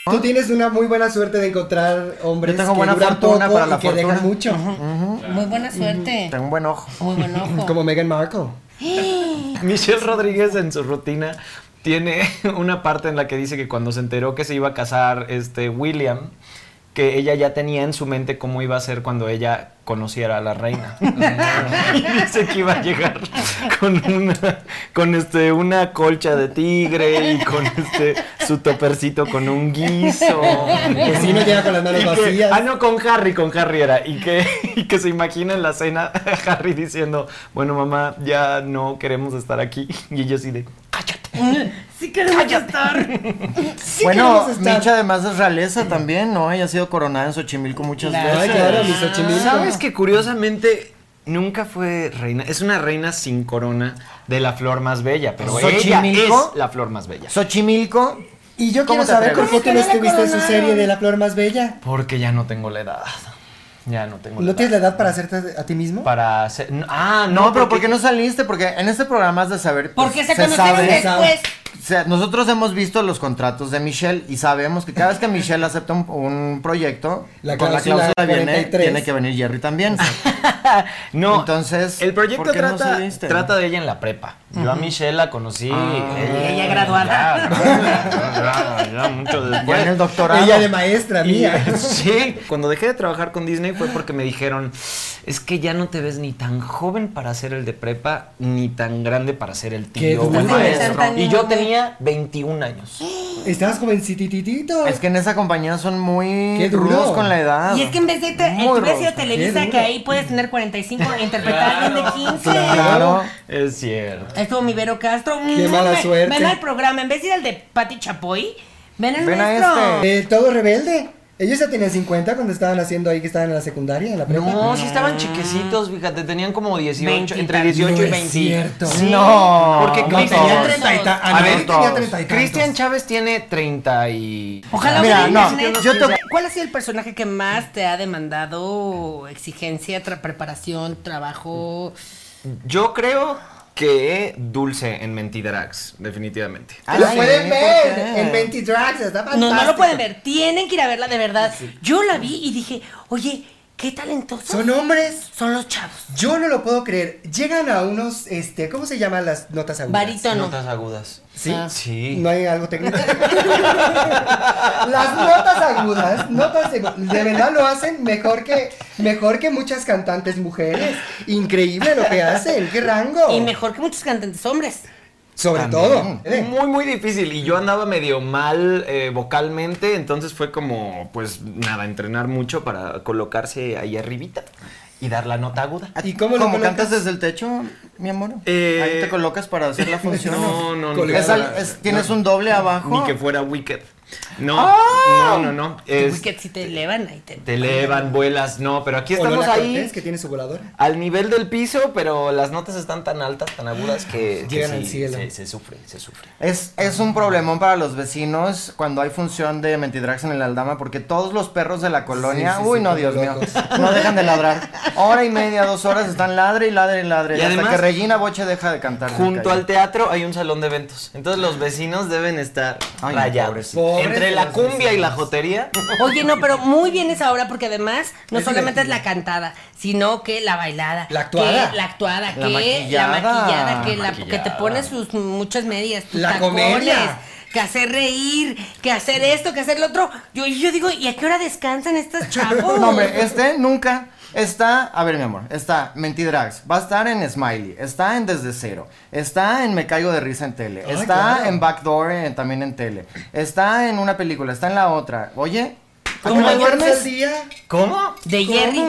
[SPEAKER 3] Tú tienes una muy buena suerte de encontrar hombres
[SPEAKER 2] Yo tengo
[SPEAKER 3] que
[SPEAKER 2] buena
[SPEAKER 3] duran
[SPEAKER 2] fortuna
[SPEAKER 3] poco
[SPEAKER 2] para
[SPEAKER 3] y
[SPEAKER 2] la
[SPEAKER 3] que
[SPEAKER 2] fortuna.
[SPEAKER 3] dejan mucho.
[SPEAKER 4] Muy buena suerte.
[SPEAKER 2] Tengo un buen ojo.
[SPEAKER 4] Muy buen ojo.
[SPEAKER 3] Como Meghan Markle.
[SPEAKER 6] Michelle Rodríguez en su rutina tiene una parte en la que dice que cuando se enteró que se iba a casar este William, que ella ya tenía en su mente cómo iba a ser cuando ella conociera a la reina. Y dice que iba a llegar con una, con este, una colcha de tigre y con este, su topercito con un guiso.
[SPEAKER 3] Que si no llega con las manos
[SPEAKER 6] Y que-
[SPEAKER 3] vacías.
[SPEAKER 6] ah, no, con Harry, con Harry era. Y que, y que se imagina en la cena a Harry diciendo, bueno, mamá, ya no queremos estar aquí. Y ella así de,
[SPEAKER 4] Sí queremos estar.
[SPEAKER 3] Sí
[SPEAKER 2] bueno,
[SPEAKER 3] queremos estar.
[SPEAKER 2] Micha además es realeza también, ¿no? Ella ha sido coronada en Xochimilco muchas
[SPEAKER 4] Claro.
[SPEAKER 3] Ay,
[SPEAKER 2] veces.
[SPEAKER 3] claro, mi Xochimilco.
[SPEAKER 6] ¿sabes que curiosamente nunca fue reina? Es una reina sin corona de la flor más bella, pero ella
[SPEAKER 2] ¿Xochimilco?
[SPEAKER 6] es la flor más bella.
[SPEAKER 2] Xochimilco,
[SPEAKER 3] Y yo quiero
[SPEAKER 2] ¿Cómo te
[SPEAKER 3] saber por
[SPEAKER 2] atreves?
[SPEAKER 3] qué tú no estuviste en su serie de La Flor Más Bella.
[SPEAKER 6] Porque ya no tengo la edad. Ya no tengo
[SPEAKER 3] ¿No tienes la edad para hacerte a ti mismo?
[SPEAKER 6] Para hacer... Ah, no,
[SPEAKER 2] No, pero ¿por qué no saliste? Porque en este programa has de saber. pues,
[SPEAKER 4] Porque se conocieron
[SPEAKER 2] sabe.
[SPEAKER 4] después.
[SPEAKER 2] O sea, nosotros hemos visto los contratos de Michelle y sabemos que cada vez que Michelle acepta un, un proyecto,
[SPEAKER 3] La
[SPEAKER 2] con la
[SPEAKER 3] cláusula
[SPEAKER 2] cláusula viene,
[SPEAKER 3] 43.
[SPEAKER 2] tiene que venir Jerry también.
[SPEAKER 6] No,
[SPEAKER 2] Entonces,
[SPEAKER 6] el proyecto
[SPEAKER 2] ¿por qué no Ah,
[SPEAKER 6] trata,
[SPEAKER 2] saliste?
[SPEAKER 6] trata de ella en la prepa. Yo a Michelle la conocí. eh,
[SPEAKER 4] Ella graduada.
[SPEAKER 6] Ya, ya, ya, ya, mucho después.
[SPEAKER 2] Ya en el doctorado.
[SPEAKER 3] Ella de maestra
[SPEAKER 6] Y-
[SPEAKER 3] mía.
[SPEAKER 6] sí, cuando dejé de trabajar con Disney fue porque me dijeron, es que ya no te ves ni tan joven para ser el de prepa, ni tan grande para ser el
[SPEAKER 3] Qué
[SPEAKER 6] tío o
[SPEAKER 3] duro.
[SPEAKER 6] el maestro.
[SPEAKER 4] Tan
[SPEAKER 6] Y yo
[SPEAKER 4] niño.
[SPEAKER 6] tenía 21 años.
[SPEAKER 3] Estabas jovencititito.
[SPEAKER 2] Es que en esa compañía son muy
[SPEAKER 3] Qué duro.
[SPEAKER 2] rudos con la edad.
[SPEAKER 4] Y es que en vez de te,
[SPEAKER 2] Muy
[SPEAKER 4] eh, tú ves
[SPEAKER 2] rosa,
[SPEAKER 4] a Televisa
[SPEAKER 3] qué
[SPEAKER 4] que
[SPEAKER 3] duro.
[SPEAKER 4] ahí puedes tener 45 e interpretar a alguien de 15.
[SPEAKER 2] Claro.
[SPEAKER 6] Es cierto.
[SPEAKER 4] Ahí Estuvo mi Vero Castro.
[SPEAKER 3] Qué
[SPEAKER 4] Mm,
[SPEAKER 3] mala
[SPEAKER 4] ven-
[SPEAKER 3] suerte.
[SPEAKER 4] Ven al programa, en vez de ir al de Pati Chapoy, ven al
[SPEAKER 2] Ven a este.
[SPEAKER 4] nuestro.
[SPEAKER 3] Eh, todo rebelde. Ellos ya tenían 50 cuando estaban haciendo ahí que estaban en la secundaria, en la prepa.
[SPEAKER 6] No, sí estaban chiquecitos, fíjate, tenían como 18,
[SPEAKER 4] Veintitantos.
[SPEAKER 6] entre 18
[SPEAKER 3] No
[SPEAKER 6] y
[SPEAKER 3] es
[SPEAKER 6] 20.
[SPEAKER 3] cierto.
[SPEAKER 6] Sí,
[SPEAKER 2] No,
[SPEAKER 6] porque
[SPEAKER 2] no
[SPEAKER 6] Cristian
[SPEAKER 2] todos.
[SPEAKER 3] Ah,
[SPEAKER 6] A
[SPEAKER 3] no,
[SPEAKER 6] ver,
[SPEAKER 3] yo tenía 30 y tantos.
[SPEAKER 6] Cristian Chávez tiene 30 y
[SPEAKER 4] Ojalá
[SPEAKER 2] Mira,
[SPEAKER 4] hubiera
[SPEAKER 2] no,
[SPEAKER 4] internet.
[SPEAKER 2] yo te-
[SPEAKER 4] ¿Cuál ha sido el personaje que más te ha demandado exigencia, tra- preparación, trabajo?
[SPEAKER 6] Yo creo que Dulce en Mentidarax, definitivamente.
[SPEAKER 2] Ah,
[SPEAKER 3] lo
[SPEAKER 2] sí,
[SPEAKER 3] pueden
[SPEAKER 2] ¿por
[SPEAKER 3] ver
[SPEAKER 2] qué?
[SPEAKER 3] en Mentidrax, está
[SPEAKER 4] No, no
[SPEAKER 3] fantástico.
[SPEAKER 4] lo pueden ver, tienen que ir a verla de verdad. Yo la vi y dije, oye, ¿Qué talentosos?
[SPEAKER 3] Son hombres.
[SPEAKER 4] Son los chavos.
[SPEAKER 3] Yo no lo puedo creer. Llegan a unos, este, ¿cómo se llaman las notas agudas?
[SPEAKER 4] Barítono.
[SPEAKER 6] Notas agudas.
[SPEAKER 3] ¿Sí?
[SPEAKER 6] Sí.
[SPEAKER 3] No hay algo técnico. Las notas agudas, notas de, de verdad lo hacen mejor que mejor que muchas cantantes mujeres. Increíble lo que hacen, qué rango.
[SPEAKER 4] Y mejor que muchos cantantes hombres.
[SPEAKER 3] Sobre todo. ¿eh?
[SPEAKER 6] También. Muy, muy difícil. Y yo andaba medio mal eh, vocalmente, entonces fue como, pues nada, entrenar mucho para colocarse ahí arribita y dar la nota aguda.
[SPEAKER 2] Ah,
[SPEAKER 3] ¿Y cómo lo
[SPEAKER 2] Como
[SPEAKER 3] colocas?
[SPEAKER 2] cantas desde el techo, mi amor.
[SPEAKER 6] Eh,
[SPEAKER 2] Ahí te colocas para hacer la función.
[SPEAKER 6] No, no, no.
[SPEAKER 2] Es al- es- tienes un doble abajo.
[SPEAKER 6] Ni que fuera Wicked. No,
[SPEAKER 2] ¡Ah!
[SPEAKER 6] no, no, no.
[SPEAKER 4] Es...
[SPEAKER 6] Es-
[SPEAKER 4] Que si te elevan ahí te...
[SPEAKER 6] te elevan, vuelas, no, pero aquí
[SPEAKER 3] O
[SPEAKER 6] estamos
[SPEAKER 3] Lola
[SPEAKER 6] ahí
[SPEAKER 3] Cortés, que tiene su volador.
[SPEAKER 6] al nivel del piso, pero las notas están tan altas, tan agudas que, que
[SPEAKER 3] Llegan
[SPEAKER 6] sí,
[SPEAKER 3] al cielo.
[SPEAKER 6] Se, se sufre, se sufre.
[SPEAKER 2] Es, es un problemón para los vecinos cuando hay función de Mentidrax en el Aldama porque todos los perros de la colonia,
[SPEAKER 3] sí,
[SPEAKER 2] uy
[SPEAKER 3] sí,
[SPEAKER 2] no,
[SPEAKER 3] como
[SPEAKER 2] Dios mío,
[SPEAKER 3] locos.
[SPEAKER 2] no dejan de ladrar. Hora y media, dos horas están ladre y ladre y ladre.
[SPEAKER 6] Y
[SPEAKER 2] hasta
[SPEAKER 6] además,
[SPEAKER 2] que Regina Boche deja de cantar.
[SPEAKER 6] Junto
[SPEAKER 2] Calle.
[SPEAKER 6] al teatro hay un salón de eventos. Entonces los vecinos deben estar
[SPEAKER 2] Ay, no,
[SPEAKER 6] rayados.
[SPEAKER 2] pobrecitos.
[SPEAKER 6] Entre
[SPEAKER 3] Pobres
[SPEAKER 6] la
[SPEAKER 3] los
[SPEAKER 6] cumbia y
[SPEAKER 3] vecinos.
[SPEAKER 6] la jotería.
[SPEAKER 4] Oye, no, pero muy bien esa obra porque además no
[SPEAKER 3] Es
[SPEAKER 4] solamente es
[SPEAKER 3] divertida.
[SPEAKER 4] la cantada, sino que la bailada.
[SPEAKER 3] La actuada.
[SPEAKER 4] Que la actuada,
[SPEAKER 2] La
[SPEAKER 4] que
[SPEAKER 2] maquillada.
[SPEAKER 4] la maquillada, que, la-
[SPEAKER 6] Maquillada.
[SPEAKER 4] que te pones sus muchas medias, tus
[SPEAKER 3] La
[SPEAKER 4] tacones,
[SPEAKER 3] comedia.
[SPEAKER 4] que hacer reír, que hacer esto, que hacer lo otro. Yo, yo digo, ¿y a qué hora descansan estas chavos?
[SPEAKER 2] No, hombre, este nunca. Está, a ver, mi amor, está Mentidrax, va a estar en Smiley, está en Desde Cero, está en Me Caigo de Risa en tele,
[SPEAKER 3] Ay,
[SPEAKER 2] está
[SPEAKER 3] claro.
[SPEAKER 2] en Backdoor eh, también en tele, está en una película, está en la otra. Oye,
[SPEAKER 3] ¿Cómo
[SPEAKER 2] ¿a qué hora
[SPEAKER 3] duermes?
[SPEAKER 2] duermes?
[SPEAKER 3] día?
[SPEAKER 6] ¿Cómo?
[SPEAKER 4] De Jerry.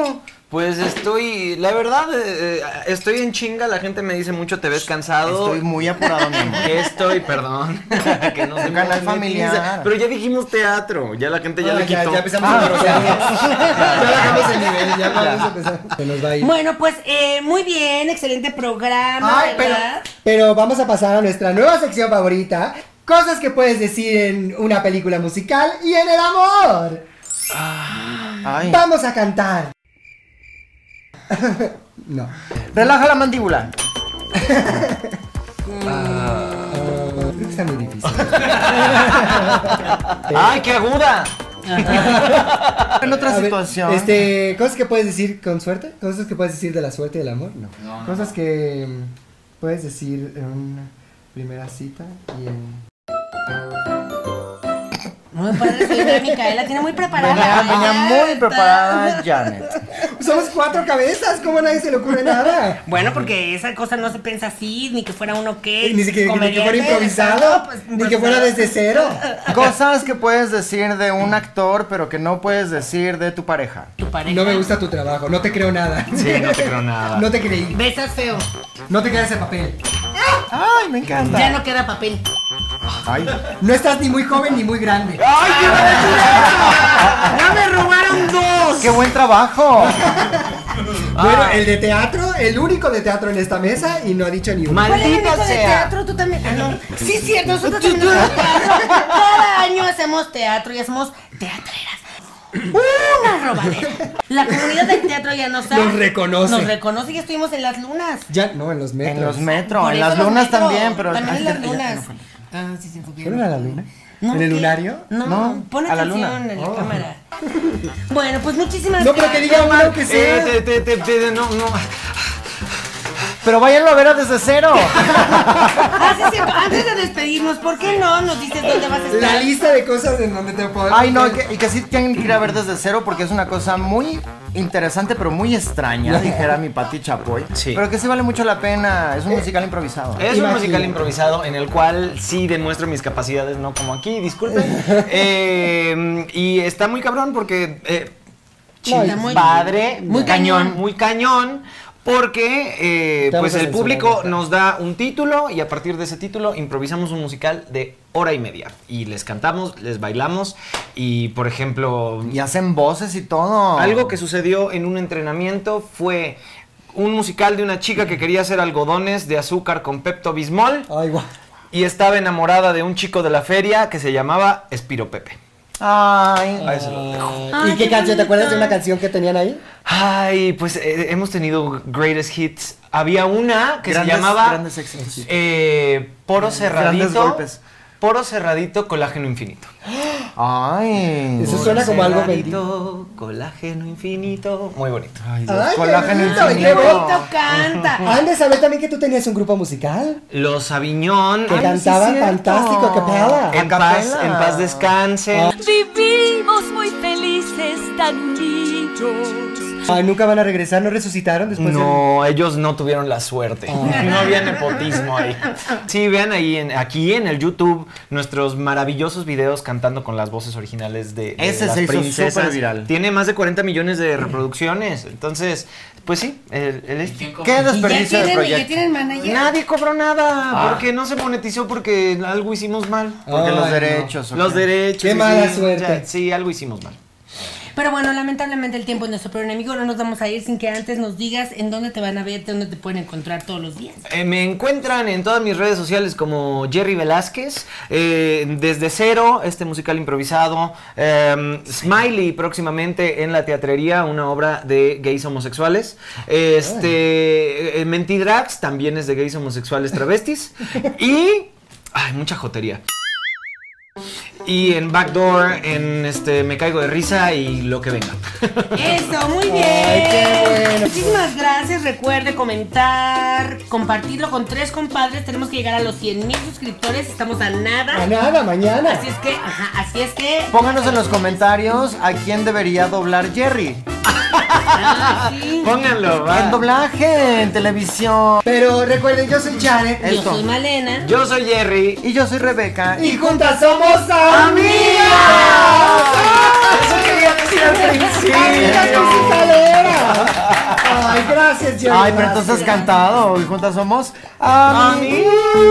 [SPEAKER 6] Pues estoy, la verdad, eh, eh, estoy en chinga. La gente me dice mucho, te ves cansado.
[SPEAKER 2] Estoy muy apurado, mi amor.
[SPEAKER 6] Que Estoy, perdón. que no se
[SPEAKER 2] Un canal
[SPEAKER 6] monetiza.
[SPEAKER 2] familiar.
[SPEAKER 6] Pero ya dijimos teatro. Ya la gente ya
[SPEAKER 3] Ah,
[SPEAKER 6] le
[SPEAKER 3] ya,
[SPEAKER 6] quitó.
[SPEAKER 3] ya empezamos a groserías. Ya bajamos el nivel, ya vamos a empezar. Se nos va a ir.
[SPEAKER 4] Bueno, pues eh, muy bien, excelente programa,
[SPEAKER 3] Ay, pero,
[SPEAKER 4] ¿verdad?
[SPEAKER 3] pero vamos a pasar a nuestra nueva sección favorita. Cosas que puedes decir en una película musical y en el amor.
[SPEAKER 2] Ay.
[SPEAKER 3] Vamos a cantar. no.
[SPEAKER 2] Relaja la mandíbula.
[SPEAKER 3] Creo que está muy difícil.
[SPEAKER 6] ¡Ay, qué aguda!
[SPEAKER 2] En otra
[SPEAKER 3] A ver,
[SPEAKER 2] situación.
[SPEAKER 3] este, cosas que puedes decir con suerte. Cosas que puedes decir de la suerte y del amor. No.
[SPEAKER 12] No, no,
[SPEAKER 3] cosas que mm, puedes decir en una primera cita y en.
[SPEAKER 4] Muy padre, soy de Micaela, tiene muy preparada.
[SPEAKER 2] Venía, venía muy
[SPEAKER 4] Está-
[SPEAKER 2] preparada Janet.
[SPEAKER 3] Somos cuatro cabezas. ¿Cómo a nadie se le ocurre nada?
[SPEAKER 4] Bueno, porque esa cosa no se piensa así, ni que fuera uno que.
[SPEAKER 3] Ni siquiera ni que fuera
[SPEAKER 4] comediante,
[SPEAKER 3] improvisado,
[SPEAKER 4] no, pues,
[SPEAKER 3] ni que fuera desde cero.
[SPEAKER 2] Cosas que puedes decir de un actor, pero que no puedes decir de tu pareja.
[SPEAKER 4] Tu pareja.
[SPEAKER 3] No me gusta tu trabajo, no te creo nada.
[SPEAKER 6] Sí, no te creo nada.
[SPEAKER 3] No te creí,
[SPEAKER 4] Besas feo.
[SPEAKER 3] no te queda ese papel.
[SPEAKER 2] Ay, me encanta.
[SPEAKER 4] Ya no queda papel.
[SPEAKER 2] Ay.
[SPEAKER 3] No estás ni muy joven ni muy grande.
[SPEAKER 4] ¡Ya me robaron dos!
[SPEAKER 2] ¡Qué buen trabajo!
[SPEAKER 3] Bueno, el de teatro, el único de teatro en esta mesa y no ha dicho ni uno.
[SPEAKER 4] ¿Cuál es el
[SPEAKER 2] Maldita
[SPEAKER 4] evento de
[SPEAKER 2] sea.
[SPEAKER 4] teatro? Tú también. Ah, no. Sí, sí, nosotros también hacemos teatro. Cada año hacemos teatro y hacemos teatreras. Una robadera. La comunidad del teatro ya nos sabe.
[SPEAKER 3] Nos reconoce.
[SPEAKER 4] Nos reconoce y estuvimos en las lunas.
[SPEAKER 3] Ya, no, en los metros.
[SPEAKER 2] En los metros,
[SPEAKER 4] Por
[SPEAKER 2] en
[SPEAKER 4] eso
[SPEAKER 2] las
[SPEAKER 4] los
[SPEAKER 2] lunas
[SPEAKER 4] metro,
[SPEAKER 2] también, pero.
[SPEAKER 4] También en las
[SPEAKER 2] Ay, ya- ya
[SPEAKER 4] lunas.
[SPEAKER 2] no fue.
[SPEAKER 4] Ah, sí, sí, enfoqué.
[SPEAKER 3] ¿Fueron a la luna?
[SPEAKER 4] No,
[SPEAKER 3] ¿En el
[SPEAKER 4] ¿qué?
[SPEAKER 3] lunario?
[SPEAKER 4] No,
[SPEAKER 2] No,
[SPEAKER 4] pon
[SPEAKER 2] a la
[SPEAKER 4] atención
[SPEAKER 2] luna.
[SPEAKER 4] en la
[SPEAKER 2] Oh.
[SPEAKER 4] cámara. Bueno, pues muchísimas
[SPEAKER 3] No, pero que diga uno que
[SPEAKER 6] Eh,
[SPEAKER 3] sea.
[SPEAKER 6] te- te- te- te- no, no.
[SPEAKER 2] Pero váyanlo a ver a desde cero.
[SPEAKER 4] Ah, sí, sí, antes de despedirnos, ¿por qué no nos dices dónde vas a estar?
[SPEAKER 3] La lista de cosas en donde te puedo.
[SPEAKER 2] Ay, no, y que, y que sí tienen que ir a ver desde cero porque es una cosa muy interesante, pero muy extraña, dijera mi Pati Chapoy.
[SPEAKER 6] Sí.
[SPEAKER 2] Pero que sí vale mucho la pena. Es un musical improvisado.
[SPEAKER 6] Es
[SPEAKER 3] Imagínate.
[SPEAKER 6] un musical improvisado en el cual sí demuestro mis capacidades, no como aquí, disculpen. Eh, y está muy cabrón porque... eh,
[SPEAKER 3] No,
[SPEAKER 4] está muy-
[SPEAKER 6] padre,
[SPEAKER 4] muy cañón.
[SPEAKER 6] muy cañón, porque eh,
[SPEAKER 3] Te vamos
[SPEAKER 6] pues
[SPEAKER 3] a
[SPEAKER 6] el
[SPEAKER 3] censurar,
[SPEAKER 6] público
[SPEAKER 3] ¿verdad?
[SPEAKER 6] nos da un título y a partir de ese título improvisamos un musical de hora y media. Y les cantamos, les bailamos y, por ejemplo,
[SPEAKER 2] Y hacen voces y todo.
[SPEAKER 6] algo que sucedió en un entrenamiento fue un musical de una chica que quería hacer algodones de azúcar con Pepto Bismol
[SPEAKER 3] Ay, guau.
[SPEAKER 6] y estaba enamorada de un chico de la feria que se llamaba Espiro Pepe.
[SPEAKER 2] Ay.
[SPEAKER 6] Ahí se Ah, lo dejo.
[SPEAKER 4] Ay,
[SPEAKER 3] ¿Y qué,
[SPEAKER 4] qué
[SPEAKER 3] canción? ¿Te acuerdas de
[SPEAKER 4] bonita.
[SPEAKER 3] una canción que tenían ahí?
[SPEAKER 6] Ay, pues eh, hemos tenido greatest hits. Había una que
[SPEAKER 2] Grandes-
[SPEAKER 6] se llamaba
[SPEAKER 2] grandes éxitos.
[SPEAKER 6] eh, Poro Cerradito.
[SPEAKER 2] Grandes golpes.
[SPEAKER 6] Poro cerradito, colágeno infinito. Ay.
[SPEAKER 3] Eso suena como algo
[SPEAKER 6] bendito. Colágeno infinito. Muy bonito. Ay,
[SPEAKER 3] Ay, qué
[SPEAKER 6] colágeno
[SPEAKER 3] bonito, qué
[SPEAKER 6] infinito.
[SPEAKER 3] bonito
[SPEAKER 4] canta.
[SPEAKER 3] Han de saber también que tú tenías un grupo musical
[SPEAKER 6] Los Aviñón.
[SPEAKER 3] que cantaban fantástico a capella.
[SPEAKER 6] En paz, en paz descanse.
[SPEAKER 2] Oh,
[SPEAKER 13] Vivimos muy felices, tan niños.
[SPEAKER 3] Ay, nunca van a regresar, no resucitaron
[SPEAKER 2] pues
[SPEAKER 3] después
[SPEAKER 6] No, ellos no tuvieron la suerte.
[SPEAKER 2] Oh.
[SPEAKER 6] No había nepotismo ahí. Sí, vean ahí en, aquí en el YouTube nuestros maravillosos videos cantando con las voces originales de, de
[SPEAKER 2] Ese
[SPEAKER 6] las
[SPEAKER 2] se hizo
[SPEAKER 6] princesas.
[SPEAKER 2] súper viral.
[SPEAKER 6] Tiene más de 40 millones de reproducciones. Entonces, pues sí, el, el- qué
[SPEAKER 4] Y ya
[SPEAKER 6] desperdicio de
[SPEAKER 4] tienen, y ya
[SPEAKER 6] proyecto.
[SPEAKER 4] tienen manager.
[SPEAKER 6] Nadie cobró nada,
[SPEAKER 2] Ah.
[SPEAKER 6] porque no se monetizó porque algo hicimos mal.
[SPEAKER 2] Porque los
[SPEAKER 6] Ay, no.
[SPEAKER 2] derechos, ¿o
[SPEAKER 6] Los
[SPEAKER 2] qué?
[SPEAKER 6] derechos.
[SPEAKER 2] Qué mala
[SPEAKER 6] sí,
[SPEAKER 2] suerte.
[SPEAKER 6] ya, sí, algo hicimos mal.
[SPEAKER 4] Pero bueno, lamentablemente el tiempo es nuestro peor enemigo. No nos vamos a ir sin que antes nos digas en dónde te van a ver, dónde te pueden encontrar todos los días.
[SPEAKER 6] Eh, me encuentran en todas mis redes sociales como Jerry Velázquez, eh, desde cero, este musical improvisado, eh, Smiley próximamente en la teatrería, una obra de gays homosexuales, este, eh, Mentidrax también es de gays homosexuales travestis y... Ay, mucha jotería. Y en Backdoor, en este, Me Caigo de Risa y lo que venga.
[SPEAKER 4] Eso, muy bien. Muchísimas gracias. Recuerde comentar, compartirlo con tres compadres. Tenemos que llegar a los 100 mil suscriptores. Estamos a nada.
[SPEAKER 2] A nada, mañana.
[SPEAKER 4] Así es que, ajá, así es que.
[SPEAKER 2] Pónganos en los comentarios a quién debería doblar Jerry.
[SPEAKER 6] Pónganlo,
[SPEAKER 2] En doblaje, en televisión.
[SPEAKER 3] Pero recuerden, yo soy Janet.
[SPEAKER 4] Yo soy Malena.
[SPEAKER 6] Yo soy Jerry.
[SPEAKER 2] Y yo soy Rebeca.
[SPEAKER 3] Y juntas somos amigas.
[SPEAKER 2] amigas.
[SPEAKER 6] Eso quería decir al principio.
[SPEAKER 3] Amigas musicaleras. Ay, gracias, Jerry.
[SPEAKER 2] Ay, pero entonces has
[SPEAKER 6] Ah,
[SPEAKER 2] cantado. Hoy juntas somos amigas.